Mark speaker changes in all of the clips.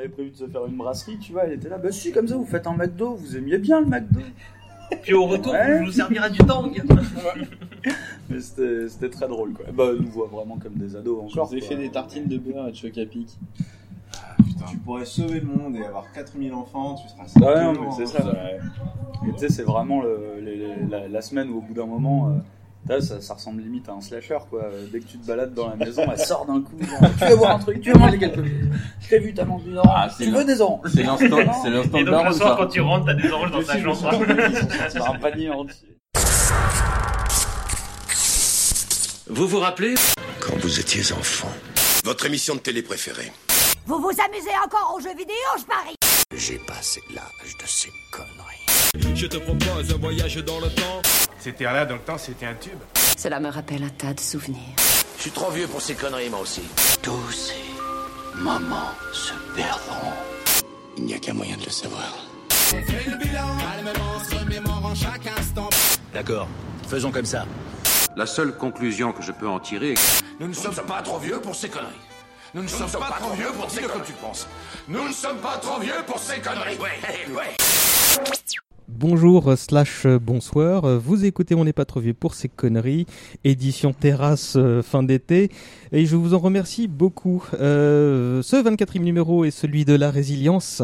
Speaker 1: avait prévu de se faire une brasserie, tu vois, elle était là, bah si, comme ça, vous faites un McDo, vous aimiez bien le McDo.
Speaker 2: Puis au retour,
Speaker 1: Ouais.
Speaker 2: vous nous servira du tang.
Speaker 1: Mais c'était c'était très drôle, quoi. Bah, elle nous voit vraiment comme des ados
Speaker 3: Je
Speaker 1: encore.
Speaker 3: vous ai
Speaker 1: quoi.
Speaker 3: fait des tartines de beurre et de choc à pic.
Speaker 4: Tu pourrais sauver le monde et avoir 4000 enfants, tu seras
Speaker 1: Ah ouais, non, mais
Speaker 4: simplement-
Speaker 1: c'est
Speaker 3: hein.
Speaker 1: ça. Et tu sais, c'est vraiment le- les- les- la, la semaine où au bout d'un moment, euh, t'as- ça, ça ressemble limite à un slasher, quoi. Euh, Dès que tu te balades dans la maison, elle sort d'un coup. genre, tu veux voir un truc, tu veux manger quelque chose. Je t'ai vu, t'as mangé une orange.
Speaker 5: Ah, c'est
Speaker 1: tu
Speaker 5: le-
Speaker 1: veux des oranges.
Speaker 5: C'est l'instant c'est l'instant
Speaker 2: Et
Speaker 5: de
Speaker 2: donc
Speaker 5: baron,
Speaker 2: le soir,
Speaker 5: ça.
Speaker 2: quand tu rentres, t'as des oranges dans ta chambre.
Speaker 1: C'est un panier entier.
Speaker 6: Vous vous rappelez
Speaker 7: Quand vous étiez enfant. Votre émission de télé préférée.
Speaker 8: Vous vous amusez encore aux jeux vidéo, je parie
Speaker 7: J'ai passé l'âge de ces conneries.
Speaker 6: Je te propose un voyage dans le temps.
Speaker 9: C'était là dans le temps, c'était un tube.
Speaker 8: Cela me rappelle un tas de souvenirs.
Speaker 7: Je suis trop vieux pour ces conneries, moi aussi. Tous ces moments se perdront. Il n'y a qu'un moyen de le savoir.
Speaker 6: D'accord, faisons comme ça.
Speaker 5: La seule conclusion que je peux en tirer,
Speaker 7: Nous ne sommes pas trop vieux pour ces conneries. Nous ne sommes, pas, trop vieux pour ces conneries. tu penses. Nous ne sommes pas trop vieux pour ces conneries. Ouais, ouais.
Speaker 10: Bonjour euh, slash euh, bonsoir, Euh, vous écoutez On n'est pas trop vieux pour ces conneries, édition terrasse euh, fin d'été, et je vous en remercie beaucoup. Euh, ce 24e numéro est celui de la résilience.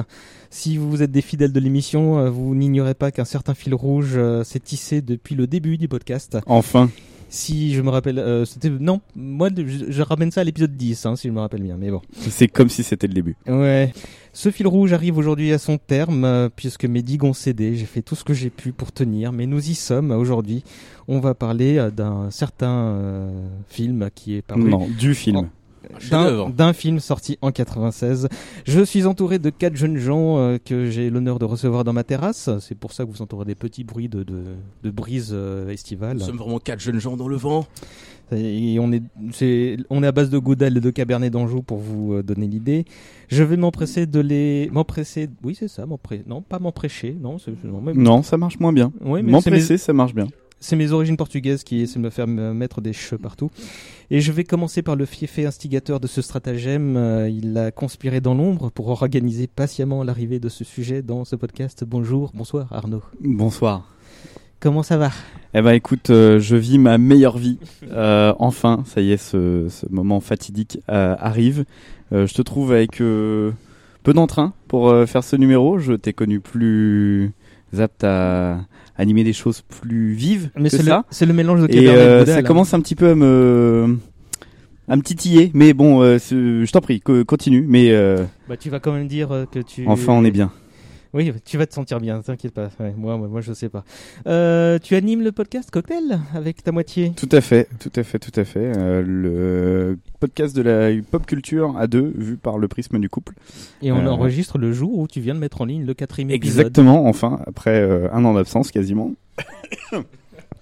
Speaker 10: Si vous êtes des fidèles de l'émission, euh, vous n'ignorez pas qu'un certain fil rouge euh, s'est tissé depuis le début du podcast.
Speaker 3: Enfin.
Speaker 10: Si je me rappelle, euh, c'était... Non, moi je, je ramène ça à l'épisode 10, hein, si je me rappelle bien, mais bon.
Speaker 3: C'est comme si c'était le début.
Speaker 10: Ouais. Ce fil rouge arrive aujourd'hui à son terme, euh, puisque mes digues ont cédé. J'ai fait tout ce que j'ai pu pour tenir, mais nous y sommes euh, aujourd'hui. On va parler euh, d'un certain euh, film qui est paru.
Speaker 3: Non, du film.
Speaker 10: D'un d'un film sorti en 96. Je suis entouré de quatre jeunes gens euh, que j'ai l'honneur de recevoir dans ma terrasse. C'est pour ça que vous entendrez des petits bruits de, de, de brise euh, estivale.
Speaker 6: Nous sommes vraiment quatre jeunes gens dans le vent.
Speaker 10: Et on est, c'est, on est à base de Goudal et de Cabernet d'Anjou pour vous euh, donner l'idée. Je vais m'empresser de les, m'empresser, oui c'est ça, m'empre- non pas m'emprêcher, non, c'est, non, mais-
Speaker 3: Non, ça marche moins bien.
Speaker 10: Ouais, mais c'est mes,
Speaker 3: M'empresser, ça marche bien.
Speaker 10: c'est mes origines portugaises qui essaient de me faire me mettre des cheveux partout. Et je vais commencer par le fiefé instigateur de ce stratagème. Euh, Il a conspiré dans l'ombre pour organiser patiemment l'arrivée de ce sujet dans ce podcast. Bonjour, bonsoir Arnaud.
Speaker 3: Bonsoir.
Speaker 10: Comment ça va
Speaker 3: Eh ben écoute, euh, je vis ma meilleure vie. Euh, enfin, ça y est, ce, ce moment fatidique euh, arrive. Euh, je te trouve avec euh, peu d'entrain pour euh, faire ce numéro. Je t'ai connu plus apte à animer des choses plus vives que
Speaker 10: c'est le,
Speaker 3: ça.
Speaker 10: c'est le mélange de
Speaker 3: Et
Speaker 10: Cabernet et
Speaker 3: euh,
Speaker 10: Goudal.
Speaker 3: ça
Speaker 10: hein.
Speaker 3: commence un petit peu à me à me titiller. Mais bon, euh, c'est- je t'en prie, co- continue. Mais euh,
Speaker 10: Bah, tu vas quand même dire euh, que tu.
Speaker 3: enfin, on est bien.
Speaker 10: Oui, tu vas te sentir bien, t'inquiète pas. Ouais, moi, moi, moi, je sais pas. Euh, tu animes le podcast Cocktail avec ta moitié.
Speaker 3: Tout à fait, tout à fait, tout à fait. Euh, le podcast de la pop culture à deux, vu par le prisme du couple.
Speaker 10: Et on
Speaker 3: Euh,
Speaker 10: enregistre le jour où tu viens de mettre en ligne le quatrième épisode.
Speaker 3: Exactement, enfin, après euh, un an d'absence quasiment.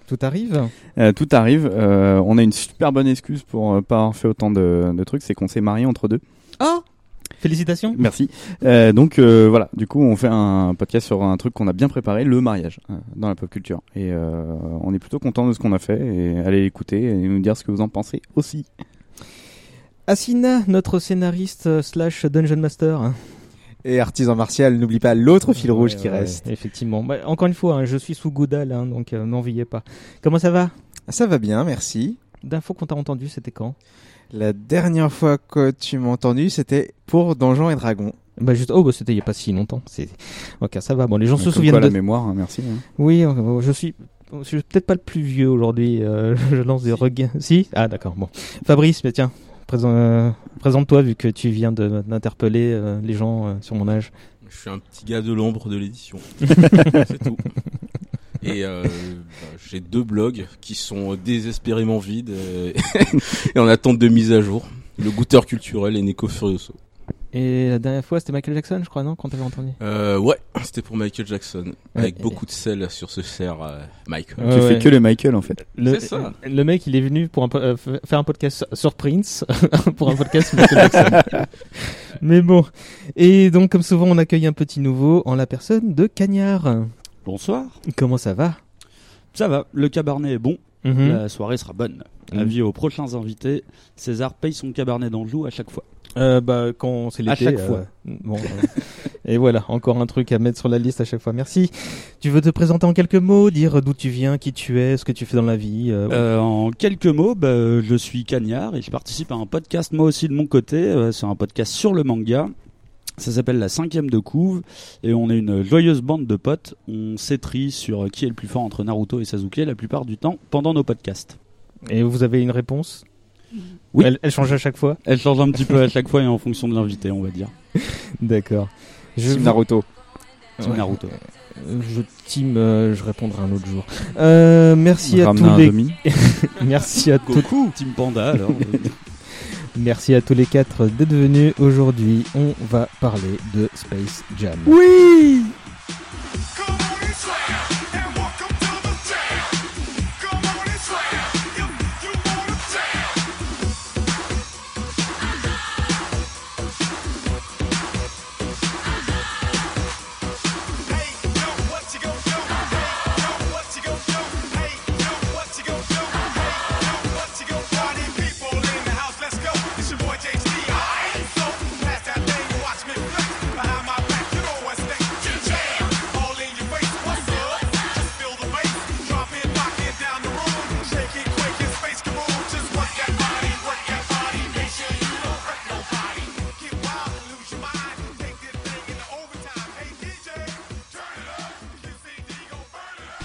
Speaker 10: Tout arrive.
Speaker 3: Euh, tout arrive. Euh, on a une super bonne excuse pour euh, pas avoir fait autant de, de trucs, c'est qu'on s'est marié entre deux.
Speaker 10: Ah Félicitations.
Speaker 3: Merci. Euh, donc euh, voilà, du coup, on fait un podcast sur un truc qu'on a bien préparé, le mariage, euh, dans la pop culture. Et euh, on est plutôt content de ce qu'on a fait. Et allez l'écouter et nous dire ce que vous en pensez aussi.
Speaker 10: Asina, notre scénariste euh, slash dungeon master.
Speaker 11: Et artisan martial, n'oublie pas l'autre fil rouge
Speaker 10: Ouais,
Speaker 11: qui
Speaker 10: ouais,
Speaker 11: reste.
Speaker 10: Effectivement. Bah, encore une fois, hein, je suis sous Goudal, hein, donc euh, m'enviez pas. Comment ça va
Speaker 12: Ah,
Speaker 11: Ça va bien, merci.
Speaker 10: D'infos qu'on t'a entendu, c'était quand
Speaker 11: La dernière fois que tu m'as entendu, c'était pour Donjons et Dragons.
Speaker 10: Bah juste, oh, bah, c'était il y a pas si longtemps. C'est ok, ça va. Bon, les gens se
Speaker 3: Comme
Speaker 10: souviennent
Speaker 3: quoi,
Speaker 10: de.
Speaker 3: la mémoire, hein, merci. hein.
Speaker 10: Oui, euh, je suis, je suis peut-être pas le plus vieux aujourd'hui. euh, je lance des regains. Si Ah d'accord. Bon, Fabrice, mais tiens, présent- euh, présente-toi vu que tu viens de- d'interpeller euh, les gens euh, sur mon âge.
Speaker 6: Je suis un petit gars de l'ombre de l'édition. c'est tout. Et euh, bah, j'ai deux blogs qui sont désespérément vides euh, et en attente de mise à jour. Le goûteur culturel et Nico Furioso.
Speaker 10: Et la dernière fois, c'était Michael Jackson, je crois, non, quand t'avais entendu.
Speaker 6: Euh, ouais, c'était pour Michael Jackson. Avec
Speaker 10: Ouais.
Speaker 6: beaucoup de sel sur ce cerf, euh, Michael.
Speaker 3: Tu fais que les Michael en fait.
Speaker 10: le,
Speaker 6: C'est ça.
Speaker 10: le mec, il est venu pour un po- euh, f- faire un podcast sur Prince, pour un podcast sur Michael Jackson. Mais bon. Et donc, comme souvent, on accueille un petit nouveau en la personne de Cagnard.
Speaker 13: Bonsoir.
Speaker 10: Comment ça va
Speaker 13: Ça va, le cabernet est bon,
Speaker 10: Mhm.
Speaker 13: la soirée sera bonne. Avis aux prochains invités, César paye son cabernet d'Anjou à chaque fois.
Speaker 10: Euh, bah, quand c'est
Speaker 13: À
Speaker 10: l'été.
Speaker 13: chaque
Speaker 10: euh,
Speaker 13: fois.
Speaker 10: bon, euh, et voilà, encore un truc à mettre sur la liste à chaque fois. Merci. Tu veux te présenter en quelques mots, dire d'où tu viens, qui tu es, ce que tu fais dans la vie. euh,
Speaker 13: Euh, en quelques mots, bah, euh, je suis Cagnard et je participe à un podcast moi aussi de mon côté. euh, C'est un podcast sur le manga. Ça s'appelle La cinquième de couve et on est une joyeuse bande de potes. On s'étrie sur qui est le plus fort entre Naruto et Sasuke la plupart du temps pendant nos podcasts.
Speaker 10: Et vous avez une réponse
Speaker 13: Oui.
Speaker 10: Elle, elle change à chaque fois
Speaker 13: Elle change un petit peu à chaque fois et en fonction de l'invité, on va dire.
Speaker 10: D'accord.
Speaker 13: Team
Speaker 10: vous-
Speaker 13: Naruto. Team
Speaker 10: Ouais.
Speaker 13: Naruto.
Speaker 10: Euh, Je team, euh, je répondrai un autre jour. Euh, merci à
Speaker 13: Ramène
Speaker 10: tous
Speaker 13: un
Speaker 10: les.
Speaker 13: demi.
Speaker 10: merci à tous.
Speaker 13: Goku, Team Panda alors.
Speaker 10: Merci à tous les quatre d'être venus aujourd'hui. On va parler de Space Jam.
Speaker 13: Oui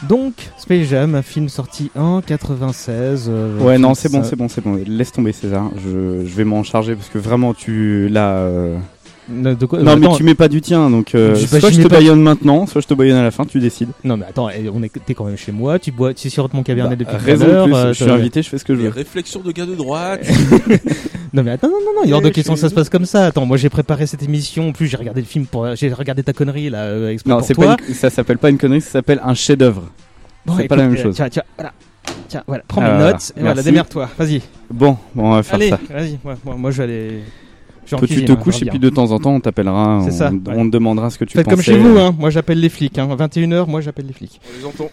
Speaker 10: Donc, Space Jam, un film sorti en 96. euh,
Speaker 3: Ouais,
Speaker 10: un
Speaker 3: non,
Speaker 10: film
Speaker 3: c'est bon,
Speaker 10: ça-
Speaker 3: c'est bon, c'est bon. Laisse tomber César. Je, je vais m'en charger parce que vraiment, tu là. euh,
Speaker 10: Non, de quoi-
Speaker 3: non, mais
Speaker 10: attends.
Speaker 3: tu mets pas du tien, donc euh,
Speaker 10: J'ai pas-
Speaker 3: soit
Speaker 10: j'y
Speaker 3: je
Speaker 10: mets
Speaker 3: te
Speaker 10: pas-
Speaker 3: baïonne maintenant, soit je te baïonne à la fin, tu décides.
Speaker 10: Non, mais attends, eh, on est, t'es quand même chez moi, tu bois, tu sirotes mon cabernet
Speaker 3: Bah,
Speaker 10: depuis
Speaker 3: raison
Speaker 10: tout à l'heure,
Speaker 3: de plus,
Speaker 10: euh,
Speaker 3: je suis
Speaker 10: t'as-
Speaker 3: invité, je fais ce que je
Speaker 6: Les
Speaker 3: veux.
Speaker 6: réflexions de gars de droite.
Speaker 10: Non mais attends, non, non, non, il est hors de
Speaker 6: Eh,
Speaker 10: question que
Speaker 6: chez
Speaker 10: ça se
Speaker 6: nous.
Speaker 10: passe comme ça. Attends, moi j'ai préparé cette émission, en plus j'ai regardé le film, pour, j'ai regardé ta connerie là, euh, exprès
Speaker 3: Non,
Speaker 10: pour
Speaker 3: c'est pas
Speaker 10: toi.
Speaker 3: une- ça s'appelle pas une connerie, ça s'appelle un chef-d'œuvre.
Speaker 10: Bon,
Speaker 3: c'est pas la
Speaker 10: écoute,
Speaker 3: même
Speaker 10: euh,
Speaker 3: chose.
Speaker 10: Tiens, tiens, voilà. Tiens, voilà, prends mes
Speaker 3: Ah,
Speaker 10: notes, et voilà,
Speaker 3: merci.
Speaker 10: démerde-toi, vas-y.
Speaker 3: Bon, bon, on va faire
Speaker 10: Allez,
Speaker 3: ça.
Speaker 10: vas-y, moi, moi, moi, je vais aller... je vais
Speaker 3: Toi,
Speaker 10: en
Speaker 3: tu
Speaker 10: cuisine,
Speaker 3: te
Speaker 10: hein, je
Speaker 3: couches et
Speaker 10: reviens.
Speaker 3: puis de temps en temps, on t'appellera, on,
Speaker 10: C'est ça, ouais.
Speaker 3: on te demandera ce que tu
Speaker 10: Faites
Speaker 3: pensais.
Speaker 10: comme chez vous, hein. moi j'appelle les flics, hein. 21h, moi j'appelle les flics.
Speaker 6: On les entend.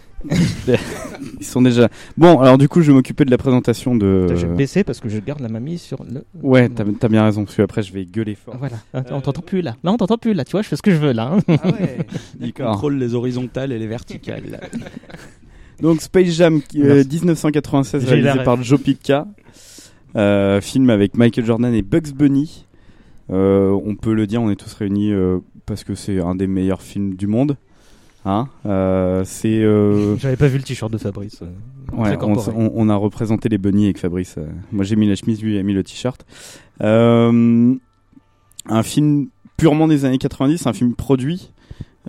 Speaker 3: Ils sont déjà. Bon, alors du coup, je vais m'occuper de la présentation de.
Speaker 10: Je vais baisser parce que je garde la mamie sur le...
Speaker 3: Euh, Ouais, t'as t'as bien raison, parce que après, je vais gueuler fort.
Speaker 10: Voilà, on t'entend plus là. Là, on t'entend plus là, tu vois, je fais ce que je veux là. hein.
Speaker 13: Il
Speaker 3: D'accord.
Speaker 13: contrôle les horizontales et les verticales.
Speaker 3: Donc Space Jam qui- euh,
Speaker 13: Merci.
Speaker 3: 1996
Speaker 13: J'ai la
Speaker 3: réalisé
Speaker 13: ref.
Speaker 3: par Joe Pitka, Euh, film avec Michael Jordan et Bugs Bunny. Euh, on peut le dire, on est tous réunis euh, parce que c'est un des meilleurs films du monde. Hein Euh, c'est euh,
Speaker 10: J'avais pas vu le t-shirt de Fabrice. euh,
Speaker 3: Ouais,
Speaker 10: très
Speaker 3: on,
Speaker 10: corporel.
Speaker 3: on- on a représenté les bunnies avec Fabrice. euh. Moi j'ai mis la chemise, lui il a mis le t-shirt. Euh, un film purement des années 90, un film produit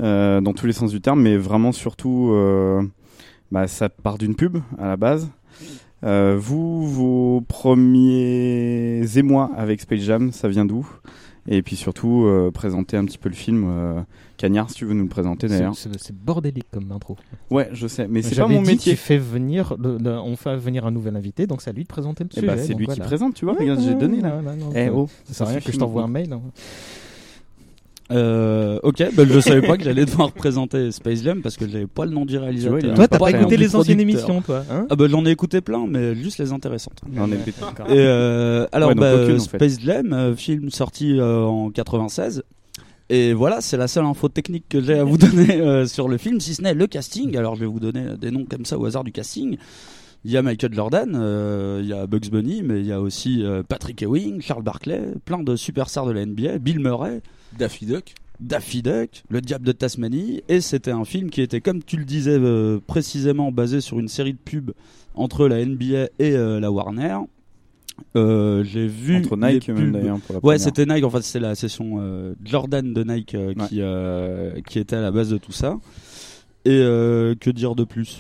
Speaker 3: euh, dans tous les sens du terme, mais vraiment surtout, euh, bah, ça part d'une pub à la base. Euh, vous, vos premiers émois avec Space Jam, ça vient d'où Et puis surtout, euh, présenter un petit peu le film. euh, Cagnard, si tu veux nous le présenter d'ailleurs.
Speaker 10: C'est- C'est c'est bordélique comme intro.
Speaker 3: Ouais, je sais, mais c'est pas
Speaker 10: J'avais
Speaker 3: mon
Speaker 10: dit,
Speaker 3: métier.
Speaker 10: Tu fais venir, le- le- on fait venir un nouvel invité, donc c'est à lui de présenter le
Speaker 3: Eh
Speaker 10: sujet.
Speaker 3: bah, c'est
Speaker 10: donc
Speaker 3: lui
Speaker 10: voilà.
Speaker 3: qui présente, tu vois.
Speaker 10: Ouais,
Speaker 3: regarde, j'ai
Speaker 10: ouais,
Speaker 3: donné
Speaker 10: ouais,
Speaker 3: là.
Speaker 10: ouais, non,
Speaker 3: Eh
Speaker 10: ça-
Speaker 3: oh,
Speaker 10: ça sert à
Speaker 3: ça
Speaker 10: rien que je
Speaker 3: suffit
Speaker 10: t'envoie un
Speaker 3: maintenant.
Speaker 10: mail. hein.
Speaker 13: Euh, ok, bah, je savais pas que j'allais devoir présenter Space Jam parce que j'avais pas le nom du réalisateur.
Speaker 3: Tu vois, il a
Speaker 10: Toi,
Speaker 3: pas
Speaker 10: t'as pas
Speaker 3: fait un
Speaker 10: écouté
Speaker 3: petit
Speaker 10: les anciennes
Speaker 13: producteur.
Speaker 10: émissions, toi hein Ah.
Speaker 13: Ah bah j'en ai écouté plein, mais juste les intéressantes.
Speaker 3: On est
Speaker 13: Et euh, alors,
Speaker 3: Ouais, donc
Speaker 13: bah,
Speaker 3: aucune, en fait.
Speaker 13: Space Jam, euh, film sorti euh, en 96. Et voilà, c'est la seule info technique que j'ai à vous donner euh, sur le film, si ce n'est le casting. Alors, je vais vous donner des noms comme ça au hasard du casting. Il y a Michael Jordan, euh, il y a Bugs Bunny, mais il y a aussi euh, Patrick Ewing, Charles Barkley, plein de superstars de la NBA, Bill Murray,
Speaker 6: Daffy Duck.
Speaker 13: Daffy Duck, Le Diable de Tasmanie, et c'était un film qui était, comme tu le disais euh, précisément, basé sur une série de pubs entre la NBA et euh, la Warner. Euh, J'ai vu
Speaker 3: Entre Nike
Speaker 13: les
Speaker 3: même,
Speaker 13: pubs-
Speaker 3: d'ailleurs, pour la
Speaker 13: ouais,
Speaker 3: première.
Speaker 13: c'était Nike. En fait, c'était la session euh, Jordan de Nike euh, qui euh, qui était à la base de tout ça. Et euh, que dire de plus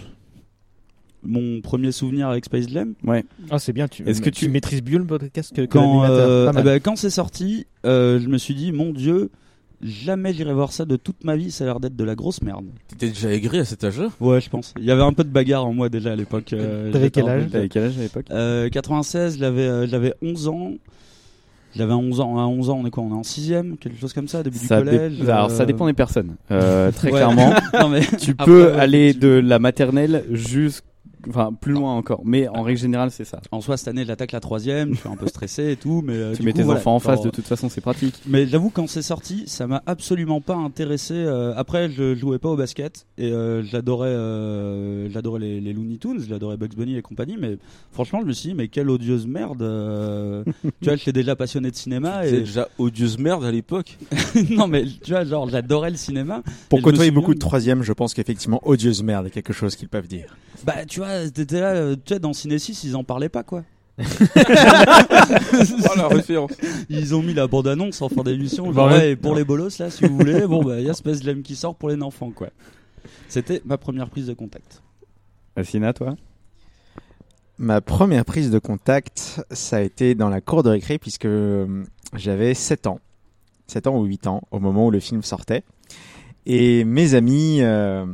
Speaker 13: Mon premier souvenir avec Space Jam,
Speaker 3: Ouais.
Speaker 10: Ah, c'est bien, tu,
Speaker 13: Est-ce que
Speaker 10: tu maîtrises mieux le podcast que, que
Speaker 13: quand,
Speaker 10: l'animateur.
Speaker 13: euh,
Speaker 3: ah
Speaker 10: Pas mal.
Speaker 3: bah,
Speaker 13: eh ben, quand c'est sorti, euh, je me suis dit, mon Dieu, jamais j'irai voir ça de toute ma vie, ça a l'air d'être de la grosse merde.
Speaker 6: T'étais déjà aigri à cet âge-là
Speaker 13: Ouais, je pense. Il y avait un peu de bagarre en moi déjà à l'époque. euh,
Speaker 10: T'avais
Speaker 13: j'étais
Speaker 10: quel
Speaker 13: un peu
Speaker 10: âge
Speaker 13: le-
Speaker 3: T'avais quel âge à l'époque
Speaker 13: euh, 96, j'avais euh, j'avais 11 ans. J'avais 11 ans, à 11 ans, on est quoi On est en 6ème, quelque chose comme ça, début
Speaker 3: Ça
Speaker 13: du collège.
Speaker 3: dé- bah, Alors, ça
Speaker 13: euh,
Speaker 3: dépend des personnes. Euh, très
Speaker 13: Ouais.
Speaker 3: clairement,
Speaker 13: Non, mais-
Speaker 3: tu
Speaker 13: Après,
Speaker 3: peux
Speaker 13: ouais.
Speaker 3: aller de la maternelle jusqu'au Enfin, plus loin encore. Mais en règle générale, c'est ça.
Speaker 13: En soi, cette année, j'attaque la troisième, je suis un peu stressé et tout, mais. euh,
Speaker 3: Tu
Speaker 13: du
Speaker 3: mets
Speaker 13: coup,
Speaker 3: tes
Speaker 13: voilà,
Speaker 3: enfants en face,
Speaker 13: genre,
Speaker 3: de toute façon, c'est pratique.
Speaker 13: Mais j'avoue, quand c'est sorti, ça m'a absolument pas intéressé. Euh, après, je jouais pas au basket et euh, j'adorais, euh, j'adorais les, les Looney Tunes, j'adorais Bugs Bunny et compagnie. Mais franchement, je me suis dit, mais quelle odieuse merde. euh, tu vois, j'étais déjà passionné de cinéma.
Speaker 6: T'es
Speaker 13: et
Speaker 6: déjà odieuse merde à l'époque.
Speaker 13: non, mais tu vois, genre, j'adorais le cinéma.
Speaker 12: Pour
Speaker 13: Et je me
Speaker 12: côtoyer
Speaker 13: souviens-
Speaker 12: beaucoup de troisième, je pense qu'effectivement, odieuse merde est quelque chose qu'ils peuvent dire.
Speaker 13: Bah, tu vois, t'étais là, euh, tu vois, dans Ciné 6, ils en parlaient pas, quoi. oh
Speaker 6: la référence.
Speaker 13: Ils ont mis la bande-annonce en fin d'émission.
Speaker 10: Bah
Speaker 13: genre,
Speaker 10: ouais.
Speaker 13: ouais, et pour les bolos, là, si vous voulez, bon, bah, il y a Space Jam qui sort pour les enfants, quoi. C'était ma première prise de contact.
Speaker 3: Alcina, toi
Speaker 12: Ma première prise de contact, ça a été dans la cour de récré puisque euh, j'avais 7 ans. 7 ans ou 8 ans au moment où le film sortait. Et mes amis, euh,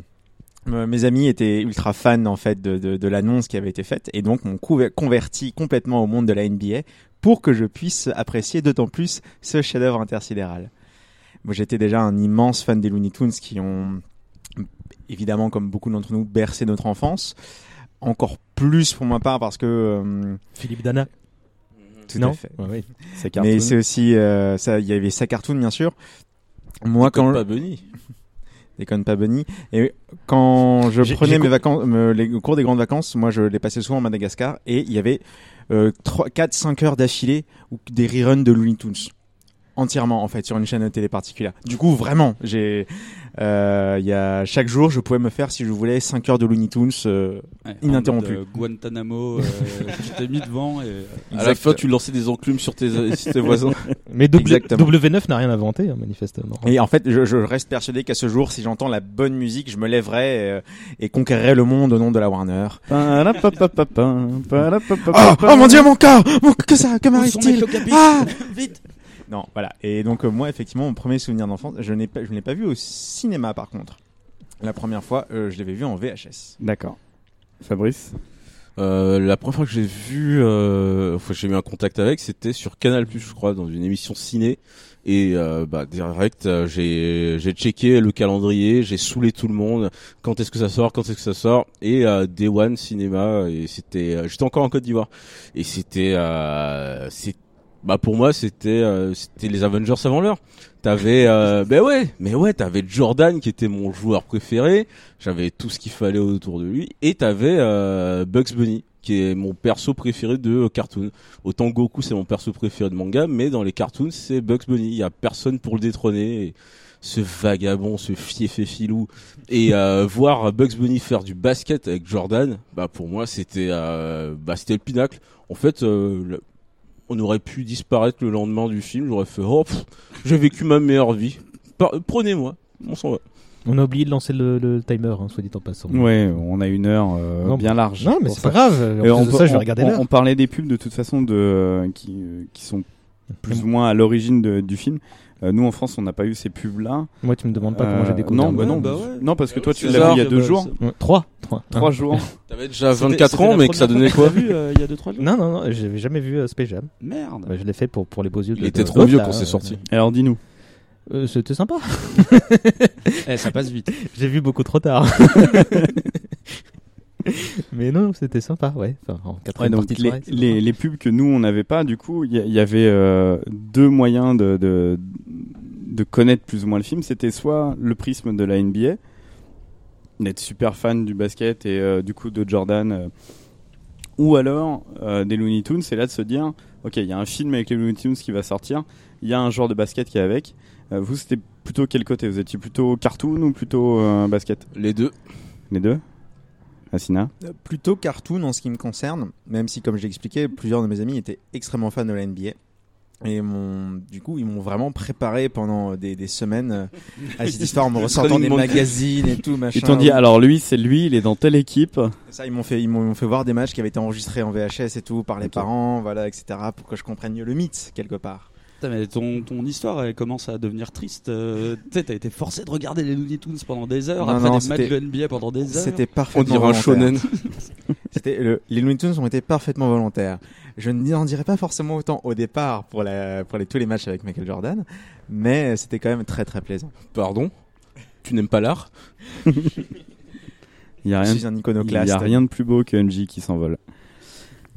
Speaker 12: me- mes amis étaient ultra fans en fait de, de- de l'annonce qui avait été faite et donc m'ont couver- converti complètement au monde de la NBA pour que je puisse apprécier d'autant plus ce chef-d'œuvre intersidéral. Moi, j'étais déjà un immense fan des Looney Tunes qui ont évidemment, comme beaucoup d'entre nous, bercé notre enfance. Encore plus pour ma part parce que. euh,
Speaker 10: Philippe Dana.
Speaker 12: Tout
Speaker 10: Non
Speaker 12: à fait.
Speaker 10: Ouais, oui. Sa
Speaker 12: Mais
Speaker 10: cartoon.
Speaker 12: c'est aussi. euh, ça- Il y avait sa cartoon, bien sûr. Moi,
Speaker 6: Déconne
Speaker 12: quand.
Speaker 6: pas Bunny.
Speaker 12: Déconne pas Bunny. Et quand je
Speaker 6: J'ai-
Speaker 12: prenais
Speaker 6: j'ai
Speaker 12: mes
Speaker 6: com-
Speaker 12: vacances, me- les au cours des grandes vacances, moi je les passais souvent à Madagascar et il y avait euh, 3, 4, 5 heures d'affilée ou des reruns de Looney Tunes. Entièrement, en fait, sur une chaîne de télé particulière. Du coup, vraiment, j'ai, euh, il y a, chaque jour, je pouvais me faire, si je voulais, 5 heures de Looney Tunes, euh,
Speaker 13: Ouais, en
Speaker 12: ininterrompues.
Speaker 13: mode, euh, Guantanamo, euh, tu t'es mis devant et. euh,
Speaker 6: À la fin, tu lançais des enclumes sur tes, sur tes voisins.
Speaker 10: Mais W-
Speaker 12: Exactement.
Speaker 10: W9 n'a rien inventé, hein, manifestement.
Speaker 12: Et en fait, je, je reste persuadé qu'à ce jour, si j'entends la bonne musique, je me lèverai euh, et conquérirai le monde au nom de la Warner.
Speaker 3: Ah,
Speaker 12: Ah, oh mon dieu, mon corps Mon- Que ça Que m'arrive-t-il Ah
Speaker 13: Vite
Speaker 12: Non, voilà. Et donc euh, moi, effectivement, mon premier souvenir d'enfance, je n'ai pas, je ne l'ai pas vu au cinéma, par contre. La première fois, euh, je l'avais vu en VHS.
Speaker 3: D'accord. Fabrice
Speaker 6: Euh, la première fois que j'ai vu, euh, enfin, j'ai eu un contact avec, c'était sur Canal je crois, dans une émission ciné. Et euh, bah, direct, euh, j'ai j'ai checké le calendrier, j'ai saoulé tout le monde. Quand est-ce que ça sort Quand est-ce que ça sort Et euh, Day One Cinéma. Et c'était, euh, j'étais encore en Côte d'Ivoire. Et c'était, euh, c'est- bah pour moi, c'était euh, c'était les Avengers avant l'heure. T'avais, euh, ben ouais, mais ouais, t'avais Jordan qui était mon joueur préféré. J'avais tout ce qu'il fallait autour de lui. Et t'avais euh, Bugs Bunny qui est mon perso préféré de euh, cartoon. Autant Goku c'est mon perso préféré de manga, mais dans les cartoons c'est Bugs Bunny. Il y a personne pour le détrôner. Et ce vagabond, ce fief et filou, et euh, voir Bugs Bunny faire du basket avec Jordan, bah pour moi c'était euh, bah c'était le pinacle. En fait, euh, le- on aurait pu disparaître le lendemain du film. J'aurais fait oh, pff, j'ai vécu ma meilleure vie. Par- Prenez-moi, on s'en va.
Speaker 10: On a oublié de lancer le, le timer, hein, soit dit en passant.
Speaker 3: Ouais, on a une heure euh,
Speaker 10: Non,
Speaker 3: bien large.
Speaker 10: non, mais
Speaker 3: pour
Speaker 10: c'est pas
Speaker 3: ça.
Speaker 10: grave. En
Speaker 3: Et
Speaker 10: plus de
Speaker 3: peut-
Speaker 10: ça, je vais regarder
Speaker 3: on-
Speaker 10: l'heure.
Speaker 3: on parlait des pubs de toute façon de euh, qui, euh, qui sont plus ou moins à l'origine de- du film. Euh, nous en France, on n'a pas eu ces pubs là.
Speaker 10: Moi, tu me demandes pas comment j'ai découvert.
Speaker 3: Non, bah
Speaker 10: Ouais,
Speaker 3: non,
Speaker 10: bah
Speaker 3: bah-
Speaker 10: ouais.
Speaker 3: non, parce que
Speaker 10: Bah
Speaker 3: toi
Speaker 10: oui,
Speaker 3: tu
Speaker 10: c'est
Speaker 3: l'as vu
Speaker 10: ça.
Speaker 3: il y a deux
Speaker 10: Ouais,
Speaker 3: jours.
Speaker 10: c'est- Ouais, trois, trois.
Speaker 3: Trois
Speaker 10: Hein.
Speaker 3: jours.
Speaker 6: T'avais déjà
Speaker 10: C'était-
Speaker 6: 24
Speaker 10: c'était
Speaker 6: ans,
Speaker 10: la
Speaker 6: mais que ça
Speaker 10: première
Speaker 6: donnait
Speaker 10: fois
Speaker 6: quoi
Speaker 10: que t'as vu,
Speaker 13: euh, il y a deux, trois jours
Speaker 10: Non, non, non, j'avais jamais vu euh, Space Jam.
Speaker 13: Merde.
Speaker 10: Bah, je l'ai fait pour, pour les beaux yeux de
Speaker 6: Il était
Speaker 10: de-
Speaker 6: trop
Speaker 10: de-
Speaker 6: vieux
Speaker 10: là,
Speaker 6: quand c'est
Speaker 10: euh,
Speaker 6: sorti.
Speaker 3: Alors dis-nous.
Speaker 10: euh, C'était sympa.
Speaker 13: Eh, ça passe vite.
Speaker 10: J'ai vu beaucoup trop tard. Mais non, c'était sympa, ouais. Enfin, en
Speaker 3: Ouais,
Speaker 10: quatrième
Speaker 3: donc
Speaker 10: partie de
Speaker 3: les,
Speaker 10: soirée, c'est
Speaker 3: les- les pubs que nous on n'avait pas, du coup, il y, a- il y avait euh, deux moyens de, de, de connaître plus ou moins le film. C'était soit le prisme de la NBA, d'être super fan du basket et euh, du coup de Jordan, euh, ou alors euh, des Looney Tunes, c'est là de se dire, ok, il y a un film avec les Looney Tunes qui va sortir, il y a un joueur de basket qui est avec. Euh, vous, c'était plutôt quel côté Vous étiez plutôt cartoon ou plutôt euh, basket
Speaker 6: Les deux.
Speaker 3: Les deux Assina
Speaker 12: Euh, Plutôt cartoon en ce qui me concerne, même si, comme je l'expliquais, plusieurs de mes amis étaient extrêmement fans de la NBA. Et mon, du coup, ils m'ont vraiment préparé pendant des, des semaines euh, à cette histoire en me ressortant des magazines et tout, machin.
Speaker 3: Ils t'ont dit, ah. alors lui, c'est lui, il est dans telle équipe.
Speaker 12: Ça, ils m'ont fait, ils m'ont ils m'ont fait voir des matchs qui avaient été enregistrés en VHS et tout par les parents, voilà, etc., pour que je comprenne mieux le mythe quelque part.
Speaker 13: Putain, mais ton, ton histoire elle commence à devenir triste. Euh, tu sais, t'as été forcé de regarder les Looney Tunes pendant des heures,
Speaker 12: Non,
Speaker 13: après
Speaker 12: non,
Speaker 13: des matchs
Speaker 12: c'était-
Speaker 13: de NBA pendant des heures.
Speaker 12: C'était parfaitement volontaire. C'était le- les Looney Tunes ont été parfaitement volontaires. Je n'en dirais pas forcément autant au départ pour, la, pour les, tous les matchs avec Michael Jordan, mais c'était quand même très très plaisant.
Speaker 6: Pardon Tu n'aimes pas l'art
Speaker 3: Il y a rien,
Speaker 12: Je suis un iconoclaste.
Speaker 3: Il y a rien de plus beau que NJ qui s'envole.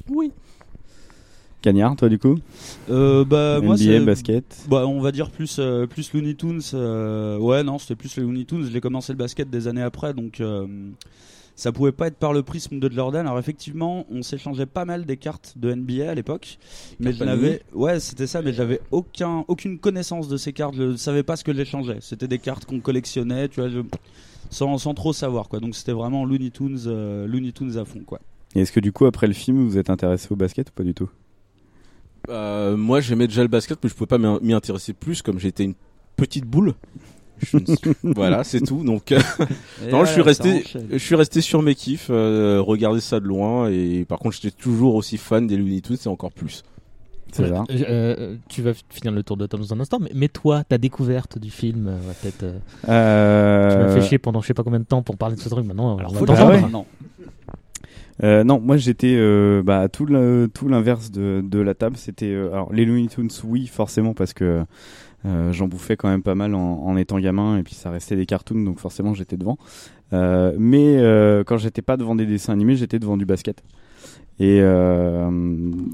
Speaker 13: Oui.
Speaker 3: Cagnard, toi du coup
Speaker 13: Euh, bah,
Speaker 3: NBA,
Speaker 13: moi, c'est-
Speaker 3: basket.
Speaker 13: Bah, on va dire plus, euh, plus Looney Tunes. euh, ouais, non, c'était plus les Looney Tunes. J'ai commencé le basket des années après, donc euh, ça pouvait pas être par le prisme de Jordan. Alors, effectivement, on s'échangeait pas mal des cartes de NBA à l'époque. Mais je
Speaker 6: Panini.
Speaker 13: n'avais. Ouais, c'était ça, mais j'avais aucun, aucune connaissance de ces cartes. Je ne savais pas ce que j'échangeais. C'était des cartes qu'on collectionnait, tu vois, je- sans, sans trop savoir, quoi. Donc, c'était vraiment Looney Tunes, euh, Looney Tunes à fond, quoi.
Speaker 3: Et est-ce que du coup, après le film, vous êtes intéressé au basket ou pas du tout
Speaker 6: Euh, moi, j'aimais déjà le basket, mais je pouvais pas m'y m'y intéresser plus, comme j'étais une petite boule. Je ne suis- voilà, c'est tout. Donc, euh,
Speaker 13: Et
Speaker 6: non, je suis
Speaker 13: voilà, ça
Speaker 6: resté,
Speaker 13: enchaîne.
Speaker 6: je suis resté sur mes kiffs, euh, regarder ça de loin, et par contre, j'étais toujours aussi fan des Looney Tunes, et encore plus.
Speaker 14: Euh, euh, tu vas finir le tour de Tom dans un instant, mais, mais toi, ta découverte du film, euh, ouais, peut-être. euh,
Speaker 3: Euh,
Speaker 14: Tu m'as fait chier pendant je sais pas combien de temps pour parler de ce truc. Maintenant, alors,
Speaker 10: Ah
Speaker 3: Bah ouais. Euh, non, moi j'étais euh, bah, tout le- tout l'inverse de, de la table. C'était euh, alors les Looney Tunes, oui, forcément parce que euh, j'en bouffais quand même pas mal en, en étant gamin et puis ça restait des cartoons, donc forcément j'étais devant. Euh, mais euh, quand j'étais pas devant des dessins animés, j'étais devant du basket. Et, euh,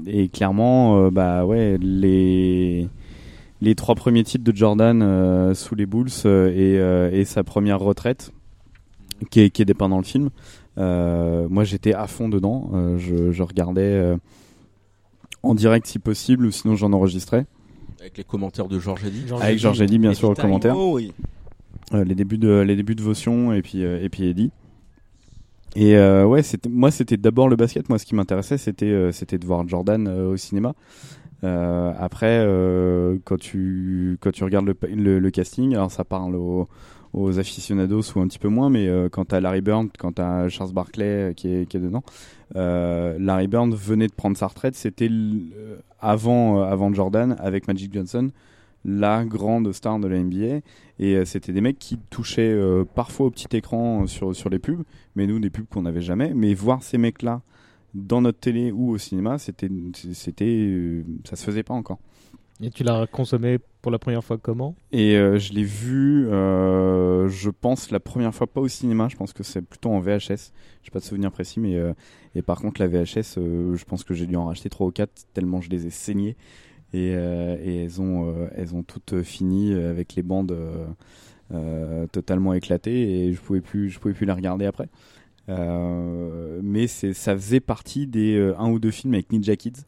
Speaker 3: et clairement, euh, bah ouais, les les trois premiers titres de Jordan euh, sous les Bulls euh, et, euh, et sa première retraite qui est, qui est dépeint dans le film. Euh, moi, j'étais à fond dedans. Euh, je, je regardais euh, en direct si possible, ou sinon j'en enregistrais.
Speaker 6: Avec les commentaires de Georges Eddy.
Speaker 3: Avec Georges Eddy, bien sûr, au
Speaker 6: Putain,
Speaker 3: commentaire.
Speaker 6: oh oui.
Speaker 3: Euh, les débuts de les débuts de Votion et puis euh, et puis Eddy. Et euh, ouais, c'était moi c'était d'abord le basket. Moi, ce qui m'intéressait, c'était euh, c'était de voir Jordan euh, au cinéma. Euh, après, euh, quand tu quand tu regardes le, pa- le, le casting, alors ça parle aux, aux aficionados ou un petit peu moins, mais euh, quand t'as Larry Bird, quand t'as Charles Barkley euh, qui est qui est dedans, euh, Larry Bird venait de prendre sa retraite. C'était l- euh, avant euh, avant Jordan avec Magic Johnson la grande star de la NBA. Et euh, c'était des mecs qui touchaient euh, parfois au petit écran euh, sur, sur les pubs, mais nous, des pubs qu'on n'avait jamais. Mais voir ces mecs-là dans notre télé ou au cinéma, c'était, c'était, euh, ça se faisait pas encore.
Speaker 14: Et tu l'as consommé pour la première fois comment
Speaker 3: Et euh, je l'ai vu, euh, je pense, la première fois pas au cinéma, je pense que c'est plutôt en VHS. J'ai pas de souvenir précis, mais euh, et par contre, la VHS, euh, je pense que j'ai dû en racheter 3 ou 4 tellement je les ai saignées. Et, euh, et elles, ont, euh, elles ont toutes euh, fini avec les bandes euh, euh, totalement éclatées et je pouvais plus, je pouvais plus les regarder après. Euh, mais c'est, ça faisait partie des euh, un ou deux films avec Ninja Kids.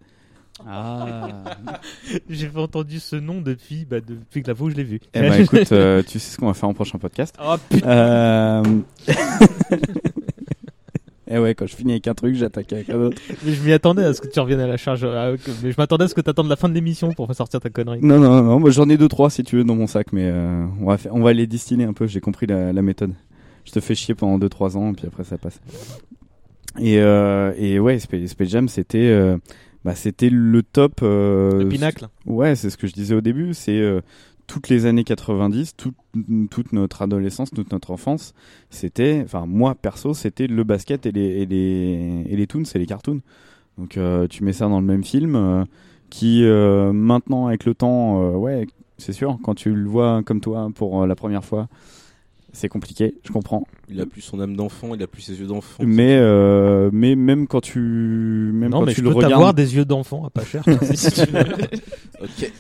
Speaker 14: J'ai pas entendu ce nom depuis, bah, depuis que la fois où je l'ai vu.
Speaker 3: Eh ben écoute, euh, tu sais ce qu'on va faire en prochain podcast.
Speaker 14: Oh, putain.
Speaker 3: Euh, Eh ouais, quand je finis avec un truc, j'attaque avec un autre.
Speaker 14: Mais je m'y attendais à ce que tu reviennes à la charge. euh, que- Mais je m'attendais à ce que tu attendes la fin de l'émission pour sortir ta connerie.
Speaker 3: Non, non, non, moi j'en ai deux, trois si tu veux dans mon sac, mais euh, on, va faire- on va les distiller un peu, j'ai compris la, la méthode. Je te fais chier pendant deux, trois ans, puis après ça passe. Et, euh, et ouais, Sp- Space Jam, c'était euh, bah, c'était le top. euh,
Speaker 14: Le pinacle.
Speaker 3: Ouais, c'est ce que je disais au début, c'est euh, toutes les années 90, tout- toute notre adolescence, toute notre enfance, c'était, enfin moi perso, c'était le basket et les, et les, et les toons et les cartoons. Donc euh, tu mets ça dans le même film, euh, qui euh, maintenant avec le temps, euh, ouais, c'est sûr, quand tu le vois comme toi pour euh, la première fois, c'est compliqué, je comprends.
Speaker 6: Il a plus son âme d'enfant, il a plus ses yeux d'enfant.
Speaker 3: Mais euh, mais même quand tu même
Speaker 14: Non,
Speaker 3: quand
Speaker 14: mais
Speaker 3: tu
Speaker 14: je
Speaker 3: le
Speaker 14: peux
Speaker 3: regardes,
Speaker 14: t'avoir des yeux d'enfant à pas cher. si tu veux.
Speaker 6: Ok.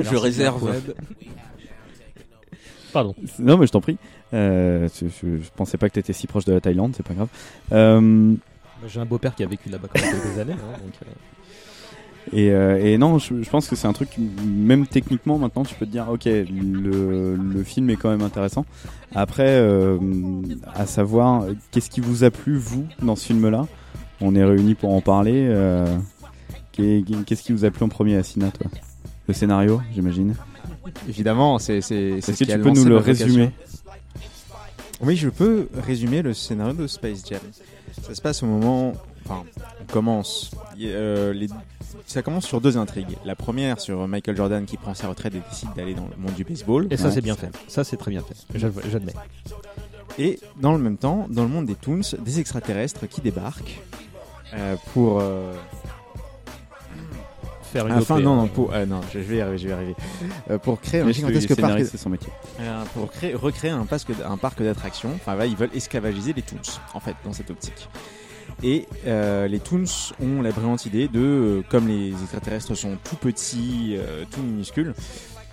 Speaker 6: Je réserve.
Speaker 14: Pardon.
Speaker 3: Non, mais je t'en prie. Euh, je, je- je pensais pas que t'étais si proche de la Thaïlande, c'est pas grave. Euh,
Speaker 10: J'ai un beau-père qui a vécu là-bas quand même quelques années. hein, donc, euh,
Speaker 3: et, euh, et non, je, je pense que c'est un truc, même techniquement maintenant, tu peux te dire, ok, le, le film est quand même intéressant. Après, euh, à savoir, qu'est-ce qui vous a plu, vous, dans ce film-là On est réunis pour en parler. euh, qu'est- qu'est-ce qui vous a plu en premier, Assina, toi Le scénario, j'imagine
Speaker 12: Évidemment, c'est c'est
Speaker 3: Est-ce que tu peux nous le résumer
Speaker 12: Oui, je peux résumer le scénario de Space Jam. Ça se passe au moment. Enfin, on commence. Il y a, euh, les- Ça commence sur deux intrigues. La première sur Michael Jordan qui prend sa retraite et décide d'aller dans le monde du baseball.
Speaker 10: Et ça, c'est bien fait. Ça, c'est très bien fait. J'avoue- J'admets.
Speaker 12: Et dans le même temps, dans le monde des Toons, des extraterrestres qui débarquent euh, pour euh,
Speaker 10: faire une
Speaker 12: Afin,
Speaker 10: OP,
Speaker 12: non,
Speaker 10: hein.
Speaker 12: non, pour- euh, non, je je vais y arriver, je vais y arriver. Euh, pour créer un
Speaker 3: Laisse-le,
Speaker 12: gigantesque
Speaker 3: les
Speaker 12: parc.
Speaker 3: scénaristes, c'est son métier.
Speaker 12: Euh, pour créer, recréer un, pasque- un parc d'attractions, enfin là, ils veulent esclavagiser les Toons, en fait, dans cette optique. Et euh, les Toons ont la brillante idée de, euh, comme les extraterrestres sont tout petits, euh, tout minuscules,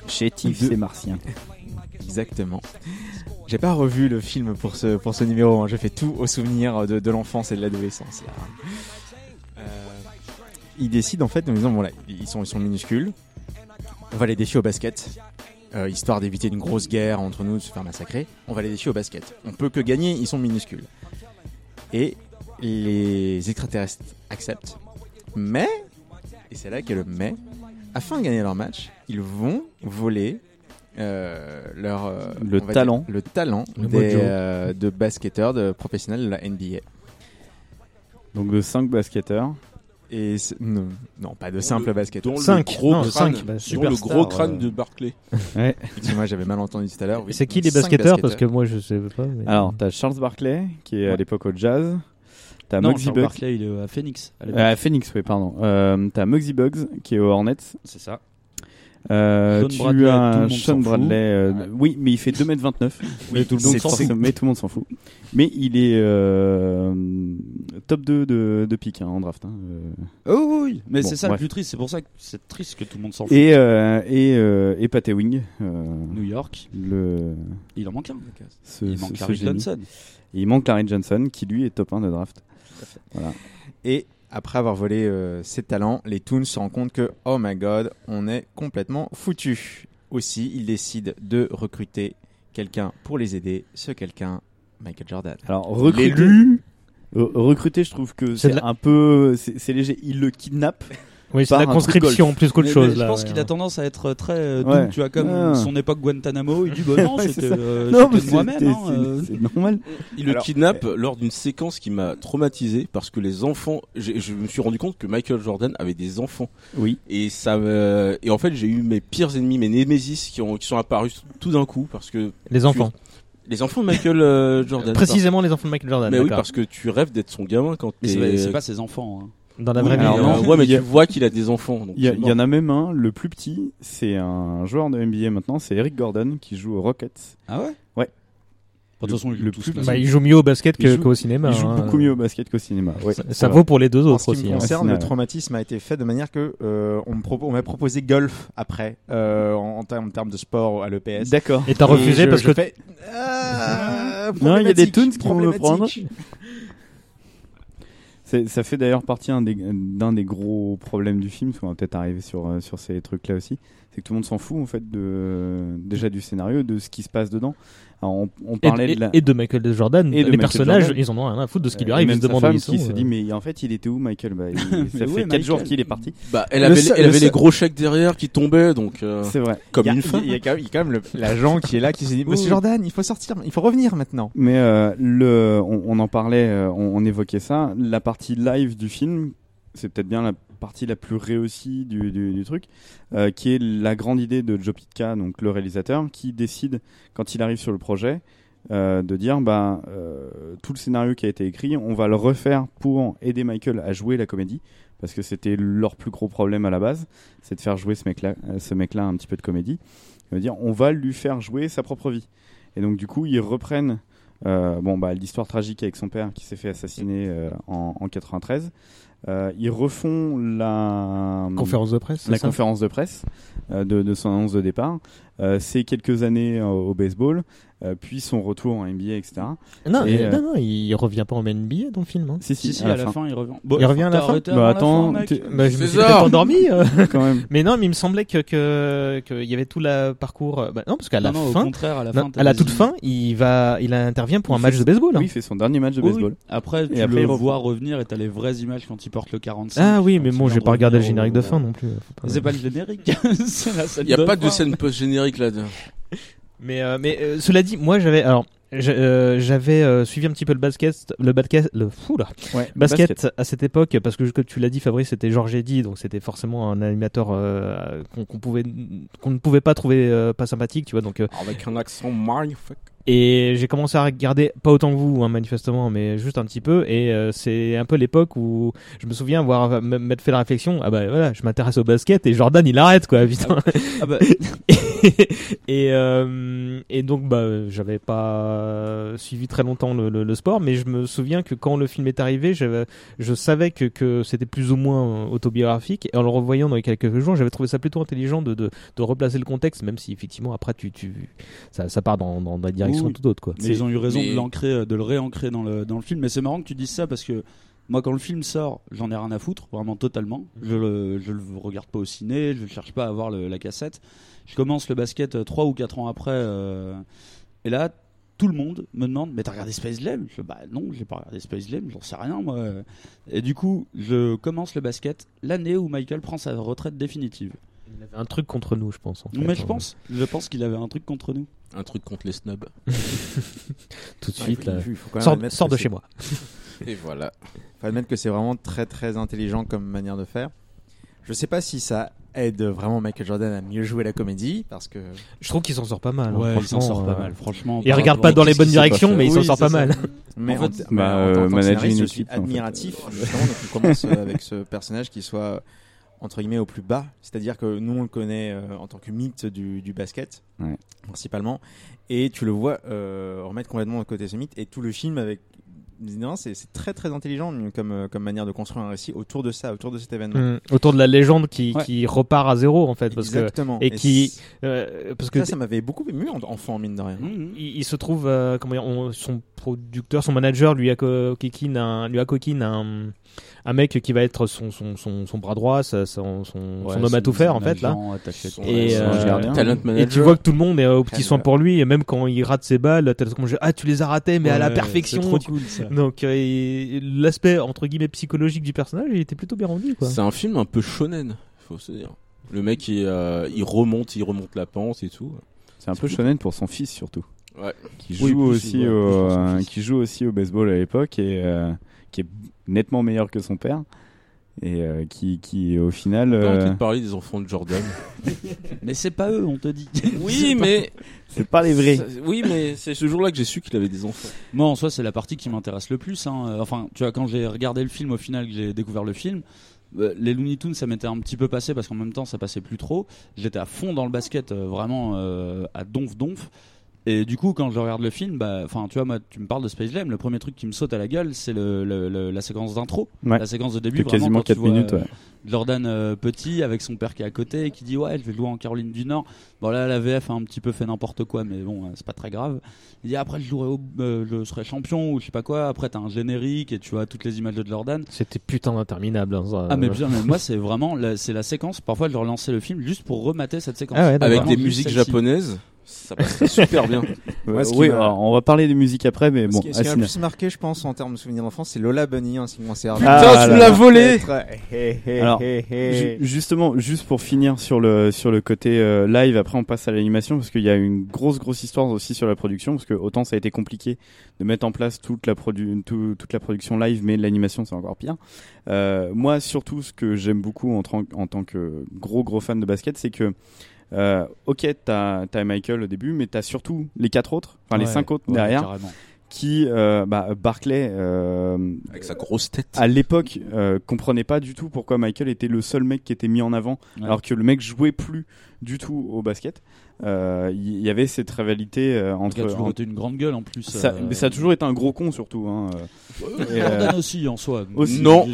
Speaker 3: Chétif,
Speaker 12: de-
Speaker 3: c'est martien.
Speaker 12: Exactement. J'ai pas revu le film pour ce, pour ce numéro, hein. je fais tout au souvenir de, de l'enfance et de l'adolescence. là. Euh, ils décident en fait en disant voilà, ils sont, ils sont minuscules, on va les défier au basket, euh, histoire d'éviter une grosse guerre entre nous, de se faire massacrer, on va les défier au basket. On peut que gagner, ils sont minuscules. Et les extraterrestres acceptent, mais, et c'est là qu'est le mais, afin de gagner leur match, ils vont voler euh, leur euh,
Speaker 3: Le
Speaker 12: on va
Speaker 3: talent.
Speaker 12: le talent
Speaker 3: Le
Speaker 12: des,
Speaker 3: mojo.
Speaker 12: euh, de basketteurs de professionnels de la NBA.
Speaker 3: Donc de 5 basketteurs.
Speaker 12: Et c'est- non, non, pas de simples basketteurs.
Speaker 6: dont le Cinq, gros non, crâne- cinq, bah, dont superstar, le gros crâne euh. de Barclay.
Speaker 3: Ouais.
Speaker 12: Excuse-moi, j'avais mal entendu tout à l'heure. oui.
Speaker 10: C'est qui les
Speaker 12: Cinq
Speaker 10: basketteurs Parce que moi, je sais pas. mais-
Speaker 3: Alors, t'as Charles Barkley, qui est à l'époque au jazz. T'as
Speaker 13: Non,
Speaker 3: Muggsy
Speaker 13: Charles
Speaker 3: Bugs.
Speaker 13: Barkley, il est à Phoenix, à l'époque.
Speaker 3: Euh, à Phoenix, oui, pardon. Euh, t'as Muggsy Bugs, qui est au Hornets.
Speaker 13: C'est ça.
Speaker 3: Euh,
Speaker 13: Sean
Speaker 3: tu
Speaker 13: Bradley, tout le
Speaker 3: as
Speaker 13: monde
Speaker 3: Sean
Speaker 13: s'en fout.
Speaker 3: Bradley. euh, Oui, mais il fait 2m29. mais, tout le monde
Speaker 13: c'est
Speaker 3: s'en
Speaker 13: tout.
Speaker 3: fout. mais tout le monde s'en fout. Mais il est euh, top 2 de, de pick hein, en draft. hein, euh.
Speaker 13: Oh oui, mais
Speaker 3: Bon,
Speaker 13: c'est ça
Speaker 3: bref.
Speaker 13: le plus triste, c'est pour ça que c'est triste que tout le monde s'en fout.
Speaker 3: Et, euh, et, euh, et Pat Ewing.
Speaker 13: New York.
Speaker 3: Le...
Speaker 13: Il en manque un.
Speaker 3: Ce-
Speaker 13: Il
Speaker 3: ce-
Speaker 13: manque
Speaker 3: ce
Speaker 13: Larry
Speaker 3: génie.
Speaker 13: Johnson.
Speaker 3: Et il manque Larry Johnson, qui lui est top 1 de draft. Voilà.
Speaker 12: Et après avoir volé euh, ses talents, les Toons se rendent compte que, oh my god, on est complètement foutu. Aussi, ils décident de recruter quelqu'un pour les aider. Ce quelqu'un, Michael Jordan.
Speaker 3: Alors, recruter, Euh, recruter, je trouve que
Speaker 12: C'est
Speaker 3: c'est
Speaker 12: de la-
Speaker 3: un peu. C'est c'est léger. Il le kidnappe.
Speaker 10: Oui, c'est
Speaker 3: par
Speaker 10: de la
Speaker 3: un trou de
Speaker 10: conscription,
Speaker 3: golf.
Speaker 10: plus qu'autre
Speaker 13: Mais-
Speaker 10: chose,
Speaker 13: mais Je
Speaker 10: là,
Speaker 13: pense
Speaker 10: ouais,
Speaker 13: qu'il a tendance à être très euh, doux,
Speaker 3: Ouais.
Speaker 13: tu vois, comme
Speaker 3: Ah.
Speaker 13: son époque Guantanamo. Il dit, bah non,
Speaker 3: Ouais, c'est
Speaker 13: c'était
Speaker 3: ça.
Speaker 13: euh,
Speaker 3: Non,
Speaker 13: c'était
Speaker 3: mais
Speaker 13: de moi-même.
Speaker 3: c'était-
Speaker 13: hein,
Speaker 3: c'est-
Speaker 13: euh.
Speaker 3: c'est normal.
Speaker 6: Il le
Speaker 13: Alors,
Speaker 6: kidnappe lors d'une séquence qui m'a traumatisé parce que les enfants, j'ai- je me suis rendu compte que Michael Jordan avait des enfants.
Speaker 3: Oui.
Speaker 6: Et ça, me- et en fait, j'ai eu mes pires ennemis, mes némésis qui, ont, qui sont apparus tout d'un coup parce que
Speaker 10: Les
Speaker 6: tu-
Speaker 10: enfants.
Speaker 6: les enfants de Michael euh, Jordan.
Speaker 10: Précisément les enfants de Michael Jordan,
Speaker 6: Mais oui,
Speaker 10: d'accord.
Speaker 6: parce que tu rêves d'être son gamin quand
Speaker 13: Mais c'est
Speaker 6: t'es-
Speaker 13: pas- c'est pas ses enfants, hein.
Speaker 10: Dans la
Speaker 6: Oui,
Speaker 10: vraie
Speaker 6: mais,
Speaker 10: vie,
Speaker 6: euh,
Speaker 10: non.
Speaker 6: ouais, mais
Speaker 10: Il y a-
Speaker 6: tu vois qu'il a des enfants. donc
Speaker 3: Il y, a-
Speaker 6: c'est
Speaker 3: il y en a même un, le plus petit, c'est un joueur de NBA maintenant, c'est Eric Gordon qui joue aux Rockets.
Speaker 13: Ah ouais
Speaker 3: Ouais.
Speaker 13: De toute façon, ils jouent tous là.
Speaker 10: Bah, il joue mieux au basket
Speaker 3: Il
Speaker 10: que-
Speaker 3: joue-
Speaker 10: qu'au cinéma,
Speaker 3: Il joue
Speaker 10: hein.
Speaker 3: beaucoup mieux au basket qu'au cinéma. ouais.
Speaker 10: Ça- ça
Speaker 3: C'est vrai.
Speaker 10: vaut pour les deux autres
Speaker 12: en ce qui
Speaker 10: aussi,
Speaker 12: me
Speaker 10: hein.
Speaker 12: concerne,
Speaker 10: Ouais.
Speaker 12: le traumatisme a été fait de manière que euh, on, me propo- on m'a proposé golf après euh, en, en termes en termes de sport à l'EPS.
Speaker 3: D'accord.
Speaker 10: Et t'as refusé
Speaker 12: je-
Speaker 10: parce
Speaker 12: je
Speaker 10: que-
Speaker 12: fais, Ah,
Speaker 3: Non, il y a des
Speaker 12: problématique,
Speaker 3: tunes qui vont le prendre.
Speaker 12: problématique.
Speaker 3: C'est- Ça fait d'ailleurs partie un des- d'un des, gros problèmes du film, parce qu'on va peut-être arriver sur, euh, sur ces trucs-là aussi. C'est que tout le monde s'en fout, en fait, de, déjà du scénario, de ce qui se passe dedans. Alors, on, on
Speaker 10: Et-
Speaker 3: parlait
Speaker 10: et-
Speaker 3: de la-
Speaker 10: et de Michael Jordan.
Speaker 3: Et de
Speaker 10: Les
Speaker 3: Michael
Speaker 10: personnages,
Speaker 3: Jordan.
Speaker 10: ils en ont rien à foutre de ce qui lui
Speaker 3: Euh,
Speaker 10: arrive,
Speaker 3: et
Speaker 10: ils
Speaker 3: même
Speaker 10: se
Speaker 3: sa
Speaker 10: demandent où
Speaker 3: femme
Speaker 10: ils
Speaker 3: qui
Speaker 10: sont,
Speaker 3: se
Speaker 10: euh.
Speaker 3: dit, mais en fait, il était où, Michael Bah, il- Ça
Speaker 6: Mais où
Speaker 3: fait 4
Speaker 6: est Michael
Speaker 3: jours qu'il est parti.
Speaker 6: Bah, elle
Speaker 3: Le
Speaker 6: avait,
Speaker 3: seul-
Speaker 6: elle
Speaker 3: le
Speaker 6: avait les
Speaker 3: seul-
Speaker 6: gros chèques derrière qui tombaient, donc. euh,
Speaker 3: C'est vrai.
Speaker 6: Comme
Speaker 12: Il y a-
Speaker 6: une femme.
Speaker 12: Il y a quand même, il y a quand même le- l'agent qui est là qui s'est dit Monsieur
Speaker 6: Oui.
Speaker 12: Jordan, il faut sortir, il faut revenir maintenant.
Speaker 3: Mais euh, le, on, on en parlait, euh, on, on évoquait ça. La partie live du film, c'est peut-être bien la partie la plus réussie du, du- du truc, euh, qui est la grande idée de Joe Pitka, donc le réalisateur, qui décide quand il arrive sur le projet euh, de dire bah euh, tout le scénario qui a été écrit, on va le refaire pour aider Michael à jouer la comédie. Parce que c'était leur plus gros problème à la base, c'est de faire jouer ce mec-là, euh, ce mec-là un petit peu de comédie. Ça veut dire, on va lui faire jouer sa propre vie. Et donc du coup, ils reprennent euh, bon, bah, l'histoire tragique avec son père qui s'est fait assassiner euh, en, en 93. Euh, ils refont la
Speaker 10: Conférence de presse, c'est
Speaker 3: la
Speaker 10: ça
Speaker 3: conférence de presse euh, de, de son annonce de départ. Euh, c'est quelques années euh, au baseball, euh, puis son retour en NBA, etc.
Speaker 10: Non,
Speaker 3: Et,
Speaker 10: euh,
Speaker 3: euh,
Speaker 10: non, non, il revient pas en NBA dans le film. hein.
Speaker 3: Si, si,
Speaker 13: Si, à la fin, il revient.
Speaker 3: Oh,
Speaker 13: Bon,
Speaker 10: il revient à la
Speaker 13: t'as
Speaker 10: fin.
Speaker 13: arrêté Bah, avant la attends, fin, mec. t'es-
Speaker 10: Bah, je me suis
Speaker 13: César.
Speaker 10: peut-être endormi. euh.
Speaker 3: Quand même.
Speaker 10: Mais non, mais il me semblait que que que il y avait tout le parcours. euh, bah, non, parce qu'à la
Speaker 13: Non, non, au
Speaker 10: fin,
Speaker 13: contraire, à la
Speaker 10: non,
Speaker 13: fin, t'as
Speaker 10: à la
Speaker 13: des-
Speaker 10: toute fin, il va, il intervient pour un
Speaker 13: Il
Speaker 10: match
Speaker 13: fait-
Speaker 10: de baseball. hein.
Speaker 3: Oui, il fait son dernier match de
Speaker 13: Oui,
Speaker 3: baseball.
Speaker 13: oui. Après, tu
Speaker 3: Et après,
Speaker 13: le
Speaker 3: il reprend.
Speaker 13: vois revenir et t'as les vraies images quand il porte le 45.
Speaker 10: Ah oui, mais
Speaker 13: Quand
Speaker 10: bon,
Speaker 13: il
Speaker 10: j'ai
Speaker 13: vient
Speaker 10: pas regardé le
Speaker 13: revenir
Speaker 10: générique
Speaker 13: au-
Speaker 2: euh,
Speaker 10: de fin non plus. Faut pas-
Speaker 13: C'est pas le générique. c'est la scène
Speaker 6: Il n'y a
Speaker 13: de
Speaker 6: pas
Speaker 2: hein.
Speaker 6: de
Speaker 13: fin.
Speaker 6: scène post-générique là. dedans
Speaker 10: Mais, euh, mais euh, cela dit, moi j'avais alors je- euh, j'avais euh, suivi un petit peu le basket, le basket, le fou là,
Speaker 3: Ouais,
Speaker 10: basket,
Speaker 3: basket.
Speaker 10: à cette époque parce que comme tu l'as dit, Fabrice, c'était Georges Eddy, donc c'était forcément un animateur euh, qu'on qu'on pouvait qu'on ne pouvait pas trouver euh, pas sympathique, tu vois. Donc euh,
Speaker 6: Avec un accent magnifique.
Speaker 10: Et j'ai commencé à regarder, pas autant que vous, hein, manifestement, mais juste un petit peu. Et euh, c'est un peu l'époque où je me souviens avoir m- m'être fait la réflexion ah bah voilà, je m'intéresse au basket et Jordan il arrête quoi, putain.
Speaker 13: Ah bah-
Speaker 10: et, euh, et donc bah j'avais pas suivi très longtemps le, le- le sport, mais je me souviens que quand le film est arrivé, j'avais- je savais que, que c'était plus ou moins euh, autobiographique. Et en le revoyant dans les quelques jours, j'avais trouvé ça plutôt intelligent de, de, de replacer le contexte, même si effectivement après tu, tu ça, ça part dans, dans, dans la direction
Speaker 13: Oui.
Speaker 10: tout autre quoi.
Speaker 13: Mais ils ont eu raison
Speaker 10: Mais-
Speaker 13: de l'ancrer, euh, de le réancrer dans le, dans le film. Mais c'est marrant que tu dises ça parce que moi, quand le film sort, j'en ai rien à foutre, vraiment totalement.
Speaker 10: Mhm.
Speaker 13: Je le, je le regarde pas au ciné, je ne cherche pas à avoir le- la cassette. Je commence le basket 3 ou 4 ans après. euh, et là, tout le monde me demande Mais t'as regardé Space Jam Je fais, Bah non, j'ai pas regardé Space Jam, j'en sais rien moi. Et du coup, je commence le basket l'année où Michael prend sa retraite définitive.
Speaker 10: Il avait un truc contre nous, je pense. en fait. hein,
Speaker 13: Mais je pense, je pense qu'il avait un truc contre nous.
Speaker 6: Un truc contre les snobs.
Speaker 10: Tout de
Speaker 12: Ah,
Speaker 10: suite,
Speaker 12: il faut-
Speaker 10: là.
Speaker 12: il faut quand même
Speaker 10: Sors-
Speaker 12: admettre
Speaker 10: sors
Speaker 12: que
Speaker 10: de
Speaker 12: c'est-
Speaker 10: chez moi.
Speaker 6: Et voilà.
Speaker 12: Faut admettre que c'est vraiment très très intelligent comme manière de faire. Je sais pas si ça aide vraiment Michael Jordan à mieux jouer la comédie parce que
Speaker 10: Je trouve qu'il s'en sort pas mal. hein,
Speaker 12: Ouais, il
Speaker 10: franchement,
Speaker 12: s'en sort pas
Speaker 10: euh,
Speaker 12: mal, franchement.
Speaker 10: Il
Speaker 12: Par
Speaker 10: regarde
Speaker 12: rapport
Speaker 10: pas
Speaker 12: à
Speaker 10: dans les
Speaker 12: qu'est-ce
Speaker 10: bonnes
Speaker 12: qu'il s'est pas
Speaker 10: directions,
Speaker 12: fait.
Speaker 10: mais il s'en
Speaker 12: Oui,
Speaker 10: sort
Speaker 12: c'est
Speaker 10: pas
Speaker 12: ça.
Speaker 10: mal.
Speaker 12: Mais
Speaker 10: En
Speaker 12: en,
Speaker 10: fait,
Speaker 12: ter- mais en tant que
Speaker 3: bah, euh, manager
Speaker 12: scénariste,
Speaker 3: une
Speaker 12: je suis
Speaker 3: équipe, en fait.
Speaker 12: admiratif justement donc on commence euh, avec ce personnage qui soit entre guillemets au plus bas, c'est-à-dire que nous on le connaît euh, en tant que mythe du, du basket
Speaker 3: Ouais.
Speaker 12: principalement, et tu le vois euh, remettre complètement de côté ce mythe et tout le film avec non, c'est c'est très très intelligent comme, euh, comme manière de construire un récit autour de ça, autour de cet événement.
Speaker 10: Mm. Autour de la légende qui,
Speaker 12: Ouais.
Speaker 10: qui repart à zéro en fait parce
Speaker 12: Exactement.
Speaker 10: que et,
Speaker 12: Et
Speaker 10: qui
Speaker 12: c'est-
Speaker 10: euh, parce que Mm.
Speaker 12: Ça, ça m'avait beaucoup ému en- enfant, mine de rien.
Speaker 10: il, il se trouve euh, comment dire, on- son producteur, son manager lui a co- coquine un lui a coquine un, un mec qui va être son son, son, son bras droit, sa- son son,
Speaker 13: Ouais,
Speaker 10: son homme à
Speaker 13: son
Speaker 10: tout faire en fait là.
Speaker 13: agent, attaché de
Speaker 10: Et, euh,
Speaker 13: son gardien.
Speaker 6: Hein
Speaker 13: Talent
Speaker 10: et tu
Speaker 13: manager.
Speaker 10: vois que tout le monde est au petit
Speaker 13: Handler.
Speaker 10: soin pour lui et même quand il rate ses balles, t'as comme je ah tu les as ratées mais à la
Speaker 13: Ouais,
Speaker 10: perfection.
Speaker 13: c'est trop
Speaker 10: tu-
Speaker 13: cool, ça.
Speaker 10: Donc euh, et l'aspect entre guillemets psychologique du personnage, il était plutôt bien rendu quoi.
Speaker 6: C'est un film un peu shonen, faut se dire. Le mec, il, euh, il remonte, il remonte la pente et tout.
Speaker 3: C'est un peu shonen pour son fils surtout.
Speaker 6: Ouais.
Speaker 3: Qui joue
Speaker 6: Oui, plus,
Speaker 3: aussi
Speaker 6: ouais, plus
Speaker 3: au,
Speaker 6: pour son
Speaker 3: euh,
Speaker 6: fils.
Speaker 3: qui joue aussi au baseball à l'époque et euh, qui est nettement meilleur que son père et euh, qui qui au final.
Speaker 6: Pas
Speaker 3: euh,
Speaker 6: envie de parler des enfants de Jordan.
Speaker 13: Mais c'est pas eux, on te dit.
Speaker 6: Oui,
Speaker 13: C'est pas-
Speaker 6: mais.
Speaker 3: C'est pas les vrais.
Speaker 6: Ça- Oui, mais c'est ce jour-là que j'ai su qu'il avait des enfants.
Speaker 13: Moi, en soi, c'est la partie qui m'intéresse le plus. hein. Euh, Enfin, tu vois, quand j'ai regardé le film, au final, que j'ai découvert le film, euh, les Looney Tunes, ça m'était un petit peu passé parce qu'en même temps, ça passait plus trop. J'étais à fond dans le basket, euh, vraiment euh, à donf donf. Et du coup, quand je regarde le film, bah, enfin, tu vois, moi, tu me parles de Space Jam. Le premier truc qui me saute à la gueule, c'est le- le- le- la séquence d'intro,
Speaker 3: Ouais.
Speaker 13: la séquence de
Speaker 3: De
Speaker 13: début, vraiment,
Speaker 3: quasiment
Speaker 13: quand tu
Speaker 3: quatre
Speaker 13: vois,
Speaker 3: minutes,
Speaker 13: euh,
Speaker 3: ouais.
Speaker 13: Jordan euh, petit avec son père qui est à côté et qui dit ouais je vais jouer en Caroline du Nord. Bon là la VF a un petit peu fait n'importe quoi mais bon euh, c'est pas très grave. Il dit après je jouerai au- euh, je serai champion ou je sais pas quoi. Après t'as un générique et tu vois toutes les images de Jordan.
Speaker 10: C'était putain d'interminable. hein, ça.
Speaker 3: Euh.
Speaker 13: Ah mais bien mais moi c'est vraiment la- c'est la séquence. Parfois je relançais le film juste pour remater cette séquence.
Speaker 10: Ah ouais, d'accord.
Speaker 6: Avec
Speaker 13: Vraiment
Speaker 6: des
Speaker 13: juste
Speaker 6: musiques
Speaker 13: celle-ci.
Speaker 6: japonaises, ça passerait super bien.
Speaker 12: Moi, ce qui
Speaker 3: oui,
Speaker 12: m'a-
Speaker 3: alors, on va parler des musiques après, mais bon.
Speaker 12: Ce qui, ce qui m'a
Speaker 3: Asina.
Speaker 12: le plus marqué, je pense, en termes de souvenirs d'enfance, c'est Lola Bunny, hein, ainsi que mon CRD.
Speaker 3: Ah, Putain, tu là, l'as là. volé
Speaker 12: Peut-être, hé, hé,
Speaker 3: Alors,
Speaker 12: hé, hé.
Speaker 3: ju- justement, juste pour finir sur le sur le côté euh, live, après on passe à l'animation parce qu'il y a une grosse grosse histoire aussi sur la production parce que autant ça a été compliqué de mettre en place toute la produ- tout- toute la production live, mais l'animation c'est encore pire. Euh, moi, surtout, ce que j'aime beaucoup en, tran- en tant que gros gros fan de basket, c'est que euh, ok, t'as as Michael au début, mais t'as surtout les quatre autres, enfin Ah, les
Speaker 6: Ouais,
Speaker 3: cinq autres
Speaker 6: ouais,
Speaker 3: derrière,
Speaker 6: carrément.
Speaker 3: qui euh, bah, Barclay euh,
Speaker 6: Avec sa grosse tête.
Speaker 3: à l'époque euh, comprenait pas du tout pourquoi Michael était le seul mec qui était mis en avant
Speaker 6: Ouais.
Speaker 3: alors que le mec jouait plus du tout au basket Euh, il y, y avait cette rivalité euh, entre
Speaker 13: a toujours
Speaker 3: en-
Speaker 13: été une grande gueule, en plus,
Speaker 3: ça,
Speaker 13: euh,
Speaker 3: mais ça a toujours été un gros con surtout hein, euh.
Speaker 13: Ouais, Jordan aussi, en soi.
Speaker 3: Aussi.
Speaker 13: Non.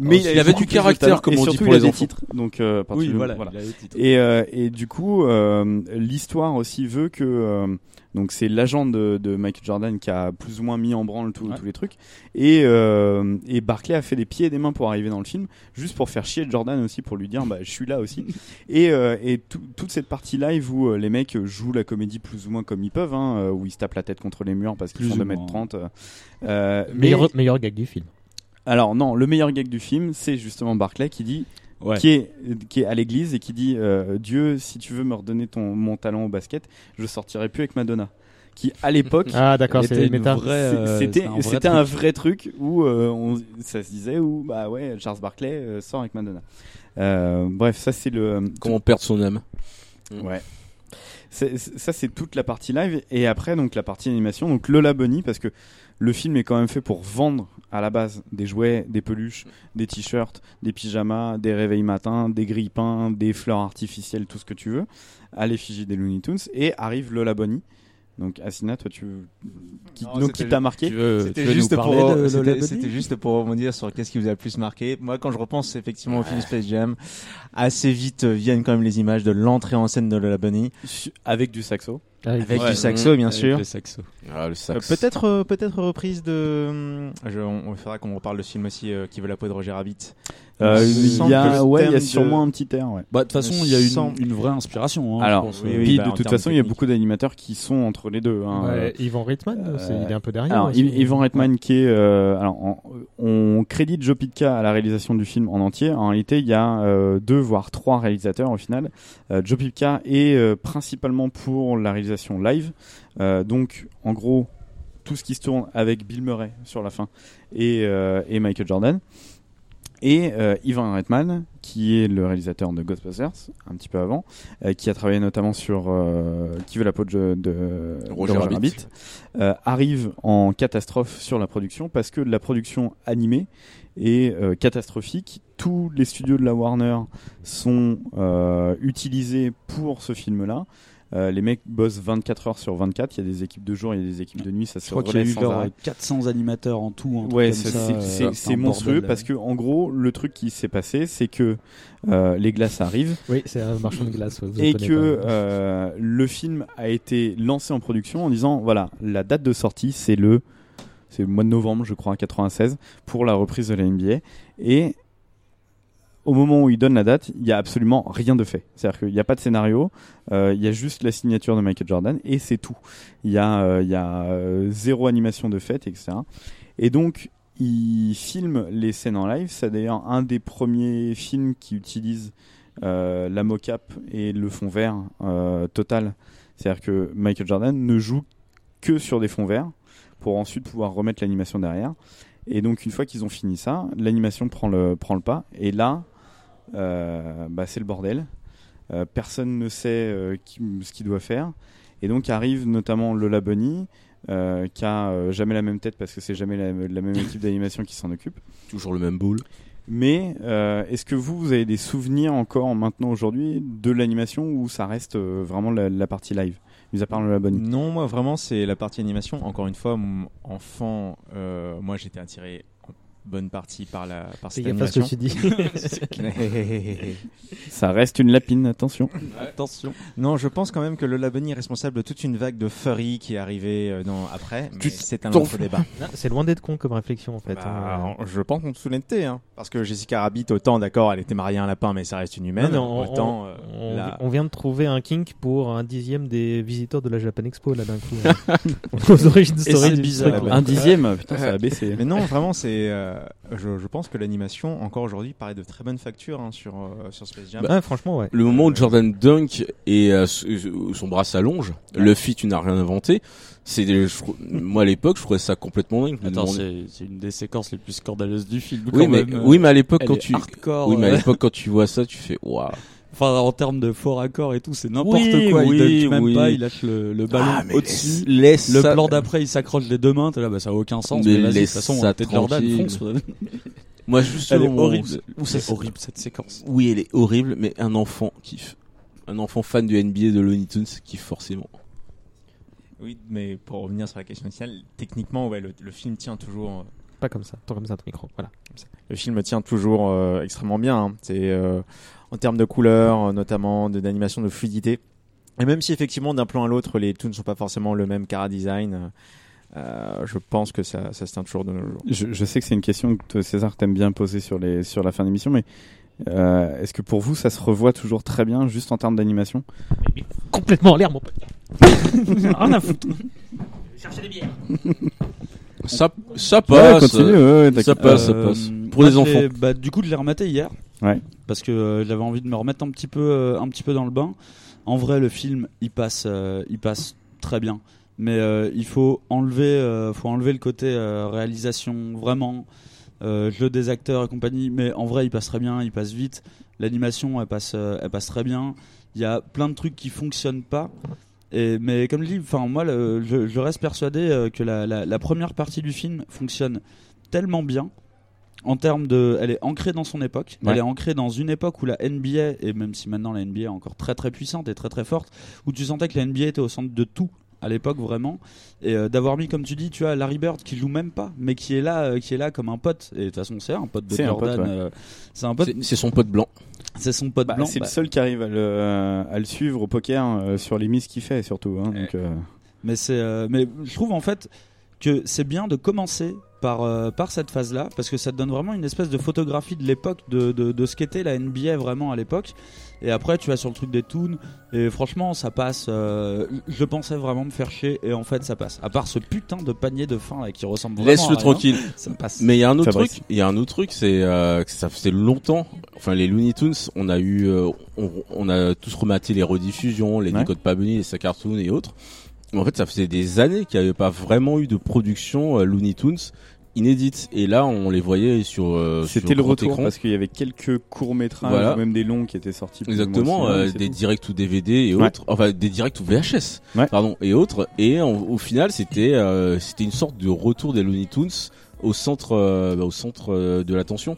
Speaker 3: mais
Speaker 13: Il avait du
Speaker 3: beaucoup plus de
Speaker 13: caractère,
Speaker 3: talent,
Speaker 13: comme
Speaker 3: et
Speaker 13: on dit
Speaker 3: surtout,
Speaker 13: pour
Speaker 3: il a
Speaker 13: les
Speaker 3: des
Speaker 13: enfants.
Speaker 3: titres donc euh, à partir
Speaker 13: Oui,
Speaker 3: du-
Speaker 13: voilà, il a des titres.
Speaker 3: et, euh, et du coup, euh, l'histoire aussi veut que euh, donc c'est l'agent de, de Michael Jordan qui a plus ou moins mis en branle tout- tous les trucs. Et, euh, et Barclay a fait des pieds et des mains pour arriver dans le film, juste pour faire chier Jordan aussi, pour lui dire bah, je suis là aussi. et euh, et tout- toute cette partie live où euh, les mecs jouent la comédie plus ou moins comme ils peuvent, hein, euh, où ils se tapent la tête contre les murs parce qu'ils
Speaker 14: Plus
Speaker 3: sont
Speaker 14: ou
Speaker 3: 2m30. euh, euh,
Speaker 14: Meilleur, meilleur gag du film.
Speaker 3: alors non, le meilleur gag du film, c'est justement Barclay qui dit,
Speaker 14: Ouais.
Speaker 3: qui est qui est à l'église et qui dit euh, Dieu, si tu veux me redonner ton mon talent au basket, je sortirai plus avec Madonna. Qui à l'époque,
Speaker 10: Ah, d'accord, c'est
Speaker 3: était une
Speaker 10: méta.
Speaker 3: vraie,
Speaker 10: euh,
Speaker 3: C'était
Speaker 10: c'est un vrai
Speaker 3: c'était un
Speaker 10: truc.
Speaker 3: vrai truc où euh, on, ça se disait où bah ouais, Charles Barclay euh, sort avec Madonna. Euh, bref, ça c'est le
Speaker 6: Comment perdre son âme.
Speaker 3: Ouais. c'est- c'est- ça, c'est toute la partie live. Et après, donc, la partie animation. Donc, Lola Bunny, parce que le film est quand même fait pour vendre à la base des jouets, des peluches, des t-shirts, des pyjamas, des réveils matins, des grille-pains, des fleurs artificielles, tout ce que tu veux, à l'effigie des Looney Tunes. Et arrive Lola Bunny. Donc, Asina, toi, tu. Qui,
Speaker 12: Non,
Speaker 3: donc,
Speaker 12: c'était-
Speaker 3: qui t'a marqué
Speaker 12: C'était juste, pour-
Speaker 6: euh,
Speaker 12: c'était- c'était juste pour rebondir sur qu'est-ce qui vous a le plus marqué. Moi, quand je repense effectivement au film Space Jam, assez vite euh, viennent quand même les images de l'entrée en scène de Lola Bunny.
Speaker 3: Avec du saxo.
Speaker 12: Avec,
Speaker 3: Ouais. mhm,
Speaker 12: du saxo, bien
Speaker 3: Avec
Speaker 12: sûr.
Speaker 3: le saxo.
Speaker 6: Ah, le sax.
Speaker 12: Euh, peut-être, euh, peut-être reprise de. hum, je- on, on faudra qu'on reparle de ce film aussi euh, qui veut la peau de Roger Rabbit.
Speaker 3: Euh,
Speaker 12: Il me
Speaker 3: il y
Speaker 12: semble
Speaker 3: a-
Speaker 12: que le
Speaker 3: ouais, il y a
Speaker 12: thème
Speaker 3: sûrement un petit air, ouais. Bah, de toute
Speaker 12: me
Speaker 3: façon, il y a une-
Speaker 12: semble-
Speaker 13: une vraie inspiration.
Speaker 3: Alors,
Speaker 13: oui,
Speaker 3: puis
Speaker 13: oui, bah,
Speaker 3: de
Speaker 13: en
Speaker 3: toute
Speaker 13: termes
Speaker 3: façon, il y a beaucoup d'animateurs qui sont entre les deux. hein.
Speaker 14: Ouais,
Speaker 3: Euh,
Speaker 14: Ivan Reitman, c'est- il est un peu derrière,
Speaker 3: Alors,
Speaker 14: ouais,
Speaker 3: Yv-
Speaker 14: hein, c'est-
Speaker 3: Yvan Reitman, qui est. euh, alors, en- on crédite Joe Pitka à la réalisation du film en entier. En réalité, il y a euh, deux, voire trois réalisateurs au final. Euh, Joe Pitka est euh, principalement pour la réalisation live. Euh, donc, en gros, tout ce qui se tourne avec Bill Murray sur la fin et, euh, et Michael Jordan. Et euh, Ivan Reitman, qui est le réalisateur de Ghostbusters, un petit peu avant, euh, qui a travaillé notamment sur euh, Qui veut la peau de, de- de
Speaker 6: Roger Rabbit.
Speaker 3: euh, arrive en catastrophe sur la production parce que la production animée est euh, catastrophique. Tous les studios de la Warner sont euh, utilisés pour ce film-là. Euh, les mecs bossent 24 heures sur 24. Il y a des équipes de jour, il y a des équipes de nuit. Ça se
Speaker 13: Je crois qu'il y a
Speaker 3: relaie
Speaker 13: eu
Speaker 3: sans
Speaker 13: genre
Speaker 3: arrêt.
Speaker 13: 400 animateurs en tout. un truc
Speaker 3: euh, Ouais,
Speaker 13: comme
Speaker 3: ça,
Speaker 13: ça,
Speaker 3: c'est-
Speaker 13: euh,
Speaker 3: c'est- c'est
Speaker 13: un
Speaker 3: monstrueux
Speaker 13: bordel.
Speaker 3: parce que en gros, le truc qui s'est passé, c'est que euh, les glaces arrivent.
Speaker 14: Oui, c'est un marchand de glace, ouais, vous
Speaker 3: et
Speaker 14: étonnez
Speaker 3: que
Speaker 14: pas.
Speaker 3: euh, le film a été lancé en production en disant voilà, la date de sortie, c'est le c'est le mois de novembre, je crois, 96, pour la reprise de la NBA. Et au moment où il donne la date, il n'y a absolument rien de fait. C'est-à-dire qu'il n'y a pas de scénario, euh, il y a juste la signature de Michael Jordan et c'est tout. Il y a, euh, il y a euh, zéro animation de fête, etc. Et donc, il filme les scènes en live. C'est d'ailleurs un des premiers films qui utilise euh, la mocap et le fond vert euh, total. C'est-à-dire que Michael Jordan ne joue que sur des fonds verts pour ensuite pouvoir remettre l'animation derrière. Et donc une fois qu'ils ont fini ça, l'animation prend le, prend le pas. Et là, euh, bah, c'est le bordel. Euh, personne ne sait euh, qui- ce qu'il doit faire. Et donc arrive notamment Lola Bunny, euh, qui a euh, jamais la même tête parce que c'est jamais la, la même équipe d'animation qui s'en occupe.
Speaker 6: Toujours le même boule.
Speaker 3: Mais euh, est-ce que vous, vous avez des souvenirs encore maintenant aujourd'hui de l'animation où ça reste euh, vraiment la, la partie live, mis à part Lola Bunny
Speaker 12: Non, moi vraiment, c'est la partie animation. Encore une fois, mon enfant, euh, moi j'étais attiré en bonne partie par la par
Speaker 14: Fais
Speaker 12: cette
Speaker 14: gaffe à ce
Speaker 12: animation.
Speaker 14: que tu dis. C'est clair.
Speaker 3: Ça reste une lapine, attention.
Speaker 13: Attention.
Speaker 12: Non, je pense quand même que Lola Bunny est responsable de toute une vague de furry qui est arrivée euh, dans- après. mais C'est un autre débat.
Speaker 14: Non, C'est loin d'être con comme réflexion en fait. hein.
Speaker 12: Bah, on- je pense qu'on soulèveté, hein. parce que Jessica Rabbit, autant d'accord, elle était mariée à un lapin, mais ça reste une humaine.
Speaker 14: Non, mais on,
Speaker 12: autant,
Speaker 14: on-
Speaker 12: euh,
Speaker 14: on-
Speaker 12: la-
Speaker 14: on vient de trouver un kink pour un dixième des visiteurs de la Japan Expo là d'un coup. hein. Aux origines story du truc, là.
Speaker 12: Mais non, vraiment, c'est. euh, je, je pense que l'animation, encore aujourd'hui, paraît de très bonne facture hein, sur euh, sur Space Jam.
Speaker 14: Ah, franchement, ouais.
Speaker 6: Le moment où Jordan dunk et euh, s- euh, son bras s'allonge, le fit tu n'as rien inventé. C'est des- je trou- moi à l'époque je trouvais ça complètement dingue. Je me
Speaker 13: Attends,
Speaker 6: demandais-
Speaker 13: c'est c'est une des séquences les plus scandaleuses du film.
Speaker 6: Oui
Speaker 13: quand
Speaker 6: mais,
Speaker 13: même.
Speaker 6: oui mais à l'époque
Speaker 13: Elle
Speaker 6: quand
Speaker 13: est
Speaker 6: tu
Speaker 13: hardcore,
Speaker 6: oui mais à
Speaker 13: euh.
Speaker 6: l'époque quand tu vois ça tu fais waouh.
Speaker 13: Enfin, en termes de fort accord et tout, c'est n'importe
Speaker 6: Oui,
Speaker 13: quoi.
Speaker 6: oui,
Speaker 13: il dunk même
Speaker 6: oui.
Speaker 13: pas, il lâche le, le ballon
Speaker 6: Ah, mais
Speaker 13: au-dessus.
Speaker 6: laisse- laisse
Speaker 13: le
Speaker 6: ça-
Speaker 13: plan d'après, il s'accroche les deux mains. T'es là, bah, ça a aucun sens. Mais,
Speaker 6: Mais
Speaker 13: vas-y, de toute
Speaker 6: laisse
Speaker 13: façon,
Speaker 6: ça
Speaker 13: la tête de Jordan
Speaker 6: tranquille.
Speaker 13: fonce.
Speaker 6: Moi juste
Speaker 13: elle
Speaker 6: le
Speaker 13: est
Speaker 6: moment
Speaker 13: horrible.
Speaker 6: où- où ça
Speaker 13: C'est horrible cette séquence.
Speaker 6: Oui, elle est horrible mais un enfant kiffe. Un enfant fan du NBA de Looney Tunes kiffe forcément.
Speaker 12: Oui, mais pour revenir sur la question initiale, techniquement, ouais, le, le film tient toujours. euh,
Speaker 14: Pas comme ça, tant comme ça ton micro. Voilà.
Speaker 12: Le film tient toujours euh, extrêmement bien. hein. C'est euh, en termes de couleurs, euh, notamment de- d'animation, de fluidité. Et même si effectivement d'un plan à l'autre, les toons ne sont pas forcément le même cara design, euh, je pense que ça, ça se tient toujours de nos jours.
Speaker 3: Je, je sais que c'est une question que toi, César t'aimes bien poser sur, les, sur la fin d'émission, mais euh, est-ce que pour vous ça se revoit toujours très bien juste en termes d'animation
Speaker 14: Complètement en l'air, mon pote. Rien à foutre.
Speaker 2: Cherchez des bières.
Speaker 6: Ça, ça
Speaker 3: Ouais,
Speaker 13: passe.
Speaker 3: continue, ouais, ouais, t'inquiète
Speaker 13: ça
Speaker 3: pas.
Speaker 13: passe, ça
Speaker 3: Euh,
Speaker 13: passe.
Speaker 3: pour
Speaker 13: moi,
Speaker 3: les enfants.
Speaker 13: j'ai- Bah, du coup, de les remater hier.
Speaker 3: Ouais.
Speaker 13: Parce que euh, j'avais envie de me remettre un petit peu, euh, un petit peu dans le bain. En vrai, le film, il passe, euh, il passe très bien. Mais euh, il faut enlever, euh, faut enlever le côté euh, réalisation, vraiment, euh, jeu des acteurs et compagnie. Mais en vrai, il passe très bien, il passe vite. L'animation, elle passe, euh, elle passe très bien. Il y a plein de trucs qui fonctionnent pas. Et, mais comme je dis, enfin moi, le- je, je reste persuadé euh, que la, la- la première partie du film fonctionne tellement bien en termes de, elle est ancrée dans son époque.
Speaker 3: Ouais.
Speaker 13: Elle est ancrée dans une époque où la NBA et même si maintenant la NBA est encore très très puissante et très très forte, où tu sentais que la NBA était au centre de tout à l'époque vraiment et euh, d'avoir mis comme tu dis tu vois Larry Bird qui joue même pas mais qui est là euh, qui est là comme un pote et de toute façon c'est un pote de
Speaker 3: C'est un
Speaker 13: Jordan
Speaker 3: pote, ouais.
Speaker 13: euh, c'est un pote
Speaker 6: C'est- c'est son pote blanc
Speaker 13: c'est son pote
Speaker 3: Bah,
Speaker 13: blanc
Speaker 3: c'est
Speaker 13: bah,
Speaker 3: le seul qui arrive à le, à le suivre au poker euh, sur les mises qu'il fait, surtout. hein,
Speaker 6: Eh.
Speaker 3: donc, euh,
Speaker 13: Mais c'est, euh, mais je trouve en fait que c'est bien de commencer par euh, par cette phase-là parce que ça te donne vraiment une espèce de photographie de l'époque de, de, de ce qu'était la NBA vraiment à l'époque. Et après tu vas sur le truc des toons et franchement ça passe. euh, je pensais vraiment me faire chier et en fait ça passe. À part ce putain de panier de fin là qui ressemble vraiment. à
Speaker 6: Laisse-le
Speaker 13: rien,
Speaker 6: tranquille.
Speaker 13: Ça passe.
Speaker 6: Mais il y a un autre
Speaker 13: Fabrice.
Speaker 6: truc. Il y a un autre truc, c'est euh, que ça faisait longtemps. Enfin, les Looney Tunes, on a eu, euh, on, on a tous rematé les rediffusions, les
Speaker 3: Ouais.
Speaker 6: Nicodes pas Bunny, les Sacartoons et autres. Mais en fait, ça faisait des années qu'il n'y avait pas vraiment eu de production euh, Looney Tunes inédite. Et là, on les voyait sur. euh,
Speaker 3: C'était
Speaker 6: sur
Speaker 3: le
Speaker 6: grand
Speaker 3: retour
Speaker 6: écran.
Speaker 3: parce qu'il y avait quelques courts-métrages
Speaker 6: Voilà.
Speaker 3: ou même des longs qui étaient sortis. plus ou moins
Speaker 6: Exactement,
Speaker 3: similaires,
Speaker 6: euh,
Speaker 3: et c'est
Speaker 6: des
Speaker 3: tout.
Speaker 6: directs ou DVD et
Speaker 3: Ouais.
Speaker 6: autres, enfin des directs ou VHS, pardon, et autres. Et en- au final, c'était euh, c'était une sorte de retour des Looney Tunes au centre euh, bah, au centre euh, de l'attention.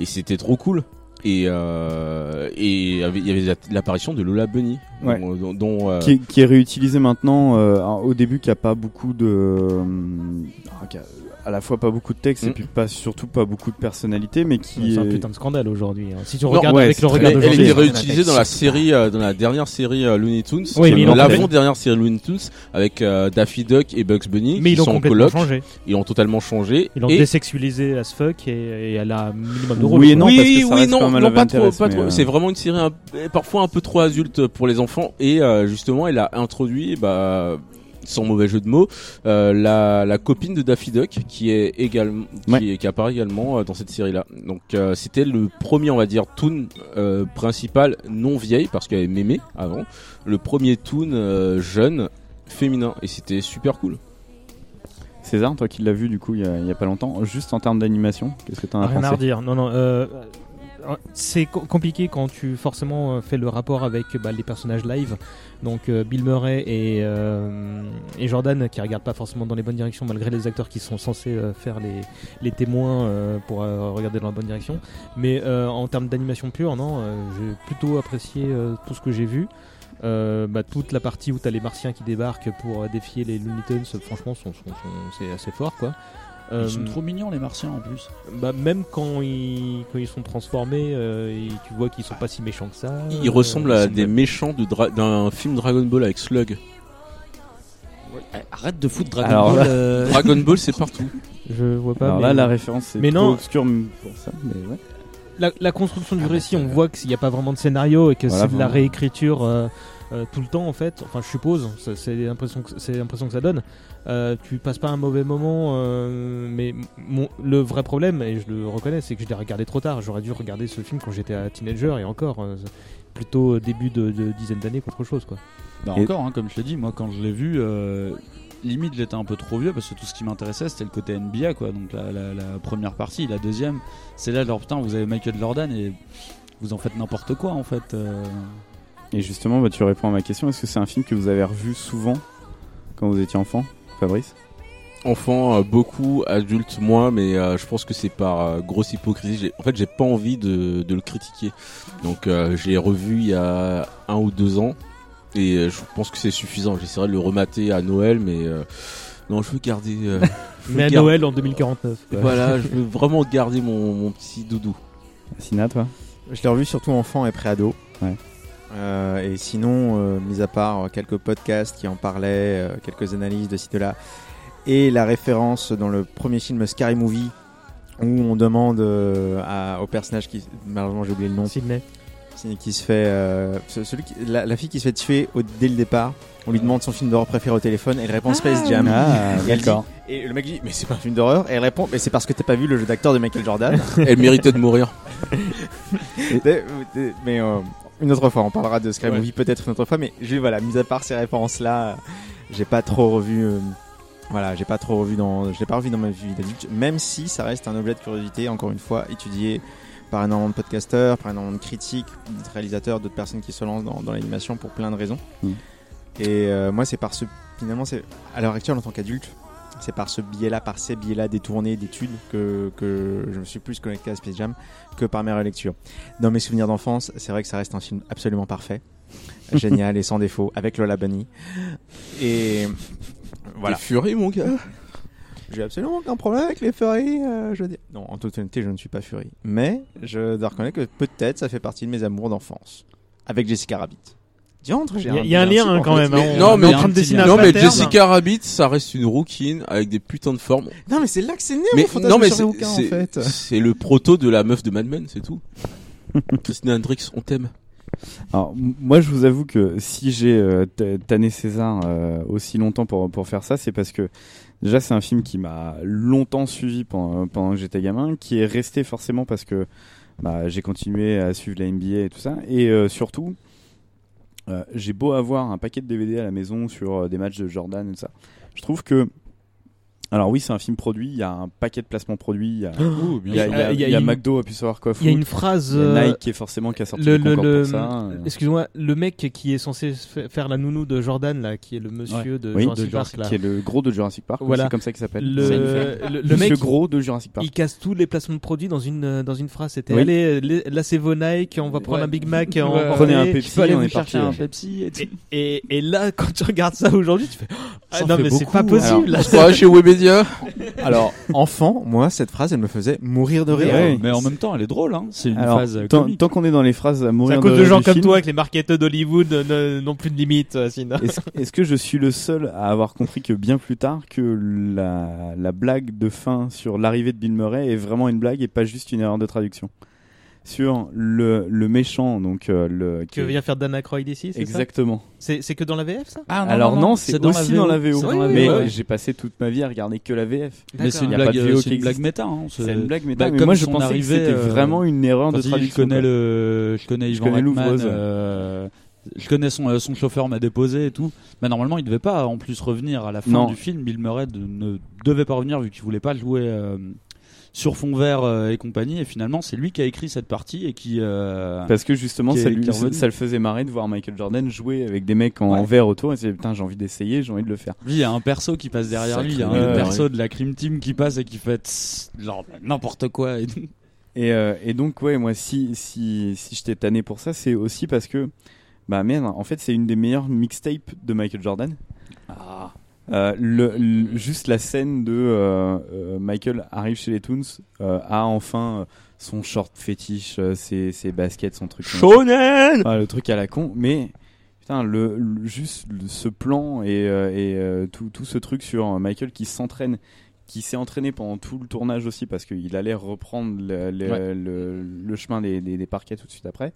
Speaker 6: Et c'était trop cool. Et euh, et il y avait- il y avait la- l'apparition de Lola Bunny,
Speaker 3: Ouais.
Speaker 6: dont, dont- dont, euh,
Speaker 3: qui, est, qui est réutilisé maintenant euh, alors, au début qui a pas beaucoup de hum, ah, qui a à la fois pas beaucoup de texte et
Speaker 10: Mm.
Speaker 3: puis pas surtout pas beaucoup de personnalité mais qui
Speaker 10: C'est un
Speaker 3: est-
Speaker 10: putain de scandale aujourd'hui. hein. Si tu
Speaker 6: Non,
Speaker 10: regardes
Speaker 6: ouais,
Speaker 10: avec
Speaker 6: c'est
Speaker 10: le
Speaker 6: très-
Speaker 10: regard
Speaker 6: elle-
Speaker 10: d'aujourd'hui. hein.
Speaker 6: Elle était réutilisée dans la série, euh, dans la dernière série euh, Looney Tunes,
Speaker 10: Oui, mais ils l'ont
Speaker 6: l'avant
Speaker 10: fait.
Speaker 6: dernière série Looney Tunes avec euh, Daffy Duck et Bugs Bunny.
Speaker 10: Mais
Speaker 6: qui
Speaker 10: ils l'ont
Speaker 6: sont en
Speaker 10: complètement
Speaker 6: coloc.
Speaker 10: changé.
Speaker 6: Ils l'ont totalement changé.
Speaker 10: Ils l'ont
Speaker 6: Et-
Speaker 10: désexualisé as fuck et, et elle a un minimum de rôle. quoi.
Speaker 6: oui, oui, non, non, pas trop, pas trop. C'est vraiment une série un- eh, parfois un peu trop adulte pour les enfants et euh, justement, elle a introduit, bah, sans mauvais jeu de mots, euh, la, la copine de Daffy Duck qui est également, qui, est- qui apparaît également euh, dans cette série-là. Donc, euh, c'était le premier, on va dire, toon euh, principal non vieille parce qu'elle avait mémé avant, le premier toon euh, jeune féminin et c'était super cool.
Speaker 3: César toi qui l'as vu du coup il y, a- il y a pas longtemps juste en termes d'animation qu'est-ce que t'en as
Speaker 10: Rien à
Speaker 3: pensé
Speaker 10: redire. Non, non. euh, euh, c'est co- compliqué quand tu forcément euh, fais le rapport avec bah, les personnages live. Donc euh, Bill Murray et, euh, et Jordan qui regardent pas forcément dans les bonnes directions malgré les acteurs qui sont censés euh, faire les, les témoins euh, pour euh, regarder dans la bonne direction. Mais euh, en termes d'animation pure, non, euh, j'ai plutôt apprécié euh, tout ce que j'ai vu. Euh, bah, toute la partie où t'as les martiens qui débarquent pour euh, défier les Looney Tunes, franchement, sont- sont- sont- c'est assez fort quoi.
Speaker 13: Ils sont
Speaker 10: Euh,
Speaker 13: trop mignons les martiens en plus.
Speaker 10: bah, même quand ils, quand ils sont transformés, euh, ils- tu vois qu'ils sont pas si méchants que ça.
Speaker 6: Ils
Speaker 10: Euh,
Speaker 6: ressemblent
Speaker 10: ils
Speaker 6: à
Speaker 10: sont-
Speaker 6: des méchants de dra- d'un film Dragon Ball avec Slug.
Speaker 13: Arrête de foutre Dragon
Speaker 6: Alors
Speaker 13: Ball.
Speaker 6: là-
Speaker 13: euh,
Speaker 6: Dragon Ball, c'est partout.
Speaker 10: Je vois pas.
Speaker 3: alors
Speaker 10: mais-
Speaker 3: là la référence est
Speaker 10: Mais
Speaker 3: trop
Speaker 10: non.
Speaker 3: obscure pour ça mais ouais
Speaker 10: La, la construction
Speaker 6: Ah,
Speaker 10: du récit, on voit qu'il n'y a pas vraiment de scénario et que
Speaker 3: Voilà,
Speaker 10: c'est de la
Speaker 3: vraiment.
Speaker 10: réécriture euh, euh, tout le temps en fait. Enfin, je suppose, ça- c'est l'impression que c'est l'impression que ça donne. Euh, tu passes pas un mauvais moment, euh, mais mon- le vrai problème, et je le reconnais, c'est que je l'ai regardé trop tard. J'aurais dû regarder ce film quand j'étais euh, teenager et encore euh, plutôt début de, de dizaine d'années qu'autre chose quoi.
Speaker 13: Bah
Speaker 10: Et-
Speaker 13: encore, hein, comme je te dis, moi quand je l'ai vu, euh, limite j'étais un peu trop vieux parce que tout ce qui m'intéressait c'était le côté NBA, quoi. Donc la, la- la première partie, la deuxième, c'est là genre putain, vous avez Michael Jordan et vous en faites n'importe quoi en fait. euh.
Speaker 3: et justement bah, tu réponds à ma question est-ce que c'est un film que vous avez revu souvent quand vous étiez enfant Fabrice
Speaker 6: Enfant, euh, beaucoup, adulte, moi, mais euh, je pense que c'est par euh, grosse hypocrisie. J'ai- En fait, j'ai pas envie de, de le critiquer. Donc, euh, je l'ai revu il y a un ou deux ans et euh, je pense que c'est suffisant. J'essaierai de le remater à Noël, mais euh, non, je veux garder. euh, je veux
Speaker 10: Mais à
Speaker 6: gar-
Speaker 10: Noël en 2049, quoi.
Speaker 6: Voilà, je veux vraiment garder mon, mon petit doudou.
Speaker 3: Sina toi
Speaker 12: Je l'ai revu surtout enfant et pré-ado. Euh, et sinon, euh, mis à part euh, quelques podcasts qui en parlaient, euh, quelques analyses de ci, de là, et la référence dans le premier film Scary Movie, où on demande euh, à- au personnage qui, malheureusement j'ai oublié le
Speaker 3: Hein.
Speaker 12: nom,
Speaker 10: Sidney,
Speaker 12: qui se fait, euh, ce- celui qui- la, la fille qui se fait tuer au- dès le départ. On lui demande son film d'horreur préféré au téléphone, elle répond Space Jam.
Speaker 3: Ah,
Speaker 12: Et elle dit-
Speaker 3: d'accord.
Speaker 12: Et le mec dit, mais c'est pas un film d'horreur. Et elle répond, mais c'est parce que t'as pas vu le jeu d'acteur de Michael Jordan.
Speaker 6: Elle méritait de mourir.
Speaker 12: mais mais, euh, une autre fois, on parlera de Scream
Speaker 6: Ouais.
Speaker 12: Movie peut-être une autre fois. Mais je, voilà, mis à part ces références-là, euh, j'ai pas trop revu. euh, voilà, j'ai pas trop revu dans, je l'ai pas revu dans ma vie d'adulte. Même si ça reste un objet de curiosité, encore une fois, étudié par énormément de podcasteurs, par énormément de critiques, de réalisateurs, d'autres personnes qui se lancent dans, dans l'animation pour plein de raisons.
Speaker 3: Mm.
Speaker 12: Et euh, moi, c'est par ce. Finalement, c'est à l'heure actuelle, en tant qu'adulte, c'est par ce biais-là, par ces biais-là détournés d'études que, que je me suis plus connecté à Space Jam que par mes relectures. Dans mes souvenirs d'enfance, c'est vrai que ça reste un film absolument parfait, génial et sans défaut, avec Lola Bunny. Et voilà.
Speaker 6: Les furies, mon gars.
Speaker 12: J'ai absolument aucun problème avec les furies, euh, je veux dire. Non, en toute honnêteté, je ne suis pas furie. Mais je dois reconnaître que peut-être ça fait partie de mes amours d'enfance. Avec Jessica Rabbit. Diantre, j'ai
Speaker 10: Il y a- il y a un
Speaker 12: petit-
Speaker 10: lien, hein, quand même, hein.
Speaker 6: non,
Speaker 10: On
Speaker 6: mais,
Speaker 10: est en train de dessiner un
Speaker 6: non, mais
Speaker 10: pattern.
Speaker 6: Jessica Rabbit, ça reste une rouquine avec des putains de formes.
Speaker 12: Non, mais c'est là que c'est né mon fantasme
Speaker 6: non, mais
Speaker 12: sur les
Speaker 6: c'est-
Speaker 12: bouquins, en
Speaker 6: c'est-
Speaker 12: fait.
Speaker 6: c'est le proto de la meuf de Mad Men, c'est tout. Christina Hendricks, on t'aime.
Speaker 3: Alors, m- moi, je vous avoue que si j'ai euh, t- tanné César euh, aussi longtemps pour, pour faire ça, c'est parce que déjà, c'est un film qui m'a longtemps suivi pendant, pendant que j'étais gamin, qui est resté forcément parce que bah, j'ai continué à suivre la NBA et tout ça. Et euh, surtout, euh, j'ai beau avoir un paquet de DVD à la maison sur euh, des matchs de Jordan et tout ça. Je trouve que. Alors oui, c'est un film produit, il y a un paquet de placements produits, il y a,
Speaker 10: Oh, bien
Speaker 3: il y a-
Speaker 10: sûr.
Speaker 3: il y a-
Speaker 10: Euh, il y a
Speaker 3: il y a
Speaker 10: une-
Speaker 3: McDo a pu savoir quoi
Speaker 10: Il y a
Speaker 3: foutre,
Speaker 10: une phrase.
Speaker 3: il y a
Speaker 10: euh,
Speaker 3: Nike qui est forcément qui a sorti
Speaker 10: le,
Speaker 3: des
Speaker 10: le-
Speaker 3: concords
Speaker 10: le-
Speaker 3: pour ça. euh.
Speaker 10: Excuse-moi, le mec qui est censé f- faire la nounou de Jordan, là, qui est le monsieur
Speaker 3: Ouais.
Speaker 10: de,
Speaker 3: Oui,
Speaker 10: Jurassic
Speaker 3: de Jurassic,
Speaker 10: Park, là.
Speaker 3: qui est le gros de Jurassic Park, oui, c'est comme ça qu'il s'appelle.
Speaker 10: Le,
Speaker 3: Seinfeld.
Speaker 10: le- le
Speaker 3: Monsieur
Speaker 10: mec, il-
Speaker 3: gros de Jurassic Park.
Speaker 10: Il casse tous les placements de produits dans une euh, dans une phrase. C'était
Speaker 3: Oui.
Speaker 10: allez, les- là c'est vos Nike, on va prendre
Speaker 3: Ouais.
Speaker 10: un Big Mac, on
Speaker 3: Ouais.
Speaker 10: va
Speaker 3: Prenez un
Speaker 10: emmener.
Speaker 3: Pepsi, Tu peux aller on vous est parti, hein. chercher un ouais.
Speaker 13: Pepsi et tout.
Speaker 10: Et, et là, quand tu regardes ça aujourd'hui, tu fais ah, non mais c'est pas
Speaker 12: Alors,
Speaker 10: possible. là.
Speaker 12: Alors, enfant, moi, cette phrase, elle me faisait mourir de rire.
Speaker 13: Ouais, mais en même temps, elle est drôle, hein. C'est une
Speaker 3: Alors,
Speaker 13: phase euh,
Speaker 3: tant,
Speaker 13: comique.
Speaker 3: tant qu'on est dans les phrases à
Speaker 10: C'est
Speaker 3: mourir
Speaker 10: à cause de
Speaker 3: du
Speaker 10: gens comme
Speaker 3: film,
Speaker 10: toi que les marketeurs d'Hollywood euh, ne- n'ont plus de limite. euh, sinon.
Speaker 3: Est-ce est-ce que je suis le seul à avoir compris que bien plus tard que la, la blague de fin sur l'arrivée de Bill Murray est vraiment une blague et pas juste une erreur de traduction sur le, le méchant donc euh, le
Speaker 10: Que vient faire Dan Aykroyd ici c'est ça Ah
Speaker 3: Exactement.
Speaker 10: C'est c'est que dans la VF ça
Speaker 13: Ah,
Speaker 3: Alors non, c'est aussi dans la VO,
Speaker 10: C'est dans la
Speaker 3: mais
Speaker 10: VO, ouais.
Speaker 3: j'ai passé toute ma vie à regarder que la VF.
Speaker 13: Mais c'est
Speaker 3: Il
Speaker 13: une
Speaker 3: y a pas
Speaker 13: blague,
Speaker 3: de
Speaker 13: euh,
Speaker 3: VO
Speaker 13: c'est
Speaker 3: qui
Speaker 13: une blague
Speaker 3: existe.
Speaker 13: méta. hein.
Speaker 3: C'est une blague méta,
Speaker 13: Bah,
Speaker 3: Euh, mais
Speaker 13: comme
Speaker 3: moi je
Speaker 13: son
Speaker 3: pensais que
Speaker 13: arrivée,
Speaker 3: c'était
Speaker 13: euh,
Speaker 3: vraiment une erreur de
Speaker 13: quand il dit,
Speaker 3: traduction.
Speaker 13: Je connais
Speaker 3: quoi.
Speaker 13: le, je connais
Speaker 3: Je
Speaker 13: Yvan
Speaker 3: connais
Speaker 13: Reitman,
Speaker 3: l'ouvreuse.
Speaker 13: euh, je connais son, euh, son chauffeur m'a déposé et tout. Mais normalement, il devait pas en plus revenir à la fin
Speaker 3: Non.
Speaker 13: du film. Bill Murray de- ne devait pas revenir vu qu'il voulait pas jouer euh, sur fond vert euh, et compagnie. Et finalement, c'est lui qui a écrit cette partie et qui. euh,
Speaker 3: Parce que justement,
Speaker 13: qui est-
Speaker 3: ça, lui-
Speaker 13: qui est revenu.
Speaker 3: ça le faisait marrer de voir Michael Jordan jouer avec des mecs en verre autour. Et c'est putain, j'ai envie d'essayer, j'ai envie de le faire. Euh,
Speaker 13: Lui, il y a un perso qui passe derrière lui, il y a
Speaker 3: Sacré
Speaker 13: un
Speaker 3: merde,
Speaker 13: perso
Speaker 3: ouais.
Speaker 13: de la crime team qui passe et qui fait tss, genre, bah, n'importe quoi. Et... tout.
Speaker 3: Et, euh, et donc, ouais, moi, si, si, si je t'ai tanné pour ça, c'est aussi parce que, bah merde, en fait, c'est une des meilleures mixtapes de Michael Jordan.
Speaker 13: Ah.
Speaker 3: Euh, le, le- juste la scène de euh, euh, Michael arrive chez les Toons, euh, a enfin euh, son short fétiche, euh, ses, ses baskets, son truc.
Speaker 13: Shonen
Speaker 3: Ah, Le truc à la con, mais putain, le, le- juste le- ce plan et, euh, et, euh, tout, tout ce truc sur euh, Michael qui s'entraîne, qui s'est entraîné pendant tout le tournage aussi parce qu'il allait reprendre le, le-
Speaker 10: Ouais.
Speaker 3: le- le chemin des, des- des parquets tout de suite après.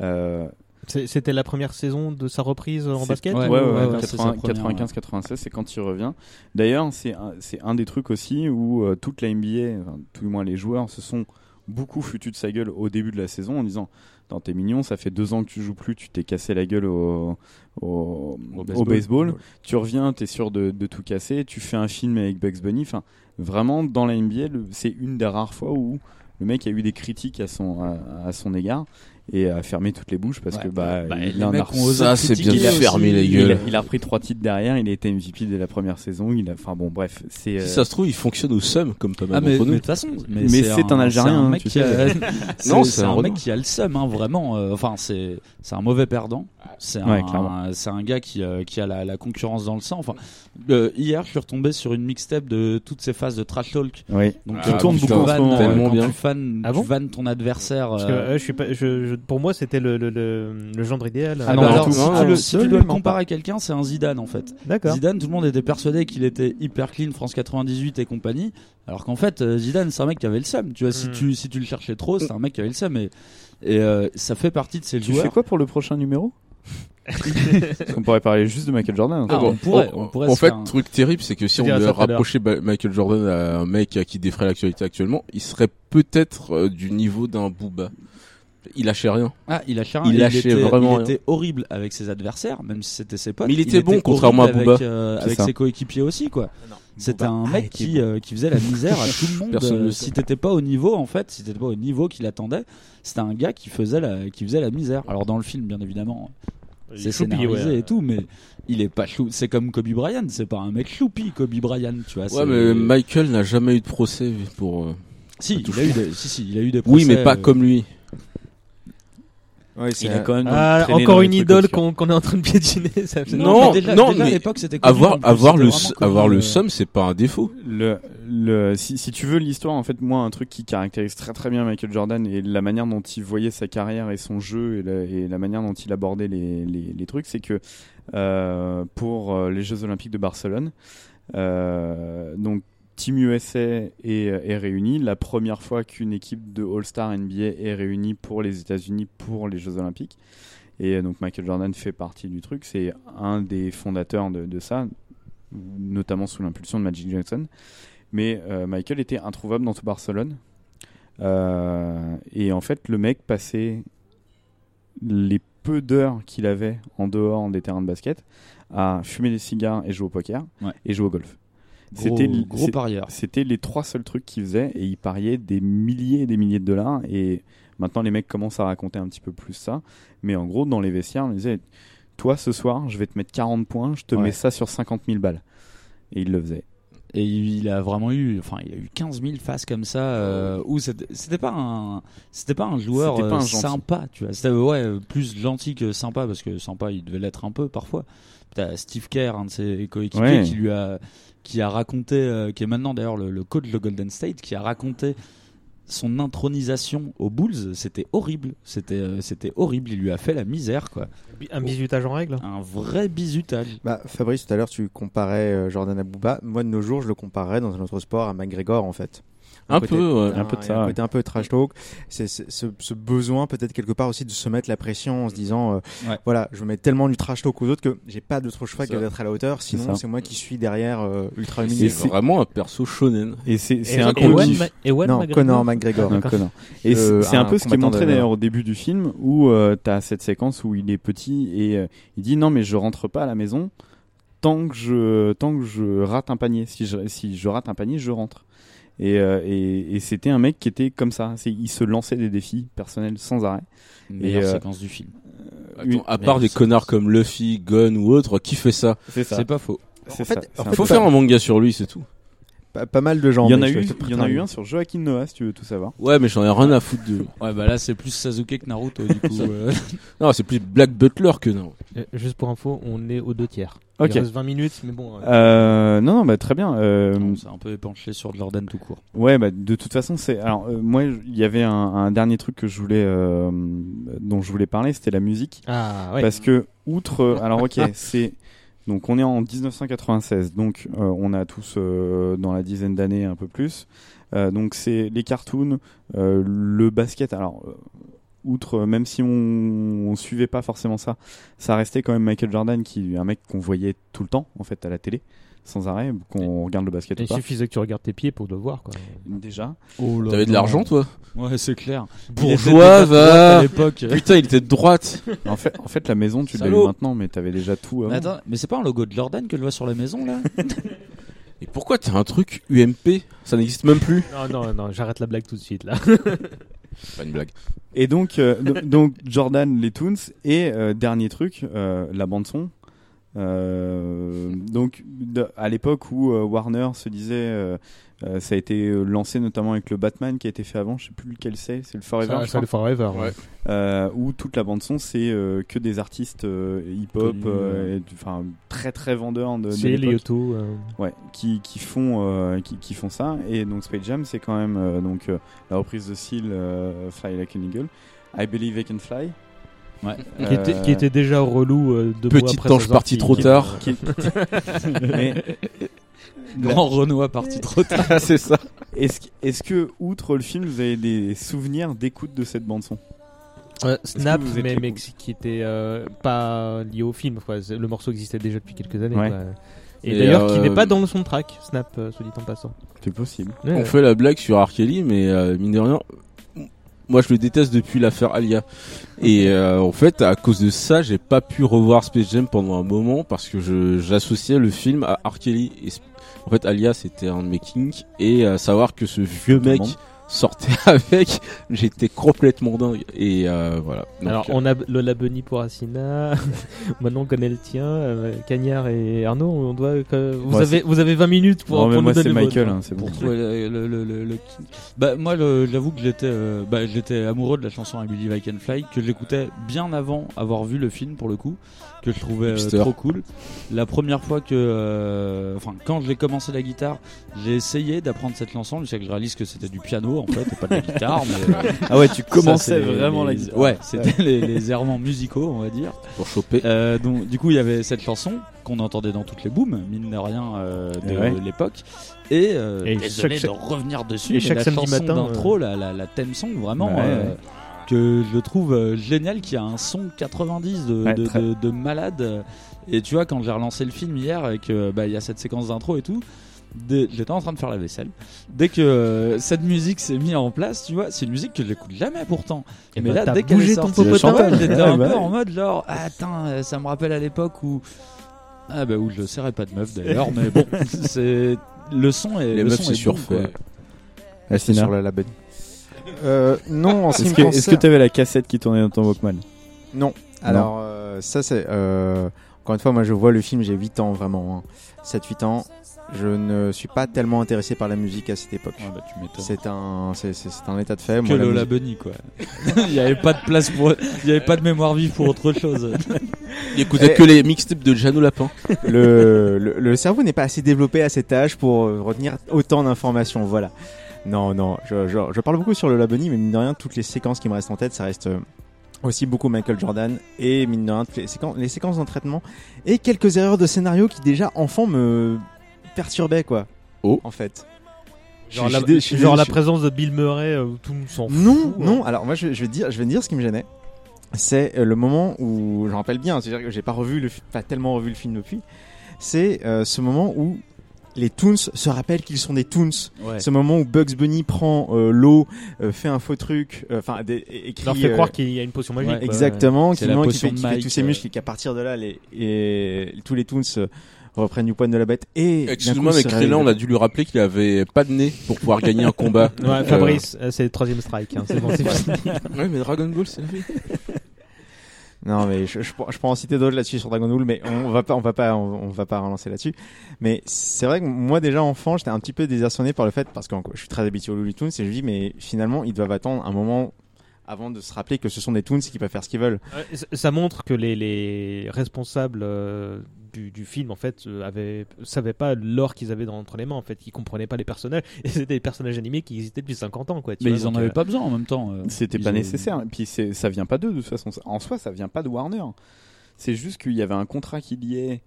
Speaker 3: Euh,
Speaker 10: C'est- C'était la première saison de sa reprise en
Speaker 3: c'est-
Speaker 10: basket
Speaker 3: Ouais,
Speaker 10: ou-
Speaker 3: ouais, ouais,
Speaker 10: ouais.
Speaker 3: 80, 95-96, c'est quand il revient. D'ailleurs, c'est un, c'est un des trucs aussi où euh, toute la NBA, enfin, tout du moins les joueurs, se sont beaucoup foutus de sa gueule au début de la saison en disant Dans t'es mignon, ça fait deux ans que tu joues plus, tu t'es cassé la gueule au, au, au baseball.
Speaker 13: baseball.
Speaker 3: Tu reviens, t'es sûr de, de tout casser, tu fais un film avec Bugs Bunny. Enfin, vraiment, dans la NBA, le- c'est une des rares fois où le mec a eu des critiques à son, à, à son égard et a fermé toutes les bouches parce que bah,
Speaker 13: Bah,
Speaker 3: il
Speaker 13: les
Speaker 3: en a
Speaker 13: mecs
Speaker 3: reçu-
Speaker 13: ont osé Ça, c'est bien critiquer fermé, aussi. les
Speaker 3: Il a-
Speaker 13: gueules.
Speaker 3: Il, a repris trois titres derrière, il a été MVP dès la première saison. Il a, enfin bon, bref, c'est. euh,
Speaker 6: Si ça se trouve, il fonctionne au seum comme pas mal
Speaker 13: Ah, mais
Speaker 6: Bah, d'entre
Speaker 13: mais
Speaker 6: nous.
Speaker 13: de toute façon,
Speaker 3: Mais c'est un Algérien,
Speaker 13: c'est un
Speaker 3: hein,
Speaker 13: mec
Speaker 3: tu
Speaker 13: qui
Speaker 3: sais.
Speaker 13: a-
Speaker 6: Non,
Speaker 13: c'est-
Speaker 6: c'est
Speaker 13: c'est
Speaker 6: un
Speaker 13: un mec
Speaker 6: Renoir.
Speaker 13: qui a le seum, hein, vraiment. euh, Enfin, c'est c'est un mauvais perdant. C'est
Speaker 3: Ouais,
Speaker 13: un,
Speaker 3: clairement.
Speaker 13: c'est un gars qui, euh, qui a la, la concurrence dans le sang. Enfin, euh, hier, je suis retombé sur une mixtape de toutes ces phases de trash talk.
Speaker 3: Oui.
Speaker 13: Donc,
Speaker 6: Ah,
Speaker 3: Qui
Speaker 13: euh,
Speaker 3: tourne
Speaker 13: quand tu
Speaker 3: beaucoup en ce
Speaker 13: vannes,
Speaker 3: moment,
Speaker 13: euh,
Speaker 3: tellement
Speaker 13: quand
Speaker 3: bien.
Speaker 13: Tu vannes,
Speaker 10: Ah bon
Speaker 13: tu vannes ton adversaire.
Speaker 10: Parce que,
Speaker 13: euh,
Speaker 10: euh, je suis pas, je, je- pour moi, c'était le, le, le, le genre idéal.
Speaker 13: Ah non, alors, si,
Speaker 6: hein,
Speaker 13: tu le, si tu dois le comparer à quelqu'un, c'est un Zidane en fait.
Speaker 10: D'accord.
Speaker 13: Zidane, tout le monde était persuadé qu'il était hyper clean, France 98 et compagnie. Alors qu'en fait, euh, Zidane, c'est un mec qui avait le seum. Tu vois, si,
Speaker 3: Hmm.
Speaker 13: tu, si tu le cherchais trop, c'est un mec qui avait le seum. Et, et euh, ça fait partie de ces
Speaker 3: Tu
Speaker 13: joueurs.
Speaker 3: fais quoi pour le prochain numéro Parce qu'on pourrait parler juste de Michael Jordan. en fait.
Speaker 13: Ah, on pourrait, on pourrait
Speaker 6: Oh, en
Speaker 13: se
Speaker 6: fait,
Speaker 13: faire un-
Speaker 6: truc terrible, c'est que si
Speaker 13: Je
Speaker 6: on
Speaker 13: dirais
Speaker 6: devait
Speaker 13: ça tout à l'heure.
Speaker 6: rapprocher Ba- Michael Jordan à un mec à qui défrait l'actualité actuellement, il serait peut-être euh, du niveau d'un Booba. Il lâchait rien.
Speaker 13: Ah, il lâchait rien.
Speaker 6: Il lâchait
Speaker 13: était,
Speaker 6: vraiment
Speaker 13: Il
Speaker 6: rien.
Speaker 13: était horrible avec ses adversaires, même si c'était ses potes.
Speaker 6: Mais il était bon, contrairement à
Speaker 13: horrible
Speaker 6: Booba.
Speaker 13: Avec, euh,
Speaker 6: C'est
Speaker 13: avec
Speaker 6: ça.
Speaker 13: ses coéquipiers aussi, quoi. C'était
Speaker 12: bah,
Speaker 6: Booba
Speaker 12: ah,
Speaker 13: un
Speaker 6: a
Speaker 13: mec
Speaker 6: été
Speaker 13: qui,
Speaker 6: bon. bah,
Speaker 13: euh, qui faisait la misère à tout le monde.
Speaker 6: Personne ne
Speaker 13: Euh,
Speaker 6: le
Speaker 13: si
Speaker 6: sait.
Speaker 13: t'étais pas au niveau, en fait, si t'étais pas au niveau qu'il attendait, c'était un gars qui faisait la, qui faisait la misère. Alors dans le film, bien évidemment.
Speaker 10: Il est
Speaker 13: C'est
Speaker 10: choupi,
Speaker 13: scénarisé
Speaker 10: ouais.
Speaker 13: et tout, mais il est pas chou. C'est comme Kobe Bryant, c'est pas un mec choupi, Kobe Bryant, tu vois.
Speaker 6: Ouais,
Speaker 13: Bah, c'est-
Speaker 6: mais Michael n'a jamais eu de procès pour. euh,
Speaker 13: Si, il
Speaker 6: touche.
Speaker 13: a eu des- si, si, il a eu des
Speaker 6: Oui, mais
Speaker 13: procès,
Speaker 6: pas
Speaker 13: euh,
Speaker 6: comme lui.
Speaker 12: Ouais,
Speaker 13: c'est- Il a quand même
Speaker 10: Ah,
Speaker 13: traîné dans
Speaker 10: encore
Speaker 13: les
Speaker 10: une
Speaker 13: trucs
Speaker 10: idole
Speaker 13: obscurs.
Speaker 10: qu'on qu'on est en train de piétiner. Ça fait-
Speaker 6: Non, non, mais Ah, avoir
Speaker 3: en plus,
Speaker 6: avoir
Speaker 3: c'était
Speaker 6: le
Speaker 3: vraiment
Speaker 6: s-
Speaker 3: connu,
Speaker 6: avoir
Speaker 3: euh,
Speaker 6: le somme, c'est pas un défaut.
Speaker 3: Le, le, si, si tu veux l'histoire, en fait, moi, un truc qui caractérise très très bien Michael Jordan et la manière dont il voyait sa carrière et son jeu et la, et la manière dont il abordait les, les, les trucs, c'est que euh, pour euh, les Jeux Olympiques de Barcelone, euh, donc Team USA est, est réunie. La première fois qu'une équipe de All-Star NBA est réunie pour les États-Unis pour les Jeux Olympiques. Et euh, donc Michael Jordan fait partie du truc. C'est un des fondateurs de, de ça, notamment sous l'impulsion de Magic Johnson. Mais euh, Michael était introuvable dans tout Barcelone. Euh, et en fait, le mec passait les peu d'heures qu'il avait en dehors des terrains de basket à fumer des cigares et jouer au poker
Speaker 13: Ouais.
Speaker 3: et jouer au golf.
Speaker 13: Gros-
Speaker 3: l-
Speaker 13: gros
Speaker 3: c'est-
Speaker 13: parieur.
Speaker 3: Ah. C'était les trois seuls trucs qu'il faisait et il pariait des milliers et des milliers de dollars. Et maintenant, les mecs commencent à raconter un petit peu plus ça. Mais en gros, dans les vestiaires, on disait Toi, ce soir, je vais te mettre 40 points, je te
Speaker 13: Ouais.
Speaker 3: mets ça sur 50 000 balles. Et il le faisait.
Speaker 13: Et il a vraiment eu, enfin, il a eu 15 000 faces comme ça euh, où c'était c'était pas un, c'était pas un joueur
Speaker 3: Ah C'était pas
Speaker 13: euh,
Speaker 3: un gentil.
Speaker 13: sympa, tu vois. C'était euh, ouais euh, plus gentil que sympa parce que sympa, il devait l'être un peu parfois. T'as Steve Kerr, un de ses coéquipiers,
Speaker 3: Ouais.
Speaker 13: qui lui a, qui a raconté, euh, qui est maintenant d'ailleurs le, le coach de Golden State, qui a raconté son intronisation aux Bulls. C'était horrible, c'était, euh, c'était horrible. Il lui a fait la misère, quoi.
Speaker 10: Un bisutage en règle
Speaker 13: Un vrai bisutage.
Speaker 12: Bah, Fabrice, tout à l'heure, tu comparais euh, Jordan à Booba. Moi, de nos jours, je le comparerais dans un autre sport à McGregor, en fait.
Speaker 6: Un peu, ouais.
Speaker 12: un, peu de ça. Un côté un peu trash talk. C'est c'est- ce, ce besoin, peut-être quelque part aussi, de se mettre la pression en se disant, euh,
Speaker 13: Ouais.
Speaker 12: voilà, je mets tellement du trash talk aux autres que j'ai pas d'autre choix
Speaker 6: C'est
Speaker 12: que
Speaker 6: ça.
Speaker 12: d'être à la hauteur.
Speaker 6: C'est
Speaker 12: Sinon,
Speaker 6: ça.
Speaker 12: c'est moi qui suis derrière euh, ultra
Speaker 6: C'est Euh,
Speaker 12: humilié.
Speaker 6: vraiment un perso shonen.
Speaker 3: Et c'est
Speaker 12: Et-
Speaker 3: c'est un
Speaker 12: et Ewan
Speaker 3: collectif.
Speaker 12: Ma- Ewan Non, McGregor Conor McGregor.
Speaker 3: Non, Conor. Ah, Et
Speaker 12: Euh,
Speaker 3: c'est c'est un,
Speaker 12: un
Speaker 3: peu ce qui hein. est
Speaker 12: combattant
Speaker 3: montré
Speaker 12: de-
Speaker 3: d'ailleurs au début du film où euh, t'as cette séquence où il est petit et euh, il dit non mais je rentre pas à la maison tant que je tant que je rate un panier. Si je si je rate un panier, je rentre. Et, euh, et, et c'était un mec qui était comme ça. C'est- Il se lançait des défis personnels sans arrêt.
Speaker 13: Meilleure
Speaker 3: Et, euh,
Speaker 13: séquence du film.
Speaker 3: euh,
Speaker 6: Attends, à
Speaker 3: une-
Speaker 6: part des connards comme Luffy, Gun ou autre, qui fait ça
Speaker 3: C'est ça.
Speaker 13: C'est pas faux.
Speaker 3: C'est
Speaker 12: En fait-
Speaker 3: ça.
Speaker 12: en
Speaker 3: C'est un
Speaker 12: fait,
Speaker 6: Faut
Speaker 3: peu
Speaker 6: faire
Speaker 3: ça.
Speaker 6: un manga sur lui, Ah, c'est tout.
Speaker 12: Pas, pas mal de gens.
Speaker 3: Il y en
Speaker 12: mais
Speaker 3: a
Speaker 12: je-
Speaker 3: eu,
Speaker 12: je-
Speaker 3: il y en a eu un sur Joaquin Noah si tu veux tout savoir.
Speaker 6: Ouais, mais j'en ai rien à foutre de.
Speaker 13: Ouais, bah là, c'est plus Sasuke que Naruto, du coup. euh.
Speaker 6: Non, c'est plus Black Butler que non.
Speaker 10: Euh, Juste pour info, on est aux deux tiers.
Speaker 3: Ok.
Speaker 10: Il reste 20 minutes, mais bon. euh,
Speaker 3: Euh, non non bah très bien. Euh,
Speaker 13: Non, c'est un peu penché sur Jordan tout court.
Speaker 3: Ouais, bah, de toute façon, c'est. Alors, euh, moi, j- il y avait un, un dernier truc que je voulais, euh, dont je voulais parler, c'était la musique.
Speaker 10: Ah, ouais.
Speaker 3: Parce que, outre. euh, alors, ok, c'est. Donc, on est en 1996, donc euh, on a tous euh, dans la dizaine d'années, un peu plus. Euh, donc, c'est les cartoons, euh, le basket. Alors, euh, outre, euh, même si on, on suivait pas forcément ça, ça restait quand même Michael Jordan, qui est un mec qu'on voyait tout le temps, en fait, à la télé, sans arrêt, qu'on regarde le basket
Speaker 10: Il
Speaker 3: ou pas.
Speaker 10: suffisait que tu regardes tes pieds pour le voir, quoi.
Speaker 3: Déjà.
Speaker 6: T'avais de l'argent, toi
Speaker 13: Ouais, c'est clair.
Speaker 6: Bourgeois, va
Speaker 13: à l'époque.
Speaker 6: Putain, il était de droite
Speaker 3: En fait, en fait, la maison, tu l'as eu
Speaker 13: Salaud.
Speaker 3: maintenant, mais t'avais déjà tout avant.
Speaker 13: Mais attends, mais c'est pas un logo de Jordan que je vois sur la maison là
Speaker 6: Et pourquoi t'as un truc UMP Ça n'existe même plus.
Speaker 10: Non, non, non, j'arrête la blague tout de suite, là.
Speaker 6: Pas une blague.
Speaker 3: Et donc, euh, do- donc Jordan, les Toons, et euh, dernier truc, euh, la bande son. Euh, donc, de- à l'époque où euh, Warner se disait, euh, euh, ça a été euh, lancé notamment avec le Batman qui a été fait avant, je sais plus lequel c'est, c'est le Forever.
Speaker 10: Ça-
Speaker 3: je crois.
Speaker 10: ça, le Forever, hein. ouais. Ouais.
Speaker 3: Euh, où toute la bande son c'est euh, que des artistes euh, hip-hop,
Speaker 10: Connus,
Speaker 3: euh, et du- enfin très très vendeurs de. de
Speaker 10: C'est les
Speaker 3: l'époque.
Speaker 10: autos. euh,
Speaker 3: ouais, qui, qui font euh, qui, qui font ça et donc Space Jam c'est quand même euh, donc euh, la reprise de Seal euh, Fly Like an Eagle I Believe I Can Fly
Speaker 13: Ouais.
Speaker 3: Euh,
Speaker 10: Qui, était, qui était déjà relou euh, deux mois
Speaker 6: Petite
Speaker 10: après sa
Speaker 6: ange parti
Speaker 10: sortie.
Speaker 6: trop tard.
Speaker 3: Qui- Mais-
Speaker 13: Grand Renoir parti trop tard.
Speaker 6: c'est ça.
Speaker 3: est-ce que- est-ce que outre le film vous avez des souvenirs d'écoute de cette bande son
Speaker 10: Euh,
Speaker 3: Est-ce que
Speaker 10: Snap,
Speaker 3: vous êtes
Speaker 10: mais,
Speaker 3: les-
Speaker 10: mais qui était euh, pas lié au film. quoi. C'est- Le morceau existait déjà depuis quelques années.
Speaker 3: Ouais.
Speaker 10: quoi. Et,
Speaker 6: Et
Speaker 10: d'ailleurs, qui
Speaker 6: euh,
Speaker 10: n'est pas dans le soundtrack, Snap, euh, soit dit en passant.
Speaker 3: c'est possible
Speaker 10: Ouais,
Speaker 6: On
Speaker 10: ouais.
Speaker 6: fait la blague sur Arkeli, mais euh, mine de rien, Moi, je le déteste depuis l'affaire Alia. Et euh, en fait, à cause de ça, j'ai pas pu revoir Space Jam pendant un moment parce que je- j'associais le film à R. Kelly. Et Sp- en fait, Alia, c'était un making. Et à savoir que ce vieux mec
Speaker 10: Comment
Speaker 6: sortait avec, j'étais complètement dingue. Et euh, voilà. Donc,
Speaker 14: Alors,
Speaker 6: euh,
Speaker 14: on a Lola Bunny pour Asina. Maintenant, on connaît le tien. euh, Cagnard et Arnaud, on doit. euh, vous,
Speaker 3: Moi,
Speaker 14: avez,
Speaker 3: c'est-
Speaker 14: vous avez 20 minutes pour,
Speaker 3: Non, Oh, mais
Speaker 14: pour
Speaker 3: moi,
Speaker 14: nous donner
Speaker 3: c'est
Speaker 14: votre-
Speaker 3: Michael, hein, c'est bon.
Speaker 13: pour trouver le, le- le- le- le- Bah, moi, le- j'avoue que j'étais, euh, bah, j'étais amoureux de la chanson I Believe I Can Fly, que j'écoutais bien avant avoir vu le film pour le coup, que je trouvais euh,
Speaker 6: Hipster.
Speaker 13: trop cool. La première fois que, euh, enfin, quand j'ai commencé la guitare, j'ai essayé d'apprendre cette chanson, jusqu'à que je réalise que c'était du piano en fait, et pas de la guitare. mais, euh,
Speaker 3: Ah ouais,
Speaker 13: ça,
Speaker 3: tu
Speaker 13: c'est
Speaker 3: commençais
Speaker 13: les-
Speaker 3: vraiment la
Speaker 13: les-
Speaker 3: guitare.
Speaker 13: Ouais, c'était
Speaker 3: Ouais.
Speaker 13: les, les errements musicaux, on va dire.
Speaker 6: Pour choper.
Speaker 13: Euh, donc, du coup, il y avait cette chanson qu'on entendait dans toutes les booms, mine de rien, euh, de
Speaker 3: Eh ouais.
Speaker 13: l'époque. Et, euh,
Speaker 14: Et
Speaker 13: désolé
Speaker 14: chaque-
Speaker 13: de revenir dessus,
Speaker 14: et
Speaker 13: mais
Speaker 14: chaque
Speaker 13: la
Speaker 14: samedi
Speaker 13: chanson
Speaker 14: matin, euh.
Speaker 13: d'intro, la, la, la thème song, vraiment,
Speaker 14: Ouais,
Speaker 13: euh,
Speaker 14: ouais.
Speaker 13: que je trouve euh, génial, qui a un son 90 de,
Speaker 14: Ouais,
Speaker 13: de-
Speaker 14: très.
Speaker 13: de- de malade. Et tu vois, quand j'ai relancé le film hier et que bah, il y a cette séquence d'intro et tout, dès- j'étais en train de faire la vaisselle. Dès que euh, cette musique s'est mise en place, tu vois, c'est une musique que j'écoute jamais pourtant.
Speaker 14: Et
Speaker 13: mais
Speaker 14: bah,
Speaker 13: là,
Speaker 14: t'as
Speaker 13: dès qu'elle
Speaker 14: bougé
Speaker 13: est
Speaker 14: ton
Speaker 13: sortie,
Speaker 14: popotin.
Speaker 13: ouais, j'étais
Speaker 14: Ouais,
Speaker 13: un
Speaker 14: bah
Speaker 13: peu
Speaker 14: ouais.
Speaker 13: en mode genre, ah, attends, euh, ça me rappelle à l'époque où ah bah où je serais pas de meuf d'ailleurs, mais bon, c'est le son est
Speaker 6: Les
Speaker 13: le
Speaker 6: meufs,
Speaker 13: son
Speaker 6: c'est
Speaker 13: est bon,
Speaker 6: surfait.
Speaker 13: quoi.
Speaker 12: C'est
Speaker 3: Asina.
Speaker 12: sur la label. Euh, non, en ce qui
Speaker 3: Est-ce
Speaker 12: me
Speaker 3: que est-ce que
Speaker 12: concerne-
Speaker 3: t'avais la cassette qui tournait dans ton Walkman
Speaker 12: Non. Alors, euh, ça, c'est. euh, encore une fois, moi, je vois le film, j'ai 8 ans, vraiment. 7-8 ans. Je ne suis pas tellement intéressé par la musique à cette époque.
Speaker 13: bah,
Speaker 12: c'est un, c'est, c'est- c'est un état de fait.
Speaker 13: Que
Speaker 12: moi, la
Speaker 13: Lola
Speaker 12: musique-
Speaker 13: Bunny quoi. il y avait pas de place pour, il y avait pas de mémoire vive pour autre chose.
Speaker 6: Il écoutait
Speaker 12: Eh.
Speaker 6: que les mixtapes de Jeannot Lapin.
Speaker 12: le, le, le cerveau n'est pas assez développé à cet âge pour euh, retenir autant d'informations. Voilà. Non, non, je, je, je parle beaucoup sur le Laboni, mais mine de rien, toutes les séquences qui me restent en tête, ça reste euh, aussi beaucoup Michael Jordan et mine de rien, toutes les séquences, les séquences d'entraînement et quelques erreurs de scénario qui, déjà, enfant, me perturbaient, quoi.
Speaker 6: Oh.
Speaker 12: En fait.
Speaker 14: Genre,
Speaker 12: Je-
Speaker 14: la,
Speaker 12: je suis dé- je suis-
Speaker 14: genre la
Speaker 12: je suis-
Speaker 14: présence de Bill Murray euh, où tout le monde s'en fout.
Speaker 12: non,
Speaker 10: hein.
Speaker 12: non. Alors moi, je, je vais te dire, je vais te dire ce qui me gênait. C'est euh, le moment où j'en rappelle bien. hein, C'est-à-dire que j'ai pas revu le, fi- pas tellement revu le film depuis. C'est euh, ce moment où les Toons se rappellent qu'ils sont des Toons.
Speaker 14: Ouais.
Speaker 12: Ce moment où Bugs Bunny prend euh, l'eau, euh, fait un faux truc, euh, enfin des- é- écrit.
Speaker 14: Leur fait
Speaker 12: euh,
Speaker 14: croire qu'il y a une potion magique.
Speaker 12: Ouais,
Speaker 14: quoi.
Speaker 12: exactement,
Speaker 13: C'est
Speaker 12: qui,
Speaker 13: la
Speaker 12: manque, qui
Speaker 13: potion
Speaker 12: fait,
Speaker 13: de
Speaker 12: qui fait
Speaker 13: Mike,
Speaker 12: tous ses
Speaker 13: euh.
Speaker 12: muscles et qu'à partir de là, les, et tous les Toons euh, reprennent du poids de la bête. Et d'un
Speaker 6: Excuse-moi,
Speaker 12: coup,
Speaker 6: mais
Speaker 12: se
Speaker 6: Krillin, on
Speaker 12: réveillent.
Speaker 6: a dû lui rappeler qu'il avait pas de nez pour pouvoir gagner un combat.
Speaker 14: Ouais,
Speaker 6: Donc,
Speaker 14: Fabrice, euh, c'est le troisième strike. hein, c'est bon, c'est fini.
Speaker 6: euh, Ouais, mais Dragon Ball, c'est la vie.
Speaker 12: Non, mais je, je, pour- je pourrais en citer d'autres là-dessus sur Dragon Ball, mais on va pas, on va pas, on, on va pas relancer là-dessus. Mais c'est vrai que moi déjà enfant, j'étais un petit peu désarçonné par le fait parce que en- je suis très habitué aux Looney Tunes et je me dis mais finalement ils doivent attendre un moment avant de se rappeler que ce sont des Toons et qu'ils peuvent faire ce qu'ils veulent.
Speaker 14: Ouais, c- Ça montre que les, les responsables euh, du, du film, en fait, euh, avaient, savaient pas l'or qu'ils avaient dans, entre les mains, en fait. Ils comprenaient pas les personnages. Et c'était des personnages animés qui existaient depuis 50 ans, quoi. tu
Speaker 13: Mais
Speaker 14: vois,
Speaker 13: ils en
Speaker 14: donc, euh,
Speaker 13: avaient pas besoin en même temps. euh,
Speaker 3: C'était
Speaker 13: ils
Speaker 3: pas
Speaker 13: ont-
Speaker 3: nécessaire. Et puis c'est- ça vient pas d'eux de toute façon. En soi, ça vient pas de Warner. C'est juste qu'il y avait un contrat qui liait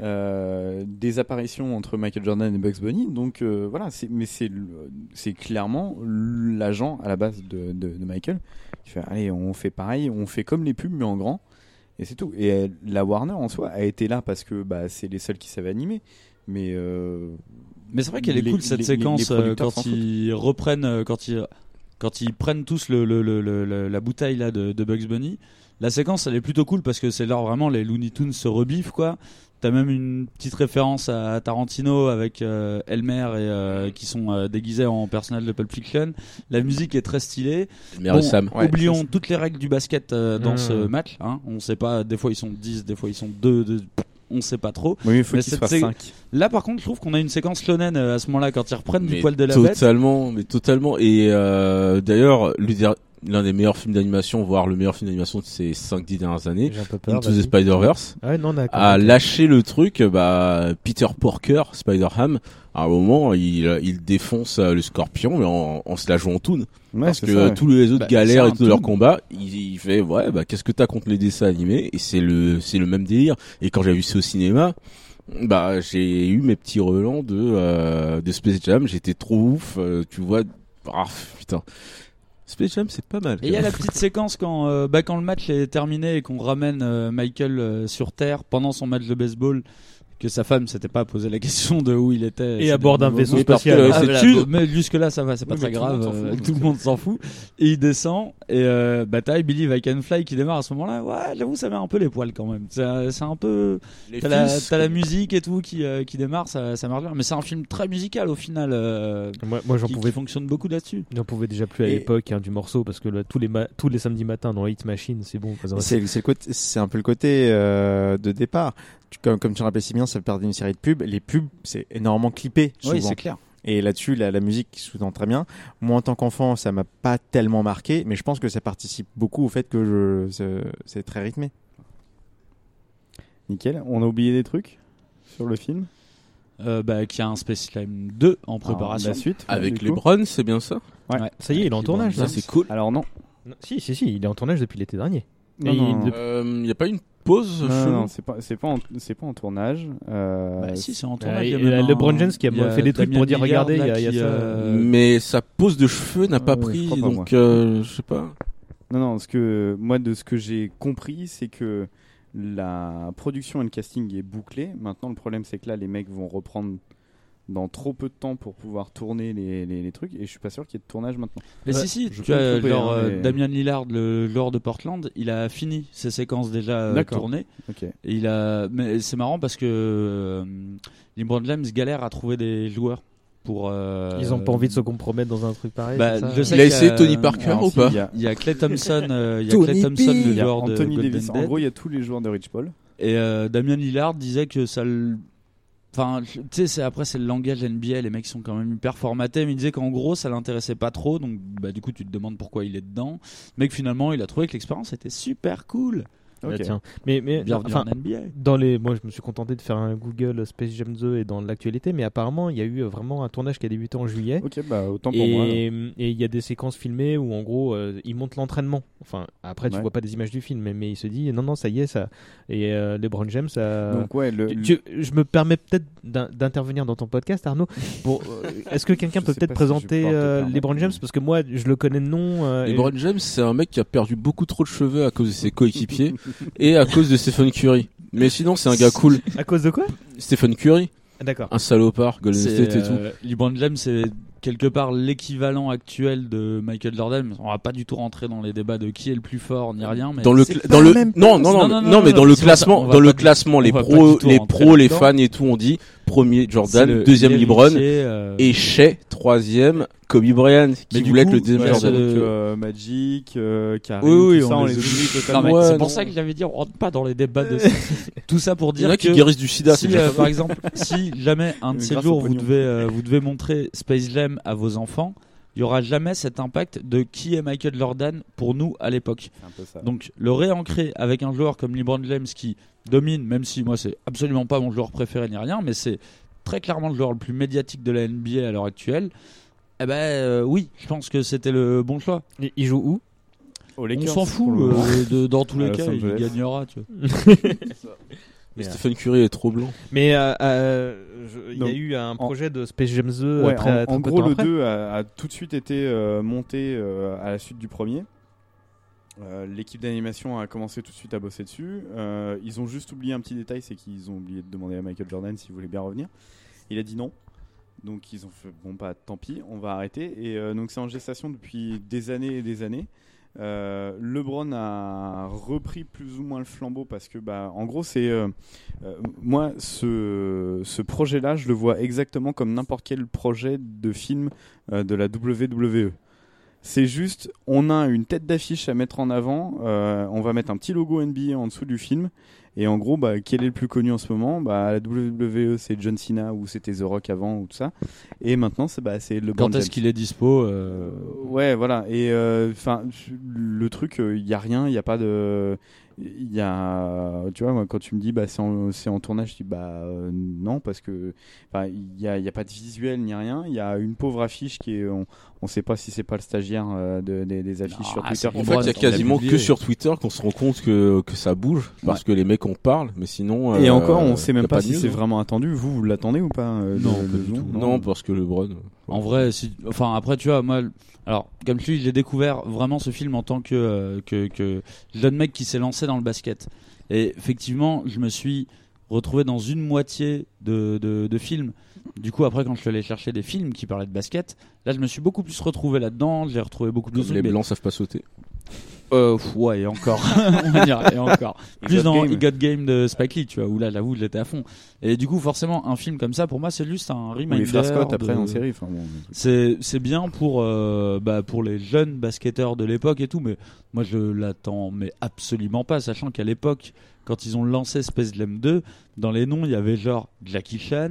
Speaker 3: euh, des apparitions entre Michael Jordan et Bugs Bunny. Donc euh, voilà. c'est- Mais c'est le- c'est clairement l'agent à la base de, de- de Michael qui fait allez, on fait pareil, on fait comme les pubs mais en grand. Et c'est tout. Et elle- la Warner en soi a été là parce que bah, c'est les seuls qui savaient animer. Mais euh,
Speaker 13: Mais c'est vrai qu'elle est
Speaker 3: les-
Speaker 13: cool cette
Speaker 3: les- les- les
Speaker 13: séquence euh,
Speaker 3: producteurs s'en
Speaker 13: quand ils reprennent, euh, quand ils, quand ils prennent tous le, le- le- le- le- la bouteille là de, de Bugs Bunny. La séquence elle est plutôt cool parce que c'est là où vraiment les Looney Tunes se rebiffent quoi. T'as même une petite référence à Tarantino avec euh, Elmer et euh, qui sont euh, déguisés en personnage de Pulp Fiction. La musique est très stylée.
Speaker 6: Elmer et Sam. Ouais,
Speaker 13: oublions
Speaker 6: c'est ça.
Speaker 13: toutes les règles du basket euh, dans
Speaker 6: Mm.
Speaker 13: ce match. Hein. On sait pas. Des fois ils sont 10, des fois ils sont 2, deux, on sait pas trop.
Speaker 3: Oui, il faut
Speaker 13: Mais
Speaker 3: qu'ils
Speaker 13: cette
Speaker 3: soient
Speaker 13: sé-
Speaker 3: cinq.
Speaker 13: Là, par contre, je trouve qu'on a une séquence shonen euh, à ce moment-là quand ils reprennent du
Speaker 6: Mais
Speaker 13: poil de la bête.
Speaker 6: totalement, mais totalement. Et euh, d'ailleurs, le der- l'un des meilleurs films d'animation, voire le meilleur film d'animation de ces 5-10 dernières années,
Speaker 14: J'ai un peu peur,
Speaker 6: Into
Speaker 14: vas-y.
Speaker 6: the Spider-Verse,
Speaker 14: Ah ouais, non, on a
Speaker 6: a
Speaker 14: compris.
Speaker 6: lâché le truc. Bah, Peter Porker, Spider-Ham, à un moment, il, il défonce euh, le scorpion, mais en, en se la jouant en toon.
Speaker 3: Ouais,
Speaker 6: Parce
Speaker 3: c'est
Speaker 6: que
Speaker 3: ça, ouais.
Speaker 6: tous les autres
Speaker 3: Bah,
Speaker 6: galères
Speaker 3: c'est
Speaker 6: et
Speaker 3: un
Speaker 6: tous leurs
Speaker 3: toon.
Speaker 6: combats, il, il fait, ouais, bah, qu'est-ce que t'as contre les dessins animés Et c'est le, c'est le même délire. Et quand j'ai vu ça au cinéma, bah j'ai eu mes petits relents de euh, de Space Jam, j'étais trop ouf, euh, tu vois. Ah putain. Space Jam c'est pas mal.
Speaker 13: Et il y a
Speaker 6: quand
Speaker 13: la
Speaker 6: même.
Speaker 13: petite séquence quand, euh, bah, quand le match est terminé et qu'on ramène euh, Michael euh, sur Terre pendant son match de baseball, que sa femme s'était pas posé la question de où il était.
Speaker 10: Et à bord d'un vaisseau spatial.
Speaker 13: Oui,
Speaker 10: Ah,
Speaker 13: parce que,
Speaker 10: voilà,
Speaker 13: Euh, c'est-
Speaker 10: bon.
Speaker 13: mais jusque là ça va, c'est pas
Speaker 10: Oui,
Speaker 13: très
Speaker 10: mais tout le
Speaker 13: grave.
Speaker 10: monde s'en
Speaker 13: euh,
Speaker 10: fout,
Speaker 13: Tout le monde s'en fout. Et il descend et euh, bataille Billy Viken Fly qui démarre à ce moment-là. Ouais, j'avoue ça met un peu les poils quand même. C'est un c'est un peu.
Speaker 6: Les
Speaker 13: T'as la,
Speaker 6: fils.
Speaker 13: t'as la musique et tout qui euh, qui démarre, ça ça marche bien. Mais c'est un film très musical au final. euh,
Speaker 10: Moi, j'en
Speaker 13: qui-
Speaker 10: pouvais.
Speaker 13: qui fonctionne beaucoup là-dessus.
Speaker 10: J'en pouvais déjà plus à
Speaker 13: Et-
Speaker 10: l'époque hein, du morceau parce que là, tous les ma- tous les samedis matins dans Hit Machine, c'est bon. quoi.
Speaker 12: C'est c'est le côté- c'est un peu le côté euh, de départ. Tu- comme, comme tu le rappelais si bien, ça perdait une série de pubs. Les pubs, c'est énormément clippé.
Speaker 13: Oui,
Speaker 12: souvent.
Speaker 13: c'est clair.
Speaker 12: Et là-dessus, la, la musique sous-tend très bien. Moi, en tant qu'enfant, ça m'a pas tellement marqué, mais je pense que ça participe beaucoup au fait que je- c'est- c'est très rythmé.
Speaker 3: Nickel. On a oublié des trucs sur le film
Speaker 13: euh, bah, qui a un Space Time 2 en préparation.
Speaker 3: la suite, ouais,
Speaker 6: Avec
Speaker 3: du
Speaker 6: les
Speaker 3: coup.
Speaker 6: Browns, c'est bien ça
Speaker 3: Ouais.
Speaker 10: Ça y est, il est en tournage.
Speaker 6: Ça,
Speaker 10: là.
Speaker 6: c'est cool.
Speaker 3: Alors non.
Speaker 10: Non, Si, si, si, il est en tournage depuis l'été dernier.
Speaker 3: Non,
Speaker 10: Et il-
Speaker 3: non, non.
Speaker 10: de-
Speaker 6: Il n'y Euh, a pas une pause
Speaker 3: Non,
Speaker 6: chelou
Speaker 3: non, c'est pas, c'est pas, en- c'est pas en tournage. euh,
Speaker 13: Bah, si, c'est en
Speaker 10: tournage, il y a
Speaker 3: et
Speaker 10: même
Speaker 3: la-
Speaker 10: un- LeBron James qui a
Speaker 3: il y
Speaker 10: fait des trucs
Speaker 3: Damien
Speaker 10: pour dire,
Speaker 3: Lillard,
Speaker 10: regardez,
Speaker 3: là,
Speaker 10: il y a- il y a
Speaker 3: qui,
Speaker 10: ça.
Speaker 3: euh,
Speaker 6: Mais sa pose de cheveux n'a pas
Speaker 3: Euh, je
Speaker 6: pris,
Speaker 3: crois pas, moi.
Speaker 6: donc euh, je sais pas.
Speaker 3: Non, non, parce que moi, de ce que j'ai compris, c'est que la production et le casting est bouclé. Maintenant, le problème, c'est que là, les mecs vont reprendre dans trop peu de temps pour pouvoir tourner les, les- les trucs. Et je suis pas sûr qu'il y ait de tournage maintenant.
Speaker 13: Mais
Speaker 3: Ouais.
Speaker 13: si, si,
Speaker 3: Je
Speaker 13: tu
Speaker 3: peux
Speaker 13: as,
Speaker 3: me tromper,
Speaker 13: genre,
Speaker 3: hein,
Speaker 13: euh,
Speaker 3: mais-
Speaker 13: Damien Lillard, le joueur de Portland, il a fini ses séquences déjà euh,
Speaker 3: D'accord.
Speaker 13: tournées.
Speaker 3: Ok.
Speaker 13: Et il a... Mais c'est marrant parce que euh, LeBron James galère à trouver des joueurs pour. euh,
Speaker 10: Ils ont pas envie de se compromettre dans un truc pareil.
Speaker 13: Bah,
Speaker 10: c'est ça
Speaker 13: je sais
Speaker 6: Il a
Speaker 13: qu'il y
Speaker 6: essayé
Speaker 3: euh,
Speaker 6: Tony Parker
Speaker 13: Alors,
Speaker 6: ou
Speaker 13: si,
Speaker 6: pas
Speaker 13: Il y a- il y a Clay Thompson, euh, il y a Clay Thompson, le
Speaker 3: Il y a
Speaker 13: joueur de
Speaker 3: Anthony
Speaker 13: Golden
Speaker 3: Davis. En
Speaker 13: Dead.
Speaker 3: gros, il y a tous les joueurs de Rich Paul.
Speaker 13: Et euh, Damien Lillard disait que ça le. Enfin, tu sais, c'est- après, c'est le langage NBA, les mecs sont quand même hyper formatés, mais il disait qu'en gros, ça l'intéressait pas trop, donc bah, du coup, tu te demandes pourquoi il est dedans. Mais que finalement, il a trouvé que l'expérience était super cool.
Speaker 10: Bah, tiens. Mais, mais
Speaker 13: Bienvenue
Speaker 10: enfin,
Speaker 13: en NBA.
Speaker 10: dans les, moi je me suis contenté de faire un Google Space Jam 2 et dans l'actualité, mais apparemment il y a eu euh, vraiment un tournage qui a débuté en juillet.
Speaker 3: Ok, bah, autant pour
Speaker 10: et,
Speaker 3: moi, alors.
Speaker 10: Et il y a des séquences filmées où en gros euh, ils montrent l'entraînement. Enfin, après tu
Speaker 3: Ouais.
Speaker 10: vois pas des images du film, mais, mais il se dit non non ça y est ça. Et euh, LeBron James ça.
Speaker 13: euh,
Speaker 3: Donc, ouais, le-
Speaker 10: Tu- tu- je me permets peut-être d'in- d'intervenir dans ton podcast Arnaud. Bon, euh, est-ce que quelqu'un
Speaker 3: Je
Speaker 10: peut
Speaker 3: sais
Speaker 10: peut-être
Speaker 3: pas si je vais
Speaker 10: présenter
Speaker 3: pouvoir te
Speaker 10: euh,
Speaker 3: permettre,
Speaker 10: LeBron James parce que moi je le connais de nom. euh, et-
Speaker 6: LeBron James, c'est un mec qui a perdu beaucoup trop de cheveux à cause de ses coéquipiers et à cause de Stephen Curry. Mais sinon, c'est un gars cool.
Speaker 10: À cause de quoi
Speaker 6: Stephen Curry.
Speaker 10: Ah, d'accord.
Speaker 6: Un salopard, Golden
Speaker 13: C'est,
Speaker 6: State et tout.
Speaker 13: euh, LeBron James, c'est quelque part l'équivalent actuel de Michael Jordan. On va pas du tout rentrer dans les débats de qui est le plus fort ni rien, mais
Speaker 6: dans le cla- dans le non non non, mais- non, mais dans le
Speaker 13: c'est pour ça, on
Speaker 6: classement
Speaker 13: va
Speaker 6: dans le
Speaker 13: pas-
Speaker 6: classement
Speaker 13: on
Speaker 6: les
Speaker 13: va pas du
Speaker 6: pros
Speaker 13: tout
Speaker 6: les
Speaker 13: rentrer
Speaker 6: pros les
Speaker 13: là-dedans.
Speaker 6: fans et tout on dit premier Jordan
Speaker 13: C'est le-
Speaker 6: deuxième
Speaker 13: l'héritier,
Speaker 6: LeBron
Speaker 13: euh,
Speaker 6: et Shea troisième Kobe Bryant qui voulait être le deuxième
Speaker 3: ouais,
Speaker 6: Jordan
Speaker 3: donc, euh, Magic, euh, Karim,
Speaker 13: Oui, oui,
Speaker 3: tout ça,
Speaker 13: on, les oublie totalement.
Speaker 3: Ouais,
Speaker 13: c'est
Speaker 3: non.
Speaker 13: pour ça que j'avais dit on rentre pas dans les débats de ça. Tout ça pour
Speaker 6: Il y
Speaker 13: dire
Speaker 6: en a qui
Speaker 13: que
Speaker 6: guérissent du sida, c'est
Speaker 13: Si,
Speaker 6: déjà
Speaker 13: euh,
Speaker 6: pas mal.
Speaker 13: par exemple, si jamais un de
Speaker 6: Mais
Speaker 13: ces
Speaker 6: grâce
Speaker 13: jours
Speaker 6: au
Speaker 13: vous
Speaker 6: pognon.
Speaker 13: devez euh, vous devez montrer Space Jam à vos enfants, il y aura jamais cet impact de qui est Michael Jordan pour nous à l'époque.
Speaker 3: C'est un peu ça.
Speaker 13: Donc le réancrer avec un joueur comme LeBron James qui domine, même si moi c'est absolument pas mon joueur préféré ni rien, mais c'est très clairement le joueur le plus médiatique de la NBA à l'heure actuelle. Eh ben euh, oui, je pense que c'était le bon choix.
Speaker 10: Il joue où
Speaker 3: Aux
Speaker 13: On
Speaker 3: Lakers,
Speaker 13: s'en
Speaker 3: pour
Speaker 13: fout.
Speaker 3: le moment.
Speaker 13: euh, de- dans tous les
Speaker 3: À
Speaker 13: cas,
Speaker 3: Los
Speaker 13: il
Speaker 3: Angeles.
Speaker 13: gagnera. Tu vois.
Speaker 6: Mais Stephen Curry est trop blanc
Speaker 10: Mais euh, euh, je- il y a
Speaker 3: Donc,
Speaker 10: eu un
Speaker 3: en-
Speaker 10: projet de Space Jam 2
Speaker 3: Ouais,
Speaker 10: très,
Speaker 3: en,
Speaker 10: très
Speaker 3: en
Speaker 10: peu de
Speaker 3: gros,
Speaker 10: temps
Speaker 3: le
Speaker 10: après.
Speaker 3: 2 a, a tout de suite été euh, monté euh, à la suite du premier. Euh, L'équipe d'animation a commencé tout de suite à bosser dessus. Euh, ils ont juste oublié un petit détail, c'est qu'ils ont oublié de demander à Michael Jordan s'il voulait bien revenir. Il a dit non. Donc ils ont fait bon bah tant pis, on va arrêter. Et euh, donc c'est en gestation depuis des années et des années. Euh, LeBron a repris plus ou moins le flambeau parce que bah en gros c'est euh, euh, moi ce, ce projet là je le vois exactement comme n'importe quel projet de film euh, de la WWE. C'est juste, on a une tête d'affiche à mettre en avant. euh, on va mettre un petit logo NBA en dessous du film. Et en gros, bah, quel est le plus connu en ce moment bah, La WWE, c'est John Cena ou c'était The Rock avant ou tout ça. Et maintenant, c'est bah, c'est LeBron
Speaker 13: Quand est-ce
Speaker 3: James.
Speaker 13: qu'il est dispo euh,
Speaker 3: Ouais, voilà. Et euh, enfin, le truc, il y a rien, il y a pas de, il y a, tu vois, moi, quand tu me dis, bah, c'est en, c'est en tournage, je dis, bah, euh, non, parce que, enfin, il y a, il y a pas de visuel ni rien. Il y a une pauvre affiche qui est, on, on sait pas si c'est pas le stagiaire euh, de- des, des affiches sur Twitter.
Speaker 6: en fait il y a quasiment que sur Twitter qu'on se rend compte que que ça bouge parce que les mecs on parle mais sinon
Speaker 3: Et
Speaker 6: euh,
Speaker 3: encore,
Speaker 6: y a
Speaker 3: on sait même pas,
Speaker 6: de
Speaker 3: si
Speaker 6: news,
Speaker 3: c'est
Speaker 6: hein.
Speaker 3: vraiment attendu. Vous, vous l'attendez ou pas euh,
Speaker 6: non
Speaker 3: le-
Speaker 6: pas
Speaker 3: le
Speaker 6: du
Speaker 3: nom,
Speaker 6: tout. non parce que LeBron
Speaker 13: En vrai, si- enfin après tu vois, moi, alors comme tu dis, j'ai découvert vraiment ce film en tant que euh, que, que jeune mec qui s'est lancé dans le basket. Et effectivement, je me suis retrouvé dans une moitié de, de, de film. Du coup, après, quand je suis allé chercher des films qui parlaient de basket, là, je me suis beaucoup plus retrouvé là-dedans. J'ai retrouvé beaucoup plus.
Speaker 6: les
Speaker 13: mais-
Speaker 6: blancs savent pas sauter.
Speaker 13: Euh, pff, ouais, et encore. On va dire, et encore.
Speaker 6: He
Speaker 13: Plus
Speaker 6: Got
Speaker 13: dans
Speaker 6: Game.
Speaker 13: He Got Game de Spike Lee, tu vois, où là, j'avoue, j'étais à fond. Et du coup, forcément, un film comme ça, pour moi, c'est juste un reminder.
Speaker 3: les frères Scott, après,
Speaker 13: de-
Speaker 3: en série, enfin, bon.
Speaker 13: C'est c'est bien pour, euh, bah, pour les jeunes basketteurs de l'époque et tout, mais moi, je l'attends, mais absolument pas, sachant qu'à l'époque, quand ils ont lancé Space Jam 2, dans les noms, il y avait genre Jackie Chan.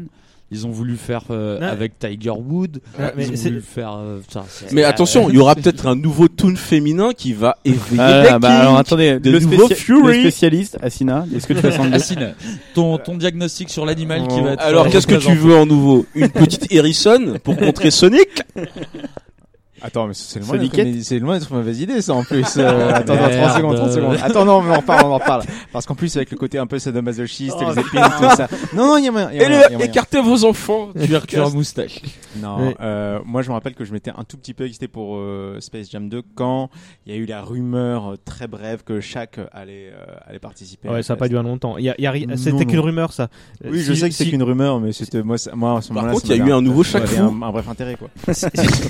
Speaker 13: Ils ont voulu faire euh,
Speaker 10: Ouais.
Speaker 13: avec Tiger Wood.
Speaker 10: Ouais, mais
Speaker 13: ils ont
Speaker 10: c'est-
Speaker 13: voulu faire. euh, ça, c'est-
Speaker 6: Mais attention, il y aura peut-être un nouveau Toon féminin qui va éveiller
Speaker 3: Ah,
Speaker 6: les
Speaker 3: bah,
Speaker 6: geeks.
Speaker 3: alors attendez,
Speaker 6: Des
Speaker 3: le,
Speaker 6: nouveaux
Speaker 3: spécia-
Speaker 6: Fury.
Speaker 3: le spécialiste, Assina, est-ce que tu vas s'en
Speaker 13: Assine, Ah, ton, ton diagnostic sur l'animal qui va être.
Speaker 6: Alors
Speaker 13: euh,
Speaker 6: qu'est-ce que tu
Speaker 13: représenté.
Speaker 6: veux en nouveau Une petite Harrison pour contrer Sonic
Speaker 12: Attends, mais c'est
Speaker 6: loin
Speaker 12: loin
Speaker 6: d'être
Speaker 12: d'être
Speaker 6: une-
Speaker 12: une mauvaise idée, ça en plus. Euh, attends, attends, 30
Speaker 6: Merde.
Speaker 12: secondes, 30 secondes. Attends, non, mais on en parle, on en parle. Parce qu'en plus, avec le côté un peu sadomasochiste, les épines, tout ça. Non, non, il y a moyen. il y a
Speaker 6: Et
Speaker 12: moyen,
Speaker 6: le-
Speaker 12: il y a moyen.
Speaker 6: écartez vos enfants, tueur, tueur moustache.
Speaker 12: Non,
Speaker 6: Oui.
Speaker 12: euh, moi je me rappelle que je m'étais un tout petit peu excité pour euh, Space Jam 2 quand il y a eu la rumeur euh, très brève que chaque allait, euh, allait participer. à
Speaker 10: Ouais,
Speaker 12: la
Speaker 10: ça a
Speaker 12: fête.
Speaker 10: pas duré longtemps. Il y a- il y a ri-
Speaker 12: Non,
Speaker 10: c'était
Speaker 12: non.
Speaker 10: qu'une rumeur, ça. Euh,
Speaker 12: Oui, je
Speaker 10: si-
Speaker 12: sais que c'est
Speaker 10: si-
Speaker 12: qu'une rumeur, mais c'était moi, ça- moi à ce
Speaker 10: Par
Speaker 12: moment-là.
Speaker 10: contre,
Speaker 12: ça
Speaker 10: il y a
Speaker 12: m'a
Speaker 10: eu un nouveau
Speaker 12: ça
Speaker 10: Shaq
Speaker 12: avait
Speaker 10: fou.
Speaker 12: un, un bref intérêt quoi.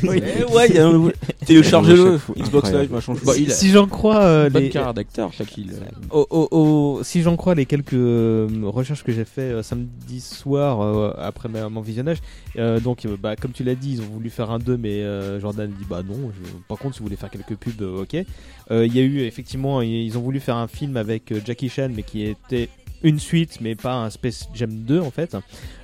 Speaker 10: Oui.
Speaker 6: Eh ouais, il y a un- Téléchargez-le, Xbox Live, machin.
Speaker 13: Bah,
Speaker 10: Si- si j'en crois euh, les
Speaker 13: d'acteur, Shaquille.
Speaker 10: Au- au- au- si j'en crois les quelques euh, recherches que j'ai fait euh, samedi soir euh, après ma- mon visionnage, euh, donc euh, bah, comme tu l'as dit, ils ont voulu faire un 2, mais euh, Jordan dit bah non. je- par contre, si vous voulez faire quelques pubs, euh, ok. Euh, Il y a eu effectivement, ils- ils ont voulu faire un film avec euh, Jackie Chan, mais qui était une suite, mais pas un Space Jam 2 en fait.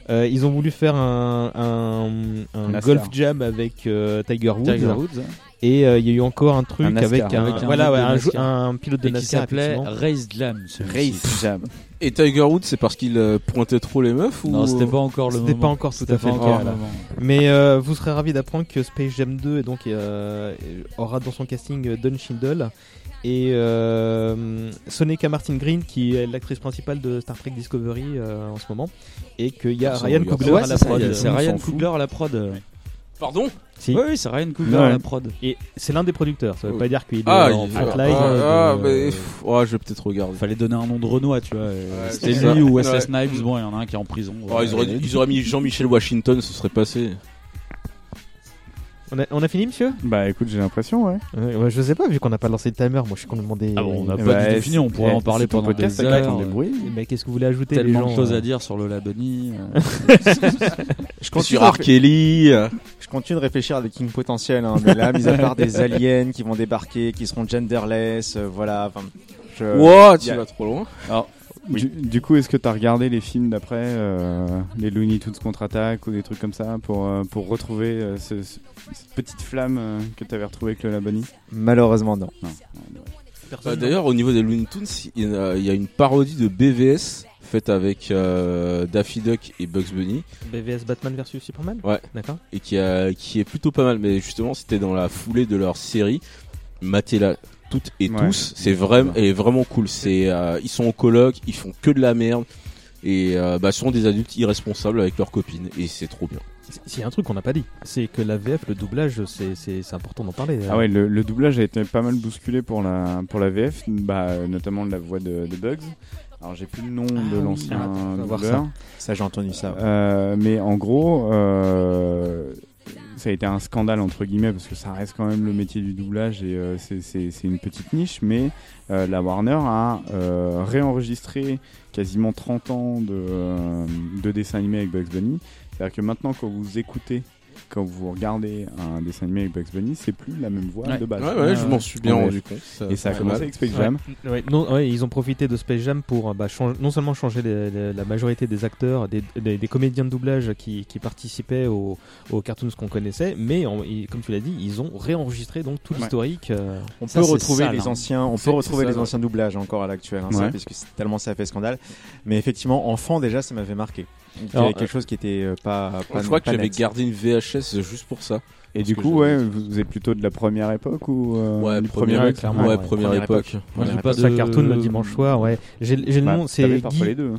Speaker 10: Euh, ils ont voulu faire un, un- un
Speaker 3: NASCAR.
Speaker 10: Golf Jam avec euh, Tiger Woods.
Speaker 13: Tiger Woods.
Speaker 10: Et euh, il y a eu encore un truc
Speaker 13: Un NASCAR.
Speaker 10: avec un,
Speaker 13: Avec un
Speaker 10: voilà,
Speaker 13: mec
Speaker 10: ouais,
Speaker 13: de
Speaker 10: un, jou-
Speaker 13: NASCAR.
Speaker 10: un pilote de
Speaker 13: Et qui
Speaker 10: NASCAR
Speaker 13: s'appelait
Speaker 10: effectivement.
Speaker 13: Race Jam, celui-ci. Race Jam.
Speaker 6: Et Tiger Woods, c'est parce qu'il euh, pointait trop les meufs ou
Speaker 13: Non, c'était pas encore le
Speaker 10: C'était
Speaker 13: moment.
Speaker 10: pas encore tout
Speaker 13: C'était
Speaker 10: à fait
Speaker 13: pas
Speaker 10: le
Speaker 13: encore
Speaker 10: cas,
Speaker 13: le
Speaker 10: là.
Speaker 13: moment.
Speaker 10: Mais euh, vous serez ravi d'apprendre que Space Jam 2 et donc euh, aura dans son casting euh, Don Schindel et euh, Sonika Martin Green qui est l'actrice principale de Star Trek Discovery euh, en ce moment et qu'il
Speaker 6: Euh,
Speaker 10: y a
Speaker 13: Ça, on
Speaker 10: Ryan
Speaker 13: regarde
Speaker 10: Coogler
Speaker 13: pas.
Speaker 10: à la
Speaker 13: Ouais, c'est ça,
Speaker 10: prod.
Speaker 13: il y a- c'est
Speaker 10: On
Speaker 13: Ryan
Speaker 10: s'en fout.
Speaker 13: Coogler à la prod. euh,
Speaker 6: Pardon
Speaker 10: Si.
Speaker 13: Oui, oui, c'est Ryan Coogler
Speaker 10: Ouais.
Speaker 13: à la prod. Oh.
Speaker 10: Et c'est l'un des producteurs, ça veut pas dire qu'il est
Speaker 6: Ah,
Speaker 10: en
Speaker 6: il-
Speaker 10: frontline.
Speaker 6: ah,
Speaker 10: euh,
Speaker 6: ah,
Speaker 10: de-
Speaker 6: mais pff, ouais, je vais peut-être regarder.
Speaker 13: Fallait donner un nom de Renoir, tu vois. euh,
Speaker 6: Ouais,
Speaker 13: C'était
Speaker 6: c'est ça.
Speaker 13: lui ou Wesley
Speaker 6: Ouais.
Speaker 13: Snipes. Bon, il y en a un qui est en prison.
Speaker 6: Oh, ils, auraient, ils auraient mis Jean-Michel Washington, ce serait passé.
Speaker 10: On a, on a fini, monsieur
Speaker 3: Bah écoute, j'ai l'impression, ouais.
Speaker 10: Ouais, ouais, je sais pas, vu qu'on n'a pas lancé le timer, moi je suis complètement des.
Speaker 13: Ah bon, on n'a pas
Speaker 3: Bah,
Speaker 13: du tout fini, on
Speaker 3: c'est-
Speaker 13: pourrait en
Speaker 3: eh,
Speaker 13: parler
Speaker 3: c'est ton
Speaker 13: pendant
Speaker 3: podcast,
Speaker 13: des
Speaker 3: ça claque,
Speaker 13: heures.
Speaker 3: on débrouille.
Speaker 10: Mais qu'est-ce que vous voulez ajouter les
Speaker 13: Tellement
Speaker 10: gens
Speaker 13: de choses
Speaker 10: euh,
Speaker 13: à dire sur Lola Bunny. euh,
Speaker 12: Je continue
Speaker 6: Sur
Speaker 12: de-
Speaker 6: R. Kelly.
Speaker 12: Je continue de réfléchir à des kings potentiels, hein, mais là, mis à part des aliens qui vont débarquer, qui seront genderless, euh, voilà. enfin, Je...
Speaker 6: Wow, tu
Speaker 12: y a-
Speaker 6: vas trop loin.
Speaker 3: Alors, du, du coup, est-ce que t'as regardé les films d'après, euh, les Looney Tunes contre-attaque ou des trucs comme ça, pour, euh, pour retrouver euh, ce- ce- cette petite flamme euh, que t'avais retrouvée avec le Labani
Speaker 12: Malheureusement, non.
Speaker 6: Euh, D'ailleurs, au niveau des Looney Tunes, il y, en a- il y a une parodie de BVS faite avec euh, Daffy Duck et Bugs Bunny.
Speaker 10: BVS Batman versus Superman
Speaker 6: Ouais.
Speaker 10: D'accord.
Speaker 6: Et qui, a- qui est plutôt pas mal. Mais justement, c'était dans la foulée de leur série. Matez-la toutes et
Speaker 3: Ouais.
Speaker 6: tous. C'est vraiment, est vraiment cool. C'est, euh, ils sont en coloc, ils font que de la merde. Et euh, bah, ce sont des adultes irresponsables avec leurs copines. Et c'est trop bien.
Speaker 10: S'il y a un truc qu'on n'a pas dit, c'est que la VF, le doublage, c'est- c'est c'est important d'en parler.
Speaker 3: Ah ouais, le, le doublage a été pas mal bousculé pour la, pour la VF, bah, euh, notamment de la voix de, de Bugs. Alors j'ai plus le nom de l'ancien
Speaker 12: Ah, on va voir
Speaker 3: doubleur.
Speaker 12: ça. Ça, j'ai entendu ça.
Speaker 3: Euh, mais en gros, euh, ça a été un scandale entre guillemets parce que ça reste quand même le métier du doublage et euh, c'est- c'est c'est une petite niche. Mais euh, la Warner a euh, réenregistré quasiment 30 ans de, euh, de dessins animés avec Bugs Bunny. C'est-à-dire que maintenant, quand vous écoutez, quand vous regardez un dessin animé avec Bugs Bunny, c'est plus la même voix
Speaker 6: Ouais.
Speaker 3: de base.
Speaker 6: Ouais, ouais, je m'en suis bien rendu compte. Ça-
Speaker 3: et ça a
Speaker 6: Ouais.
Speaker 3: commencé avec Space Jam.
Speaker 10: euh, Ouais, ouais, non, ouais, ils ont profité de Space Jam pour euh, bah, change- non seulement changer les- les- la majorité des acteurs, des, des- des comédiens de doublage qui, qui participaient aux, aux cartoons qu'on connaissait, mais en- ils- comme tu l'as dit, ils ont réenregistré donc tout
Speaker 12: Ouais.
Speaker 10: l'historique. euh.
Speaker 12: On
Speaker 10: Ça,
Speaker 12: peut
Speaker 10: c'est
Speaker 12: retrouver
Speaker 10: sale,
Speaker 12: les
Speaker 10: hein.
Speaker 12: anciens, on
Speaker 10: C'est-
Speaker 12: peut retrouver
Speaker 10: c'est
Speaker 12: les
Speaker 10: sale.
Speaker 12: anciens doublages encore à l'actuel, hein, ça,
Speaker 10: Ouais.
Speaker 12: parce que c'est- tellement ça a fait scandale. Mais effectivement, enfant déjà, ça m'avait marqué. Il y
Speaker 6: Alors,
Speaker 12: avait quelque chose qui était euh, pas, pas.
Speaker 6: je crois que
Speaker 12: pas
Speaker 6: j'avais
Speaker 12: net.
Speaker 6: gardé une VHS juste pour ça.
Speaker 3: Et du coup, ouais, vous êtes plutôt de la première époque ou euh,
Speaker 6: Ouais,
Speaker 3: du
Speaker 6: première,
Speaker 3: premier-
Speaker 6: clairement. Ouais, première époque.
Speaker 10: Moi,
Speaker 6: Première
Speaker 10: j'ai pas
Speaker 6: époque.
Speaker 10: de cartoon le dimanche soir, ouais. J'ai j'ai le
Speaker 3: Bah,
Speaker 10: nom,
Speaker 3: t'avais
Speaker 10: c'est
Speaker 3: parfois
Speaker 10: Guy-
Speaker 3: les deux.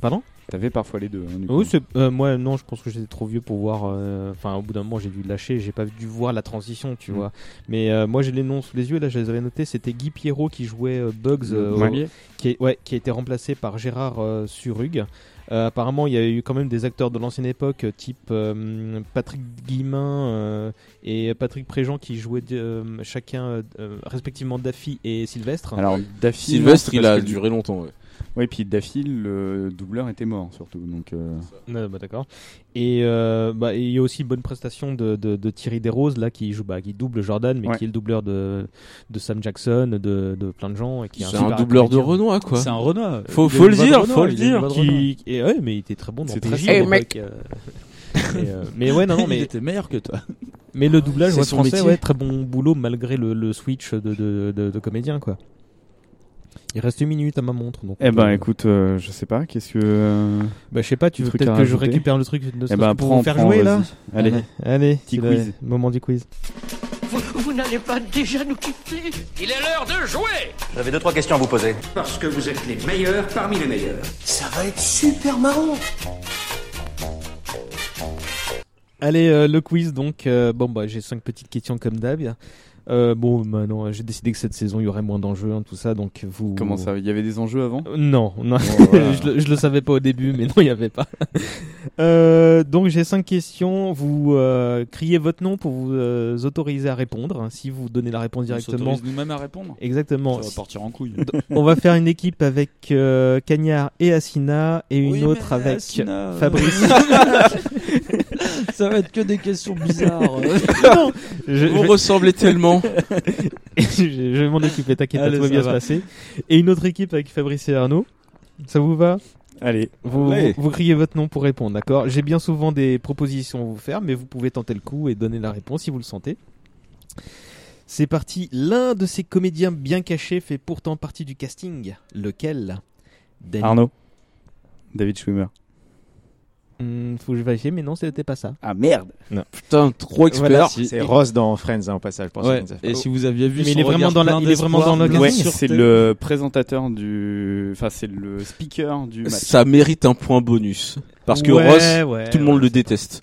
Speaker 10: Pardon
Speaker 3: T'avais parfois les deux. hein, du
Speaker 10: Oui,
Speaker 3: coup.
Speaker 10: c'est- euh, moi non, je pense que j'étais trop vieux pour voir. euh, Enfin, au bout d'un moment, j'ai dû lâcher. J'ai pas dû voir la transition, tu
Speaker 3: Mm.
Speaker 10: vois. Mais euh, moi, j'ai les noms sous les yeux. Là, je les avais notés. C'était Guy Pierrot qui jouait euh, Bugs,
Speaker 3: Le
Speaker 10: euh, au-
Speaker 3: premier.
Speaker 10: qui, est- ouais, qui a été remplacé par Gérard euh, Surug. Euh, apparemment, il y a eu quand même des acteurs de l'ancienne époque, euh, type euh, Patrick Guillemin euh, et Patrick Préjean, qui jouaient euh, chacun euh, euh, respectivement Daffy et Sylvestre.
Speaker 3: Alors, Daffy.
Speaker 6: Sylvestre,
Speaker 3: non,
Speaker 6: il a
Speaker 3: parce que-
Speaker 6: duré longtemps, ouais.
Speaker 3: Ouais, puis Daffy, le doubleur était mort surtout. Donc, euh,
Speaker 10: Ouais, bah, d'accord. Et euh, bah, et il y a aussi une bonne prestation de, de, de Thierry Desroses là qui joue, bah, qui double Jordan, mais
Speaker 3: Ouais.
Speaker 10: qui est le doubleur de, de Sam Jackson, de, de plein de gens et qui est
Speaker 6: C'est un
Speaker 10: super
Speaker 6: doubleur
Speaker 10: comédien.
Speaker 6: de Renoir, quoi. C'est un Renoir. Faut-
Speaker 10: Il
Speaker 6: faut
Speaker 10: a une
Speaker 6: le
Speaker 10: voix de
Speaker 6: dire,
Speaker 10: Renoir,
Speaker 6: faut le
Speaker 10: il a une
Speaker 6: dire.
Speaker 10: voix de
Speaker 6: Qui-
Speaker 10: Renoir. Et ouais, mais il était très bon dans
Speaker 6: C'est
Speaker 10: PJ,
Speaker 6: très
Speaker 10: à
Speaker 6: fort.
Speaker 10: l'époque,
Speaker 6: Eh, mec.
Speaker 10: euh, et, euh, mais ouais, non, non, mais
Speaker 13: Il était meilleur que toi.
Speaker 10: Mais le doublage
Speaker 13: C'est
Speaker 10: ouais,
Speaker 13: son
Speaker 10: français,
Speaker 13: métier.
Speaker 10: ouais, très bon boulot malgré le, le switch de, de, de, de comédien quoi. Il reste une minute à ma montre donc.
Speaker 3: Eh
Speaker 10: on
Speaker 3: ben,
Speaker 10: peut-
Speaker 3: écoute, euh, je sais pas, qu'est-ce que. euh,
Speaker 10: Bah, je sais pas, tu
Speaker 3: petit
Speaker 10: veux
Speaker 3: truc
Speaker 10: peut-être
Speaker 3: à
Speaker 10: que je
Speaker 3: rajouter
Speaker 10: récupère le truc de
Speaker 3: Eh ben,
Speaker 10: pour
Speaker 3: prends,
Speaker 10: vous faire
Speaker 3: prends,
Speaker 10: jouer là
Speaker 3: vas-y. Allez,
Speaker 10: allez,
Speaker 3: petit
Speaker 10: c'est le
Speaker 3: quiz.
Speaker 10: moment du quiz.
Speaker 2: Vous, vous n'allez pas déjà nous quitter
Speaker 7: Il est l'heure de jouer
Speaker 15: J'avais deux, trois questions à vous poser.
Speaker 7: Parce que vous êtes les meilleurs parmi les meilleurs.
Speaker 15: Ça va être super marrant
Speaker 10: Allez, euh, le quiz donc. euh, bon, bah, j'ai cinq petites questions comme d'hab. Euh, bon, bah, non, j'ai décidé que cette saison il y aurait moins d'enjeux, hein, tout ça, donc vous.
Speaker 3: Comment ça Il y avait des enjeux avant
Speaker 10: Euh, Non, non.
Speaker 3: Bon, voilà.
Speaker 10: je, le- je le savais pas au début, mais non, il n'y avait pas. Euh, donc j'ai cinq questions. Vous euh, criez votre nom pour vous euh, autoriser à répondre. Si vous donnez la réponse directement,
Speaker 13: s'autorise nous-mêmes à répondre
Speaker 10: Exactement.
Speaker 13: Ça va partir en couille.
Speaker 10: On va faire une équipe avec euh, Cagnard et Assina et une
Speaker 13: Oui,
Speaker 10: autre
Speaker 13: mais
Speaker 10: avec
Speaker 13: Assina, euh,
Speaker 10: Fabrice.
Speaker 13: Ça va être que des questions bizarres.
Speaker 10: Non, je-
Speaker 6: Vous
Speaker 10: je-
Speaker 6: ressemblez tellement.
Speaker 10: je, je vais m'en occuper, t'inquiète, pas,
Speaker 13: Allez,
Speaker 10: tout va
Speaker 13: ça
Speaker 10: bien
Speaker 13: va.
Speaker 10: se passer. Et une autre équipe avec Fabrice et Arnaud. Ça vous va
Speaker 3: Allez.
Speaker 10: Vous,
Speaker 3: Allez.
Speaker 10: vous, vous criez votre nom pour répondre, d'accord J'ai bien souvent des propositions à vous faire, mais vous pouvez tenter le coup et donner la réponse si vous le sentez. C'est parti. L'un de ces comédiens bien cachés fait pourtant partie du casting. Lequel Danny.
Speaker 3: Arnaud. David Schwimmer.
Speaker 10: Hmm, faut que je vérifie, mais non, c'était pas ça.
Speaker 3: Ah merde
Speaker 6: Putain, trop expert.
Speaker 10: Voilà, si-
Speaker 12: C'est Ross dans Friends, hein, au passage. Pour ceux
Speaker 10: Ouais,
Speaker 12: qui ne savent
Speaker 10: et
Speaker 12: pas.
Speaker 10: si vous aviez vu Mais son il est vraiment regard dans la- plein il est vraiment d'espoir, dans le blanc
Speaker 3: Ouais,
Speaker 10: sur
Speaker 3: c'est
Speaker 10: terre.
Speaker 3: le présentateur du. Enfin, c'est le speaker du match.
Speaker 6: Ça mérite un point bonus. Parce que
Speaker 10: Ouais,
Speaker 6: Ross,
Speaker 10: ouais,
Speaker 6: tout le monde le déteste.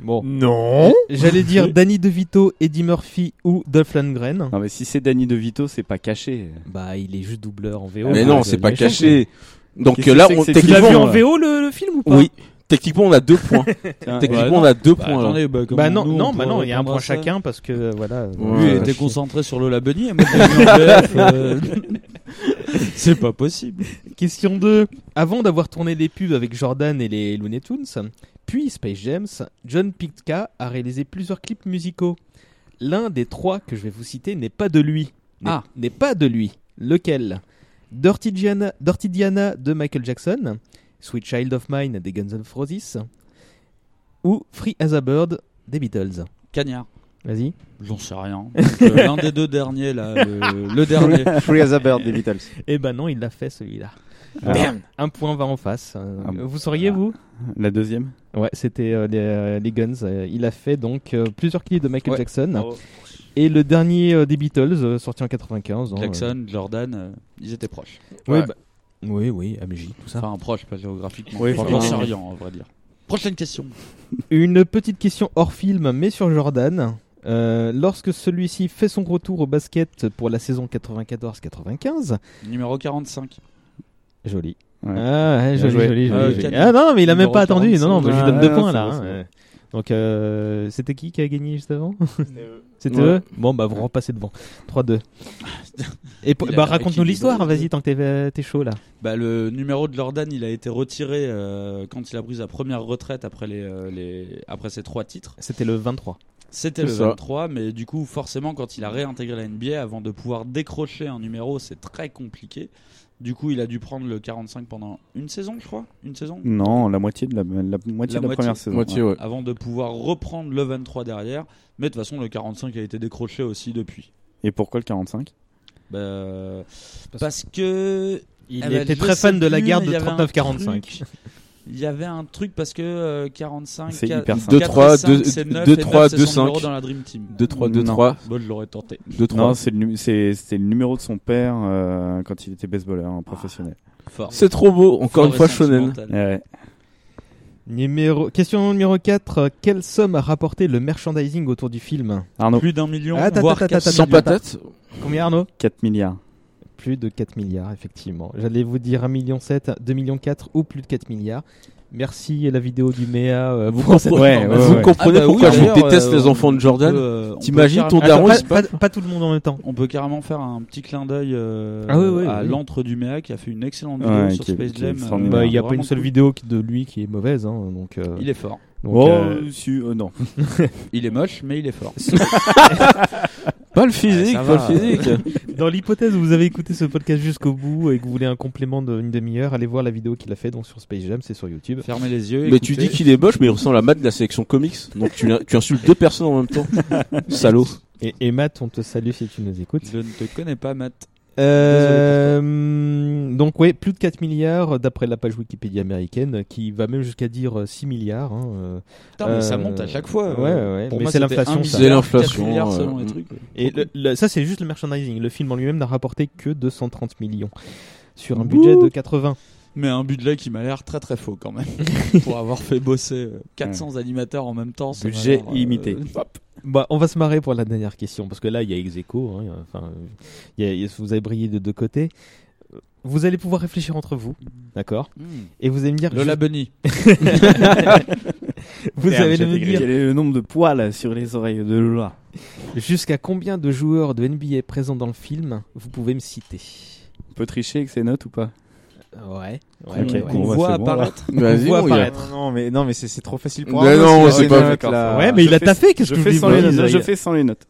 Speaker 10: Bon.
Speaker 12: Non.
Speaker 10: J'allais dire Danny DeVito, Eddie Murphy ou Dolph Lundgren.
Speaker 3: Non, mais si c'est Danny DeVito, c'est pas caché.
Speaker 10: Bah, il est juste doubleur en Bah, VO.
Speaker 6: Mais non, c'est pas caché. Donc
Speaker 3: Qu'est-ce
Speaker 6: euh, là,
Speaker 3: que c'est
Speaker 6: on
Speaker 3: que c'est
Speaker 6: techniquement,
Speaker 3: Tu l'as vu en
Speaker 6: on-
Speaker 10: VO le, le film ou pas
Speaker 6: Oui. Techniquement, on a deux points. Techniquement, on a deux points. là.
Speaker 10: Bah non, non, bah non, il y a un point chacun parce que euh, voilà.
Speaker 13: Lui, il
Speaker 10: euh,
Speaker 13: était
Speaker 10: je-
Speaker 13: concentré sur le Labeni et moi, j'ai vu en VF, euh, C'est pas possible.
Speaker 10: Question 2. Avant d'avoir tourné les pubs avec Jordan et les Looney Tunes, puis Space James, John Pitka a réalisé plusieurs clips musicaux. L'un des trois que je vais vous citer n'est pas de lui. N'est-
Speaker 13: Ah.
Speaker 10: N'est pas de lui. Lequel Dirty Diana, Dirty Diana de Michael Jackson, Sweet Child of Mine des Guns N' Roses, ou Free as a Bird des Beatles
Speaker 13: Cagnard.
Speaker 10: Vas-y.
Speaker 13: J'en sais rien. Donc, euh, L'un des deux derniers, là. Le, le dernier.
Speaker 12: Free as a bird des Beatles.
Speaker 10: Eh ben non, il l'a fait celui-là.
Speaker 3: Ah.
Speaker 10: Alors, Un point va en face. Euh,
Speaker 3: Ah bon.
Speaker 10: Vous sauriez, vous
Speaker 3: La deuxième
Speaker 10: Ouais, c'était euh, les, euh, les Guns. Euh, il a fait donc euh, plusieurs clips de Michael
Speaker 13: Ouais.
Speaker 10: Jackson.
Speaker 13: Bravo.
Speaker 10: Et le dernier euh, des Beatles, euh, sorti en 95. hein, euh.
Speaker 3: Oh,
Speaker 13: Jackson, Jordan, euh, ils étaient proches.
Speaker 10: Oui,
Speaker 13: Ouais.
Speaker 10: bah- oui, oui, AMJ, tout ça.
Speaker 13: Enfin, proches, pas géographiquement.
Speaker 10: Oui,
Speaker 13: Enfin,
Speaker 10: enfin,
Speaker 13: j'en sais
Speaker 10: oui.
Speaker 13: rien, on va dire. Prochaine question.
Speaker 10: Une petite question hors film, mais sur Jordan. Euh, lorsque celui-ci fait son retour au basket pour la saison 94-95,
Speaker 13: Numéro 45.
Speaker 10: joli.
Speaker 3: Ouais.
Speaker 10: Ah,
Speaker 13: Bien
Speaker 10: ouais, joli,
Speaker 13: joué.
Speaker 10: joli, joli,
Speaker 13: Euh,
Speaker 10: joli.
Speaker 13: Kanye.
Speaker 10: Ah non, mais il a même
Speaker 13: Numéro
Speaker 10: pas attendu. Non,
Speaker 13: 45.
Speaker 10: non, bah, je lui
Speaker 13: Ah,
Speaker 10: donne deux
Speaker 13: non,
Speaker 10: points
Speaker 13: c'est
Speaker 10: là.
Speaker 13: bon,
Speaker 10: hein.
Speaker 13: c'est bon.
Speaker 10: Donc, euh, c'était qui qui a gagné juste avant C'était eux.
Speaker 13: Ouais.
Speaker 10: Bon, bah, vous repassez devant. 3-2. Et pour-
Speaker 13: Il a
Speaker 10: bah,
Speaker 13: l'air
Speaker 10: raconte-nous l'histoire,
Speaker 13: équilibré.
Speaker 10: vas-y, tant que t'es- t'es chaud là.
Speaker 13: Bah, le numéro de Jordan, il a été retiré euh, quand il a pris sa première retraite après, les, euh, les- après ses trois titres.
Speaker 10: C'était le 23.
Speaker 13: C'était
Speaker 10: C'est
Speaker 13: le
Speaker 10: ça.
Speaker 13: 23, mais du coup, forcément, quand il a réintégré la NBA, avant de pouvoir décrocher un numéro, c'est très compliqué. Du coup, il a dû prendre le 45 pendant une saison, je crois. Une saison
Speaker 3: Non, la moitié de la, la moitié de la première saison. ouais.
Speaker 13: Avant de pouvoir reprendre le 23 derrière. Mais de toute façon, le 45 a été décroché aussi depuis.
Speaker 3: Et pourquoi le 45
Speaker 13: Bah, eh parce que.
Speaker 10: Il
Speaker 13: Ah bah,
Speaker 10: était
Speaker 13: je
Speaker 10: très
Speaker 13: sais
Speaker 10: fan de la
Speaker 13: ben, plus,
Speaker 10: guerre
Speaker 13: mais
Speaker 10: de
Speaker 13: il y avait un
Speaker 10: 39-45.
Speaker 13: truc. Il y avait un truc parce que euh, 45,
Speaker 3: C'est
Speaker 13: qua-
Speaker 3: hyper simple.
Speaker 13: 4 et 5, c'est 9, et 9, c'est 100 euros
Speaker 6: 2-3-2-5.
Speaker 13: dans la Dream Team.
Speaker 6: 2-3-2-3.
Speaker 13: Bon, je l'aurais tenté.
Speaker 3: Non, c'est le, nu- c'est- c'était le numéro de son père euh, quand il était baseballeur hein, professionnel.
Speaker 13: Ah, fort.
Speaker 6: C'est trop beau, encore une fois, Shonen.
Speaker 3: Ouais.
Speaker 10: Numéro... Question numéro 4. Quelle somme a rapporté le merchandising autour du film
Speaker 3: Arnaud.
Speaker 13: Plus d'un million,
Speaker 10: Ah, attends,
Speaker 13: voire
Speaker 10: attends,
Speaker 13: quatre-
Speaker 10: attends,
Speaker 13: Sans
Speaker 10: attends, attends.
Speaker 13: patates
Speaker 10: Combien Arnaud
Speaker 3: 4 milliards.
Speaker 10: Plus de 4 milliards, effectivement. J'allais vous dire 1,7 million, 2,4 millions ou plus de 4 milliards. Merci la vidéo du MEA euh,
Speaker 6: Vous
Speaker 10: pour cette
Speaker 6: comprenez- ouais, ouais,
Speaker 10: information.
Speaker 6: ouais. Vous comprenez Ah bah oui, pourquoi je d'ailleurs, déteste euh, les enfants de Jordan
Speaker 13: euh, on peut
Speaker 6: T'imagines
Speaker 13: faire-
Speaker 6: ton
Speaker 13: Attends,
Speaker 6: daron,
Speaker 13: pas-
Speaker 6: il se
Speaker 10: pas, pas tout le monde en même temps.
Speaker 13: On peut carrément faire un petit clin d'œil euh,
Speaker 10: Ah oui, oui,
Speaker 13: à
Speaker 10: oui.
Speaker 13: l'antre du Méa qui a fait une excellente vidéo
Speaker 3: Ouais,
Speaker 13: sur
Speaker 3: qui est-
Speaker 13: Space
Speaker 3: qui est
Speaker 13: Jam. euh,
Speaker 10: Bah, Il
Speaker 3: formidable.
Speaker 10: n'y a pas
Speaker 13: vraiment
Speaker 10: une seule
Speaker 13: cool.
Speaker 10: vidéo qui- de lui qui est mauvaise. hein, donc, euh,
Speaker 13: Il est fort.
Speaker 10: donc,
Speaker 3: oh,
Speaker 10: euh,
Speaker 3: si, euh, non.
Speaker 13: Il est moche, mais il est fort.
Speaker 6: Pas le physique,
Speaker 10: Ah,
Speaker 6: pas
Speaker 10: ça va.
Speaker 6: le physique.
Speaker 10: Dans l'hypothèse où vous avez écouté ce podcast jusqu'au bout et que vous voulez un complément d'une demi-heure, allez voir la vidéo qu'il a fait donc sur Space Jam, c'est sur YouTube.
Speaker 13: Fermez les yeux.
Speaker 6: Mais tu dis qu'il est moche, mais il ressemble à Matt de la sélection comics. Donc tu, l'in- tu insultes deux personnes en même temps. Salaud.
Speaker 10: Et, et Matt, on te salue si tu nous écoutes.
Speaker 13: Je ne te connais pas, Matt.
Speaker 10: Euh, donc ouais, plus de 4 milliards d'après la page Wikipédia américaine qui va même jusqu'à dire euh, 6 milliards. hein, euh.
Speaker 13: Putain, mais ça
Speaker 10: Euh,
Speaker 13: monte à chaque fois.
Speaker 10: Ouais, ouais,
Speaker 13: Pour
Speaker 10: mais
Speaker 13: moi,
Speaker 10: c'est
Speaker 13: c'était
Speaker 10: l'inflation.
Speaker 13: un
Speaker 10: ça.
Speaker 13: milliard, C'est l'inflation, quatre milliards selon euh, les trucs.
Speaker 10: Et le- le- ça, c'est juste le merchandising. Le film en lui-même n'a rapporté que 230 millions sur un budget de 80.
Speaker 13: Mais un budget qui m'a l'air très très faux quand même. pour avoir fait bosser euh, 400 animateurs en même temps. ça m'a
Speaker 10: Budget
Speaker 13: l'air, euh,
Speaker 10: illimité.
Speaker 13: hop.
Speaker 10: Bah, on va se marrer pour la dernière question parce que là, il y a Execo. Hein, il y a- enfin, il y a- il y a- vous avez brillé de deux côtés. Vous allez pouvoir réfléchir entre vous, d'accord
Speaker 13: Hmm.
Speaker 10: Et vous allez me dire.
Speaker 13: Lola
Speaker 10: juste-
Speaker 13: Bunny.
Speaker 10: vous
Speaker 3: Merde,
Speaker 10: allez
Speaker 3: j'ai
Speaker 10: me
Speaker 3: intégré.
Speaker 10: dire
Speaker 3: Quel est le nombre de poils sur les oreilles de Lola
Speaker 10: jusqu'à combien de joueurs de NBA présents dans le film vous pouvez me citer.
Speaker 3: On peut tricher avec ses notes ou pas
Speaker 10: Ouais.
Speaker 3: Ok,
Speaker 10: ouais, ouais.
Speaker 3: bon, bah, c'est bon, là.
Speaker 10: Qu'on voit apparaître.
Speaker 12: Euh, Non, non, mais, non, mais c'est c'est trop facile pour
Speaker 3: Mais
Speaker 12: un
Speaker 3: non,
Speaker 12: gosse,
Speaker 3: c'est
Speaker 12: les
Speaker 3: pas-
Speaker 12: notes,
Speaker 3: d'accord.
Speaker 12: là.
Speaker 10: Ouais, mais il a
Speaker 3: fais-
Speaker 10: taffé, qu'est-ce
Speaker 3: Ah, je
Speaker 10: que vous
Speaker 3: fais
Speaker 10: voulez
Speaker 3: sans les
Speaker 10: voir,
Speaker 3: notes,
Speaker 10: les
Speaker 3: Je
Speaker 10: gars
Speaker 3: fais sans les notes.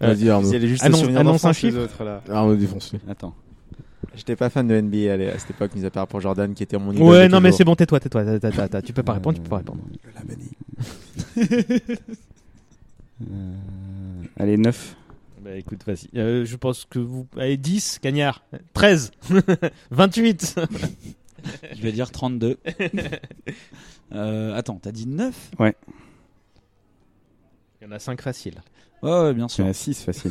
Speaker 6: Vas-y, Arnaud.
Speaker 12: Ils allaient juste
Speaker 10: Annonce-
Speaker 12: se souvenir
Speaker 10: annonce un
Speaker 12: d'enfance, les
Speaker 10: chiffre.
Speaker 12: autres, là.
Speaker 6: Arnaud défonce-lui.
Speaker 3: Attends.
Speaker 12: J'étais pas fan de NBA à, l'é- à cette époque, mis à part pour Jordan qui était mon idole.
Speaker 10: Ouais,
Speaker 12: de
Speaker 10: non, mais
Speaker 12: toujours.
Speaker 10: c'est bon, tais-toi, tais-toi, tais-toi, tais-toi, tais-toi, tu peux pas répondre, tu peux pas répondre.
Speaker 3: Allez, 9.
Speaker 10: Bah écoute, vas-y. Euh, je pense que vous. Allez, 10, cagnard. 13. 28.
Speaker 13: Je vais dire 32. Euh, attends, t'as dit 9
Speaker 3: Ouais.
Speaker 10: Il y en a 5 faciles.
Speaker 13: Ouais, ouais, bien sûr.
Speaker 3: Ah, 6, facile.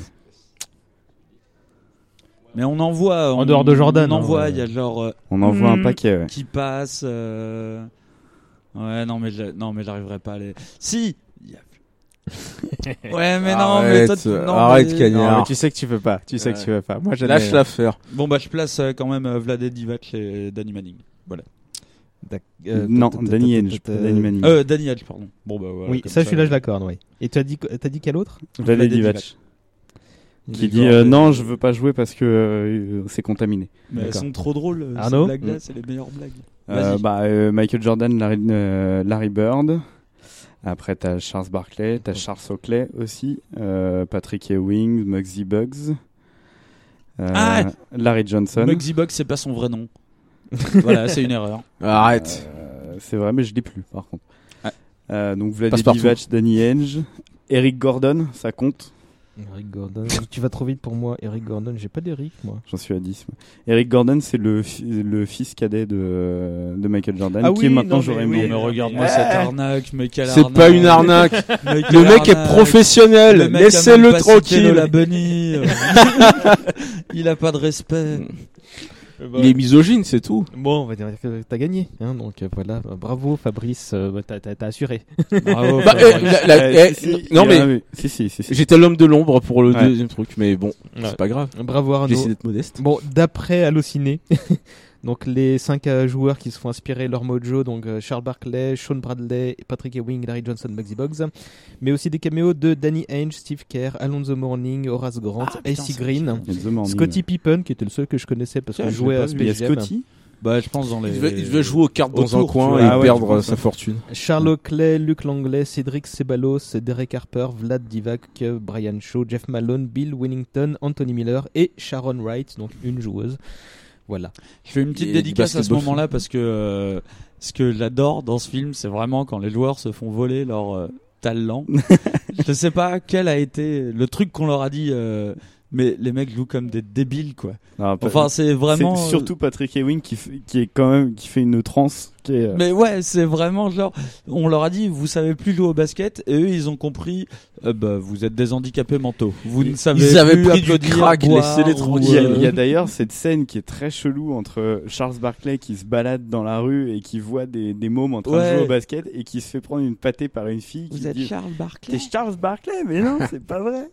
Speaker 13: Mais on en voit.
Speaker 10: En
Speaker 13: on-
Speaker 10: dehors de Jordan,
Speaker 13: On en
Speaker 10: hein,
Speaker 13: voit,
Speaker 10: ouais.
Speaker 13: il y a genre. euh,
Speaker 3: On en voit un
Speaker 13: hmm,
Speaker 3: paquet, ouais.
Speaker 13: Qui passe. euh, Ouais, non, mais je- non, mais j'arriverai pas à les. Si Il y a- Ouais, mais non, mais toi, tu-
Speaker 6: Arrête,
Speaker 13: non,
Speaker 6: arrête,
Speaker 13: mais-
Speaker 6: Cagnard.
Speaker 12: Non,
Speaker 6: Alors.
Speaker 12: mais tu sais que tu peux pas, tu sais que
Speaker 6: Ouais.
Speaker 12: tu peux pas. Moi, j'avais-
Speaker 6: Lâche l'affaire.
Speaker 13: Bon, bah, je place euh, quand même euh, Vlad Divac et Danny Manning. Voilà.
Speaker 10: euh,
Speaker 3: non, Danny Henge, pas Danny Manning.
Speaker 13: Euh, Danny Hatch, pardon. Bon, bah, voilà,
Speaker 10: oui,
Speaker 13: comme
Speaker 10: ça, celui-là,
Speaker 13: euh,
Speaker 10: je l'accorde, oui. Et tu as dit, t'as dit quel autre
Speaker 3: Valet Divac. Qui dit euh, non, je veux pas jouer parce que euh, c'est contaminé.
Speaker 13: Mais elles
Speaker 10: D'accord.
Speaker 13: sont trop drôles. euh,
Speaker 10: Arnaud Mm.
Speaker 13: Ces blagues-là, c'est les meilleures blagues.
Speaker 3: Euh,
Speaker 13: Vas-y.
Speaker 3: bah, euh, Michael Jordan, Larry, euh, Larry Bird. Après, t'as Charles Barkley, t'as Charles Oakley aussi, euh, Patrick Ewing, Muggsy Bugs, euh,
Speaker 13: Ah
Speaker 3: Larry Johnson.
Speaker 13: Muggsy Box, c'est pas son vrai nom. voilà, c'est une erreur.
Speaker 6: Arrête.
Speaker 3: Euh, c'est vrai, mais je l'ai plus par contre.
Speaker 13: Ah.
Speaker 3: Euh, donc Vladimir
Speaker 6: Passe-partout.
Speaker 3: Divac, Danny Henge, Eric Gordon, ça compte.
Speaker 10: Eric Gordon. tu vas trop vite pour moi, Eric Gordon. J'ai pas d'Eric, moi.
Speaker 3: J'en suis à 10. moi. Eric Gordon, c'est le, fi- le fils cadet de, de Michael Jordan,
Speaker 10: Ah
Speaker 3: qui
Speaker 10: oui,
Speaker 3: est maintenant
Speaker 10: non,
Speaker 3: j'aurais
Speaker 10: mais
Speaker 13: Non,
Speaker 3: aimé.
Speaker 10: oui.
Speaker 13: mais regarde-moi
Speaker 10: Eh.
Speaker 13: cette arnaque, mais quelle
Speaker 6: C'est pas une arnaque.
Speaker 13: Mais quelle
Speaker 6: Le mec est
Speaker 13: arnaque.
Speaker 6: professionnel.
Speaker 13: mec a même
Speaker 6: Laissez-le
Speaker 13: pas cité Lola
Speaker 6: tranquille.
Speaker 13: Bunny. Il a pas de respect.
Speaker 6: Il est misogyne, c'est tout.
Speaker 10: Euh, bah, Bon, on va dire que t'as gagné. Hein, donc euh, voilà, Euh, bravo Fabrice, euh, bah, t'as- t'as t'as assuré.
Speaker 13: Bravo.
Speaker 6: Bah,
Speaker 13: Fabrice.
Speaker 6: euh, la- la-
Speaker 3: Euh,
Speaker 6: eh,
Speaker 3: si, si,
Speaker 6: non,
Speaker 3: il
Speaker 6: mais-
Speaker 3: y en a eu. Si, si, si, si.
Speaker 6: J'étais l'homme de l'ombre pour le
Speaker 3: Ouais.
Speaker 6: deuxième truc, mais bon,
Speaker 10: Ouais.
Speaker 6: c'est pas grave.
Speaker 10: Bravo Arnaud.
Speaker 6: J'ai essayé d'être modeste.
Speaker 10: Bon, d'après Allociné, donc les 5 joueurs qui se font inspirer leur mojo, donc euh, Charles Barkley, Sean Bradley, Patrick Ewing, Larry Johnson, Maxi Boggs, mais aussi des caméos de Danny Ainge, Steve Kerr, Alonzo Morning, Horace Grant,
Speaker 13: Ah, putain,
Speaker 10: AC
Speaker 13: c'est
Speaker 10: Green,
Speaker 3: Il y a The Morning,
Speaker 10: Scotty
Speaker 3: ouais.
Speaker 10: Pippen, qui était le seul que je connaissais parce
Speaker 6: Tiens,
Speaker 10: que Ah, je
Speaker 6: je
Speaker 10: jouais
Speaker 6: l'ai
Speaker 10: à
Speaker 6: pas vu.
Speaker 3: Il y a
Speaker 10: Space Jam.
Speaker 3: Scotty.
Speaker 13: Bah, je pense dans les.
Speaker 6: Il veut, il veut jouer aux cartes hein, dans un
Speaker 13: autour,
Speaker 6: coin
Speaker 13: tu
Speaker 6: et
Speaker 13: vois. Ah ouais,
Speaker 6: perdre
Speaker 13: tu
Speaker 6: sa fortune.
Speaker 10: Charles Oakley, Luc Langlais, Cédric Ceballos, Derek Harper, Vlad Divac, Brian Shaw, Jeff Malone, Bill Winnington, Anthony Miller et Sharon Wright, donc une joueuse. Voilà.
Speaker 13: Je fais une petite
Speaker 6: Et du
Speaker 13: dédicace à ce
Speaker 6: basketball.
Speaker 13: moment-là parce que euh, ce que j'adore dans ce film, c'est vraiment quand les joueurs se font voler leur euh, talent. je sais pas quel a été le truc qu'on leur a dit. euh, mais les mecs jouent comme des débiles, quoi.
Speaker 3: Non, pas-
Speaker 13: enfin, c'est vraiment. euh,
Speaker 3: c'est surtout Patrick Ewing qui, f- qui est quand même qui fait une transe qui est. euh,
Speaker 13: Mais ouais, c'est vraiment genre, on leur a dit, vous savez plus jouer au basket, et eux, ils ont compris, euh, bah, vous êtes des handicapés mentaux. Vous ne savez
Speaker 3: Ils avaient
Speaker 13: plus
Speaker 3: pris du
Speaker 13: applaudir,
Speaker 3: crack,
Speaker 13: boire,
Speaker 3: laissez-les
Speaker 13: ou,
Speaker 3: tranquilles. Il y a-
Speaker 13: euh,
Speaker 3: il y a d'ailleurs cette scène qui est très chelou entre Charles Barclay qui se balade dans la rue et qui voit des, des mômes en train
Speaker 13: Ouais.
Speaker 3: de jouer au basket et qui se fait prendre une pâtée par une fille. Vous
Speaker 13: êtes Charles Barclay
Speaker 3: T'es Charles Barclay, mais non, c'est pas vrai.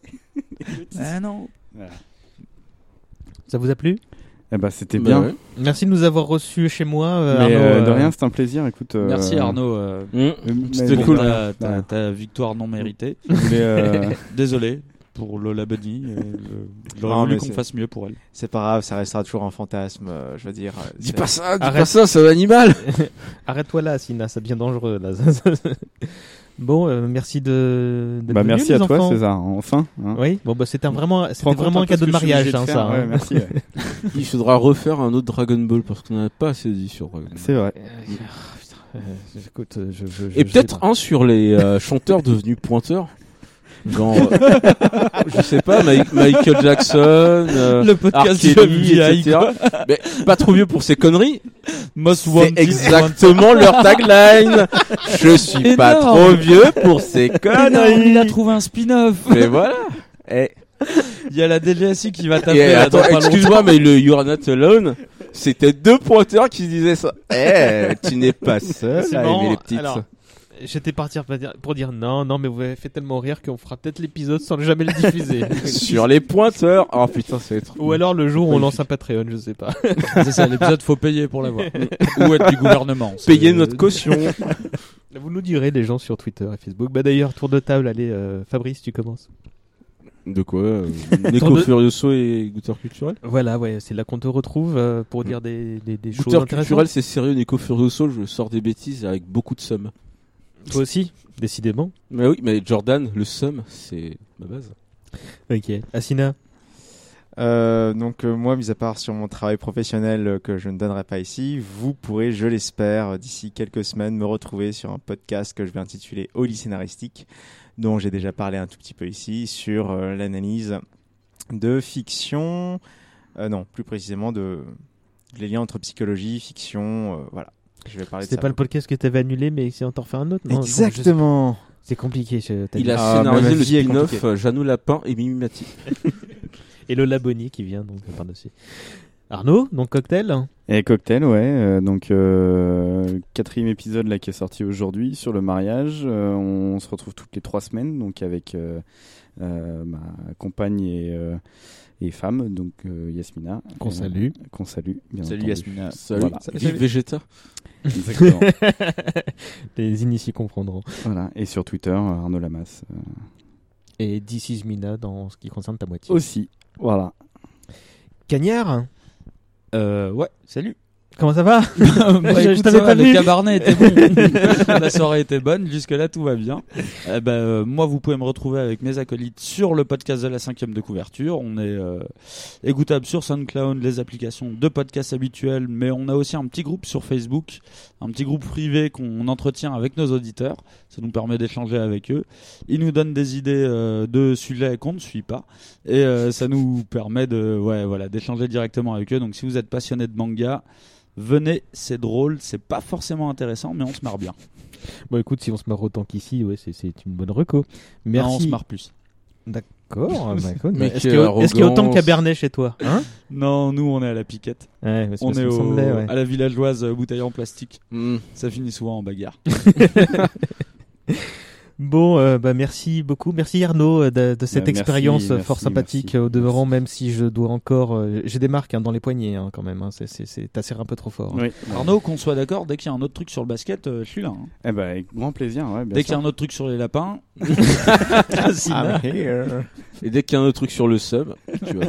Speaker 13: Ah non.
Speaker 10: Ça vous a plu
Speaker 3: Eh ben, c'était
Speaker 6: Bah
Speaker 3: bien.
Speaker 10: Merci de nous avoir reçus chez moi. Bah euh,
Speaker 3: Mais,
Speaker 10: Arnaud,
Speaker 3: euh, de
Speaker 10: euh,
Speaker 3: rien, c'est un plaisir. Écoute, euh,
Speaker 13: Merci Arnaud. euh,
Speaker 6: Mmh.
Speaker 3: Mm.
Speaker 13: pour
Speaker 3: C'était
Speaker 13: ta-
Speaker 3: cool.
Speaker 13: ta- ta-
Speaker 3: Ouais.
Speaker 13: ta victoire non méritée.
Speaker 3: Je voulais, euh,
Speaker 13: Désolé pour Lola Bunny. euh, je- J'aurais
Speaker 12: Non,
Speaker 13: voulu
Speaker 12: mais
Speaker 13: qu'on
Speaker 12: c'est-
Speaker 13: fasse mieux pour elle.
Speaker 12: C'est pas grave, ça restera toujours un fantasme, euh, je veux dire. euh,
Speaker 13: Dis
Speaker 12: c'est-
Speaker 13: pas
Speaker 6: Ah,
Speaker 13: ça, dis
Speaker 10: Arrête. euh, Arrête-toi là, Sina, ça devient dangereux. Là. bon, euh, merci de. d'être
Speaker 3: Bah,
Speaker 10: venus,
Speaker 3: merci
Speaker 10: les
Speaker 3: à toi,
Speaker 10: enfants.
Speaker 3: César, enfin, hein.
Speaker 10: Oui, bon, bah, c'était un vraiment,
Speaker 3: Te
Speaker 10: c'était
Speaker 3: rends compte
Speaker 10: vraiment
Speaker 3: un
Speaker 10: un
Speaker 3: peu
Speaker 10: cadeau de
Speaker 3: ce que je suis
Speaker 10: mariage,
Speaker 3: obligé de
Speaker 10: hein,
Speaker 3: faire,
Speaker 10: ça.
Speaker 3: ouais,
Speaker 10: hein.
Speaker 3: merci, ouais.
Speaker 6: Il faudra refaire un autre Dragon Ball parce qu'on n'a pas assez dit sur Dragon Ball.
Speaker 3: C'est vrai.
Speaker 10: Écoute, euh, je,
Speaker 6: Et peut-être un sur les euh, chanteurs devenus pointeurs. Genre, euh, je sais pas, Ma- Michael Jackson, euh,
Speaker 13: Le podcast
Speaker 6: R. Kelly,
Speaker 13: du FBI,
Speaker 6: etc.
Speaker 13: quoi.
Speaker 6: Mais pas trop vieux pour ces conneries.
Speaker 13: Most
Speaker 6: C'est
Speaker 13: wanted,
Speaker 6: exactement
Speaker 13: wanted.
Speaker 6: leur tagline. Je suis pas
Speaker 13: Énorme.
Speaker 6: trop vieux pour ces
Speaker 13: Énorme,
Speaker 6: conneries.
Speaker 13: Il a trouvé un spin-off.
Speaker 6: Mais voilà. Eh.
Speaker 13: Il y a la DGSI qui va taper.
Speaker 6: Et
Speaker 13: là,
Speaker 6: attends,
Speaker 13: dans pas longtemps.
Speaker 6: excuse-moi, mais le You're Not Alone, c'était deux pointeurs qui se disaient ça. Eh, tu n'es pas seul
Speaker 10: C'est
Speaker 6: à
Speaker 10: marrant.
Speaker 6: aimer les petites.
Speaker 10: Alors, J'étais parti pour dire, pour dire non, non, mais vous avez fait tellement rire qu'on fera peut-être l'épisode sans jamais le diffuser.
Speaker 6: Sur les pointeurs. Oh putain, ça va être.
Speaker 10: Ou alors le jour où on lance un Patreon, je sais pas.
Speaker 13: C'est ça, l'épisode, faut payer pour l'avoir. Ou être du gouvernement. C'est-
Speaker 6: Payer notre caution.
Speaker 10: Vous nous direz, les gens sur Twitter et Facebook. Bah d'ailleurs, tour de table, allez, euh, Fabrice, tu commences.
Speaker 6: De quoi euh,
Speaker 10: Tour
Speaker 6: Neko
Speaker 10: de-
Speaker 6: Furioso et Goûteur Culturel
Speaker 10: Voilà, ouais, c'est là qu'on te retrouve euh,
Speaker 3: Mm.
Speaker 10: pour dire des, des, des choses
Speaker 6: Goûteur Culturel,
Speaker 10: intéressantes.
Speaker 6: c'est sérieux. Neko Furioso, je sors des bêtises avec beaucoup de sommes.
Speaker 10: Toi aussi, décidément.
Speaker 6: Mais oui, mais Jordan, le somme, c'est ma base.
Speaker 10: Ok. Asina
Speaker 12: Euh, donc euh, moi, mis à part sur mon travail professionnel euh, que je ne donnerai pas ici, vous pourrez, je l'espère, euh, d'ici quelques semaines, me retrouver sur un podcast que je vais intituler Holy Scénaristique, dont j'ai déjà parlé un tout petit peu ici, sur euh, l'analyse de fiction, euh, non, plus précisément de les liens entre psychologie, fiction, euh, voilà. Je vais parler de
Speaker 10: C'était
Speaker 12: ça.
Speaker 10: pas le podcast que t'avais annulé, mais si on t'en refait un autre, non je- je-
Speaker 12: Exactement.
Speaker 10: C'est compliqué. je- t'as
Speaker 6: Il
Speaker 10: dit.
Speaker 6: a
Speaker 12: Ah, mais ma
Speaker 6: scénarisé le
Speaker 12: vie est
Speaker 6: spin-off
Speaker 12: compliquée.
Speaker 6: euh, Jeannot Lapin et Mimi Mati.
Speaker 10: Et Lola Bonny qui vient, donc euh, par-dessus. Arnaud, donc cocktail hein,
Speaker 3: Et Cocktail, ouais. euh, donc, euh, quatrième épisode là qui est sorti aujourd'hui sur le mariage. Euh, on se retrouve toutes les trois semaines, donc avec euh, euh, ma compagne et, euh, et femme, donc euh, Yasmina.
Speaker 10: Qu'on
Speaker 13: Mmh.
Speaker 3: Euh,
Speaker 10: salue.
Speaker 3: Qu'on salue, bien
Speaker 13: Salut
Speaker 3: entendu.
Speaker 13: Yasmina.
Speaker 6: Salut.
Speaker 3: Voilà.
Speaker 6: Salut. Vive Vegeta.
Speaker 3: Exactement.
Speaker 10: Les initiés comprendront.
Speaker 3: voilà. Et sur Twitter, euh, Arnaud Lamas. euh,
Speaker 10: Et This is Mina dans ce qui concerne ta moitié.
Speaker 3: aussi. Voilà.
Speaker 13: hein.
Speaker 10: Cagnard
Speaker 13: Euh, ouais, salut.
Speaker 10: Comment ça va
Speaker 13: Bah,
Speaker 10: Je-
Speaker 13: écoute,
Speaker 10: Je
Speaker 13: ça
Speaker 10: t'avais
Speaker 13: va,
Speaker 10: pas
Speaker 13: le
Speaker 10: vu.
Speaker 13: cabernet était bon. la soirée était bonne, jusque-là tout va bien. Eh ben, euh, moi, vous pouvez me retrouver avec mes acolytes sur le podcast de la cinquième de couverture. On est euh, écoutable sur SoundCloud, les applications de podcasts habituelles, mais on a aussi un petit groupe sur Facebook, un petit groupe privé qu'on entretient avec nos auditeurs. Ça nous permet d'échanger avec eux. Ils nous donnent des idées euh, de sujets qu'on ne suit pas, et euh, ça nous permet de, ouais, voilà, d'échanger directement avec eux. Donc, si vous êtes passionné de manga, Venez, c'est drôle, c'est pas forcément intéressant, mais on se marre bien.
Speaker 10: Bon, écoute, si on se marre autant qu'ici, ouais, c'est- c'est une bonne reco. Merci.
Speaker 13: Non, on se marre plus.
Speaker 10: D'accord, bah, écoute,
Speaker 13: Mais
Speaker 10: Est-ce
Speaker 13: quelle
Speaker 10: qu'il y a- est-ce qu'il y a autant de
Speaker 13: arrogance.
Speaker 10: cabernet chez toi hein
Speaker 13: Non, nous on est à la piquette.
Speaker 10: Ouais, parce que
Speaker 13: on
Speaker 10: ça
Speaker 13: est
Speaker 10: me
Speaker 13: au-
Speaker 10: semblait, ouais.
Speaker 13: à la villageoise euh, bouteille en plastique.
Speaker 6: Mm.
Speaker 13: Ça finit souvent en bagarre.
Speaker 10: Bon, euh, bah, merci beaucoup. Merci Arnaud euh, de, de cette
Speaker 3: Bah, merci,
Speaker 10: expérience euh,
Speaker 3: merci,
Speaker 10: fort sympathique
Speaker 3: merci,
Speaker 10: euh, au demeurant, même si je dois encore. euh, J'ai des marques hein, dans les poignets hein, quand même. hein. C'est- c'est- c'est- T'as serré un peu trop fort. hein.
Speaker 13: Arnaud, qu'on soit d'accord, dès qu'il y a un autre truc sur le basket, euh, je suis là. hein.
Speaker 3: Eh ben, avec grand plaisir. Ouais, bien
Speaker 13: Dès
Speaker 3: sûr.
Speaker 13: qu'il y a un autre truc sur les lapins,
Speaker 6: Ah,
Speaker 3: Ah,
Speaker 6: Et dès qu'il y a un autre truc sur le sub, tu vois.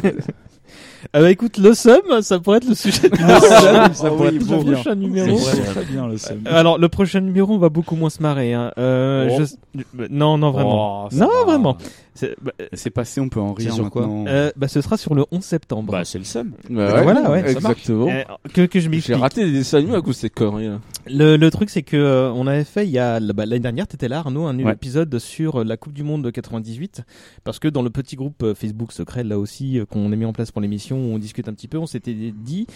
Speaker 10: Ah bah écoute, le SEM, ça pourrait être le sujet du
Speaker 13: Ah,
Speaker 10: SEM,
Speaker 13: ça pourrait être
Speaker 10: le
Speaker 13: très bien.
Speaker 10: prochain numéro.
Speaker 13: Ça pourrait être très bien, le SEM.
Speaker 10: Alors, le prochain numéro, on va beaucoup moins se marrer. hein. Euh,
Speaker 3: Oh.
Speaker 10: je- Non, non, vraiment.
Speaker 3: Oh, ça
Speaker 10: non, vraiment. C'est
Speaker 3: C'est passé, on peut en rire.
Speaker 10: C'est sur quoi
Speaker 3: maintenant.
Speaker 10: Euh, bah, Ce sera sur le 11 septembre.
Speaker 13: Bah, c'est le SEM.
Speaker 10: Bah, voilà, ouais, ça marche.
Speaker 6: exactement.
Speaker 3: eh,
Speaker 10: Euh, que, que je
Speaker 6: J'ai
Speaker 10: m'explique.
Speaker 6: raté des dessins animés à cause de ces conneries là.
Speaker 10: Le, le truc, c'est que euh, on avait fait il y a bah, l'année dernière, t'étais là, Arnaud, un
Speaker 6: Ouais.
Speaker 10: épisode sur euh, la Coupe du Monde de 98, parce que dans le petit groupe euh, Facebook secret là aussi euh, qu'on a mis en place pour l'émission, où on discute un petit peu, on s'était dit,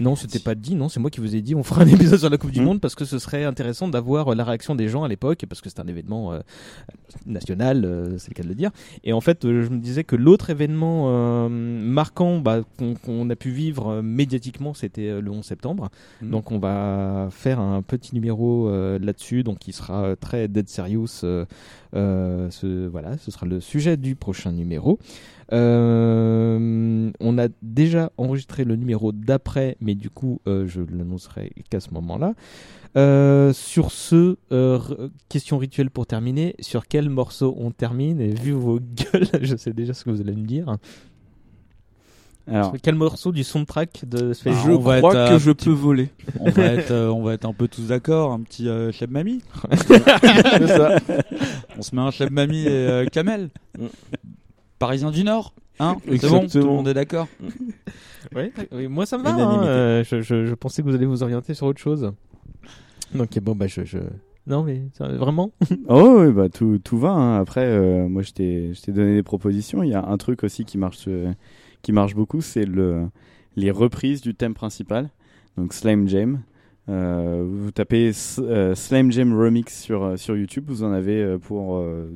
Speaker 10: non, c'était pas dit, non, c'est moi qui vous ai dit, on fera un épisode sur la Coupe du
Speaker 3: Mm.
Speaker 10: Monde parce que ce serait intéressant d'avoir euh, la réaction des gens à l'époque, parce que c'est un événement euh, national, euh, c'est le cas de le dire. Et en fait, euh, je me disais que l'autre événement euh, marquant bah, qu'on qu'on a pu vivre euh, médiatiquement, c'était euh, le 11 septembre.
Speaker 3: Mm.
Speaker 10: Donc on va faire un petit numéro euh, là-dessus, donc il sera euh, très dead serious. euh, euh, ce, voilà, ce sera le sujet du prochain numéro. Euh, on a déjà enregistré le numéro d'après, mais du coup, euh, je l'annoncerai qu'à ce moment-là. Euh, sur ce, euh, r- question rituelle pour terminer. Sur quel morceau on termine Et vu vos gueules, je sais déjà ce que vous allez me dire.
Speaker 3: Alors,
Speaker 10: Sur quel morceau du soundtrack de Space
Speaker 13: Ah,
Speaker 10: Jam
Speaker 13: on va être un petit- On va être,
Speaker 10: euh,
Speaker 13: euh, on va être un peu tous d'accord, un petit euh, Cheb Mami.
Speaker 10: C'est ça.
Speaker 13: On se met un Cheb Mami et euh, Kamel. Parisien du Nord, hein C'est bon,
Speaker 10: Exactement.
Speaker 13: tout le monde est d'accord.
Speaker 10: Ouais, oui, moi ça me va. hein,
Speaker 13: Unanimité.
Speaker 10: euh, je, je- je pensais que vous allez vous orienter sur autre chose. Donc bon, bah je. je... Non mais ça- vraiment.
Speaker 3: Oh oui, bah tout, tout va. hein. Après, euh, moi, je t'ai je t'ai donné des propositions. Il y a un truc aussi qui marche, euh, qui marche beaucoup, c'est le, les reprises du thème principal. Donc Slime Jam. Euh, vous tapez S- euh, Slime Jam Remix sur, euh, sur YouTube. Vous en avez euh, pour euh,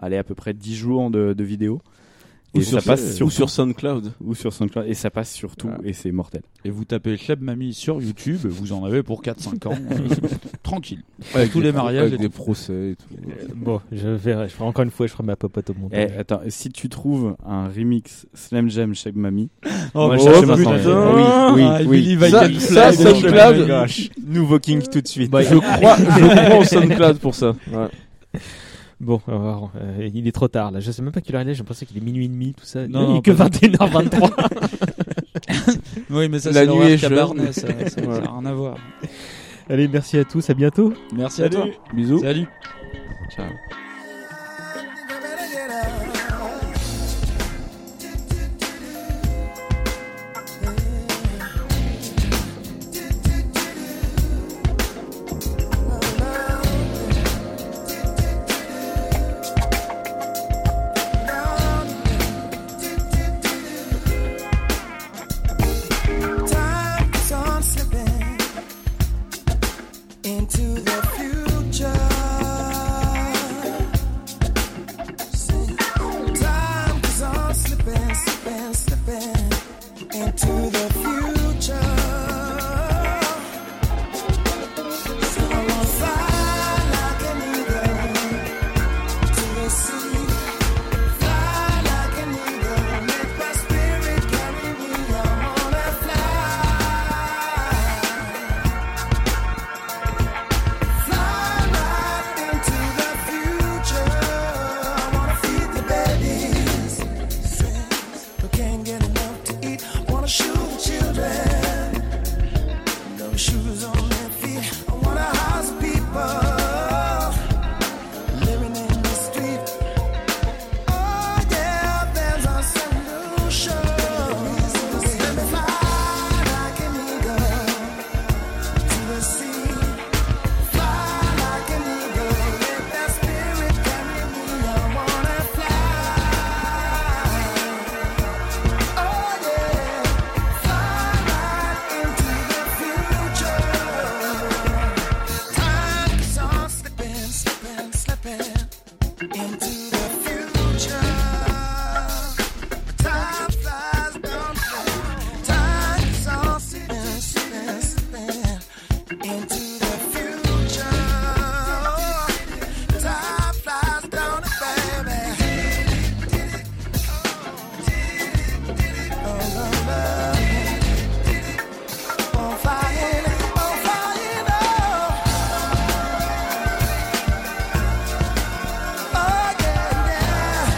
Speaker 3: aller à peu près 10 jours de, de vidéos.
Speaker 6: Ou sur- ou sur SoundCloud.
Speaker 3: Ou sur SoundCloud. Et ça passe sur tout. Et c'est mortel.
Speaker 13: Et vous tapez Cheb Mami sur YouTube, vous en avez pour 4-5 ans. euh, Tranquille.
Speaker 6: Avec
Speaker 13: tous
Speaker 6: des
Speaker 13: les
Speaker 6: pro-
Speaker 13: mariages.
Speaker 6: avec
Speaker 13: et
Speaker 6: des
Speaker 13: tout.
Speaker 6: procès et tout.
Speaker 10: Euh, Bon, je verrai. Je ferai encore une fois, je ferai ma popote au montage.
Speaker 3: Eh, attends, si tu trouves un remix Slam Jam Shake Mami,
Speaker 13: Oh,
Speaker 3: moi,
Speaker 13: oh,
Speaker 3: je cherche
Speaker 13: putain.
Speaker 3: ma centaine.
Speaker 13: Ah,
Speaker 3: Oui,
Speaker 13: I
Speaker 3: oui,
Speaker 13: believe
Speaker 3: oui.
Speaker 13: I can fly. Oh my gosh.
Speaker 12: Nouveau King tout de suite.
Speaker 13: Bah, je crois-
Speaker 10: je
Speaker 13: crois au SoundCloud pour ça. Ouais.
Speaker 10: Bon, on va voir. Euh, il est trop tard là. Je sais même pas quelle heure il est. Je pensais qu'il est minuit et demi, tout ça.
Speaker 13: Non,
Speaker 10: il
Speaker 13: non,
Speaker 10: est que
Speaker 13: pas-
Speaker 10: 21h23.
Speaker 13: Oui, mais ça, La c'est nuit l'horaire est jeune. Cabarnet, ça- ça- ça a rien à voir.
Speaker 10: Allez, merci à tous. À bientôt.
Speaker 13: Merci à toi.
Speaker 6: Bisous.
Speaker 13: Salut.
Speaker 6: Ciao.
Speaker 15: Time is on slipping into the future. Time is on slipping, slipping, slipping into the future. So I won't fly like an eagle to the sea. Fly like an eagle, let my spirit carry me. I wanna Fly right into the future. I wanna feed the babies. But can't get enough to eat. Wanna shoot the children. No shoes on their feet. I wanna house people living in the street. Oh yeah, there's a solution. Let me fly like an eagle to the sea. Fly like an eagle, let that spirit carry me. I wanna fly. Oh yeah, fly right into the future. Time is on slipping, slipping, slipping into the future. Time flies down. Time is on slipping, slipping, slipping into the future. Time flies down, baby. Oh, love, love. On fire, on fire, oh. Oh, yeah.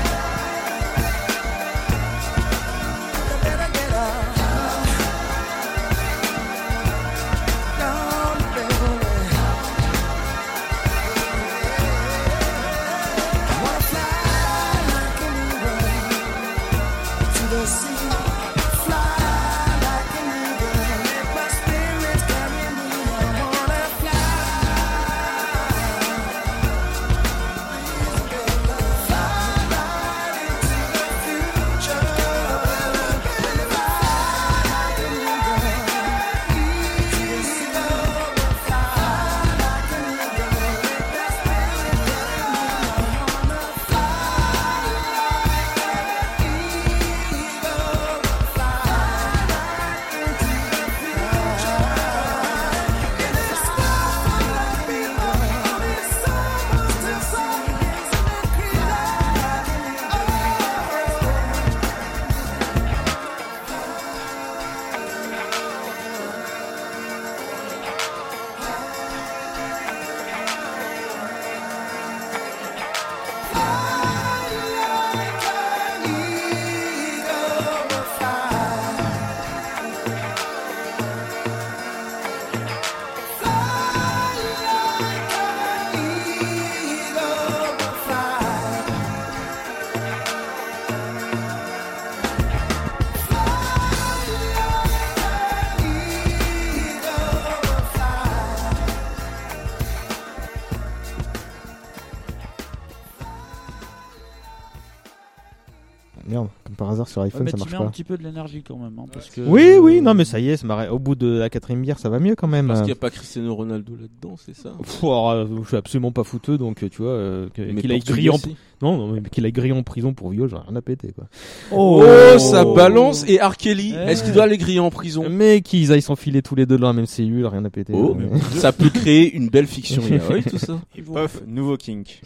Speaker 12: Merde, comme par hasard sur iPhone
Speaker 13: mais
Speaker 12: ça
Speaker 13: tu
Speaker 12: marche
Speaker 13: mets
Speaker 12: pas.
Speaker 13: un petit peu de l'énergie quand même. hein, parce que...
Speaker 12: Oui, oui, non, mais ça y est, ça m'arrête. Au bout de la quatrième bière, ça va mieux quand même.
Speaker 6: Parce
Speaker 12: Euh,
Speaker 6: qu'il n'y a pas Cristiano Ronaldo là-dedans, c'est ça
Speaker 10: Pff, alors, euh, je suis absolument pas fouteux, donc euh, tu vois, euh, que-
Speaker 6: Mais
Speaker 10: qu'il aille
Speaker 6: Portugais,
Speaker 10: grillé en...
Speaker 6: si.
Speaker 10: Non, non, mais qu'il aille grillé en prison pour viol, j'en ai rien à péter, quoi.
Speaker 6: Oh, ça balance et Arkeli, est-ce qu'il doit aller griller en prison
Speaker 10: Mais qu'ils aillent s'enfiler tous les deux dans la même cellule, rien à péter.
Speaker 6: Oh,
Speaker 10: Ouais.
Speaker 6: mais ça peut créer une belle fiction, il y a- oui, tout ça.
Speaker 12: Et pof, nouveau kink.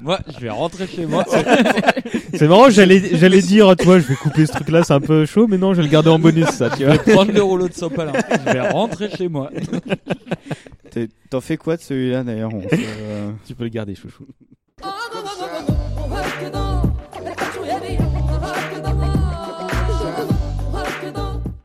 Speaker 13: Moi, je vais rentrer chez moi.
Speaker 10: C'est marrant, j'allais, j'allais dire, toi, je vais couper ce truc-là, c'est un peu chaud, mais non, je vais le garder en bonus, ça, tu
Speaker 13: Je
Speaker 10: vois.
Speaker 13: vais prendre le rouleau de sopalin. Je vais rentrer chez moi.
Speaker 3: T'es- T'en fais quoi de celui-là d'ailleurs On se, euh,
Speaker 10: Tu peux le garder, chouchou.
Speaker 15: Hadi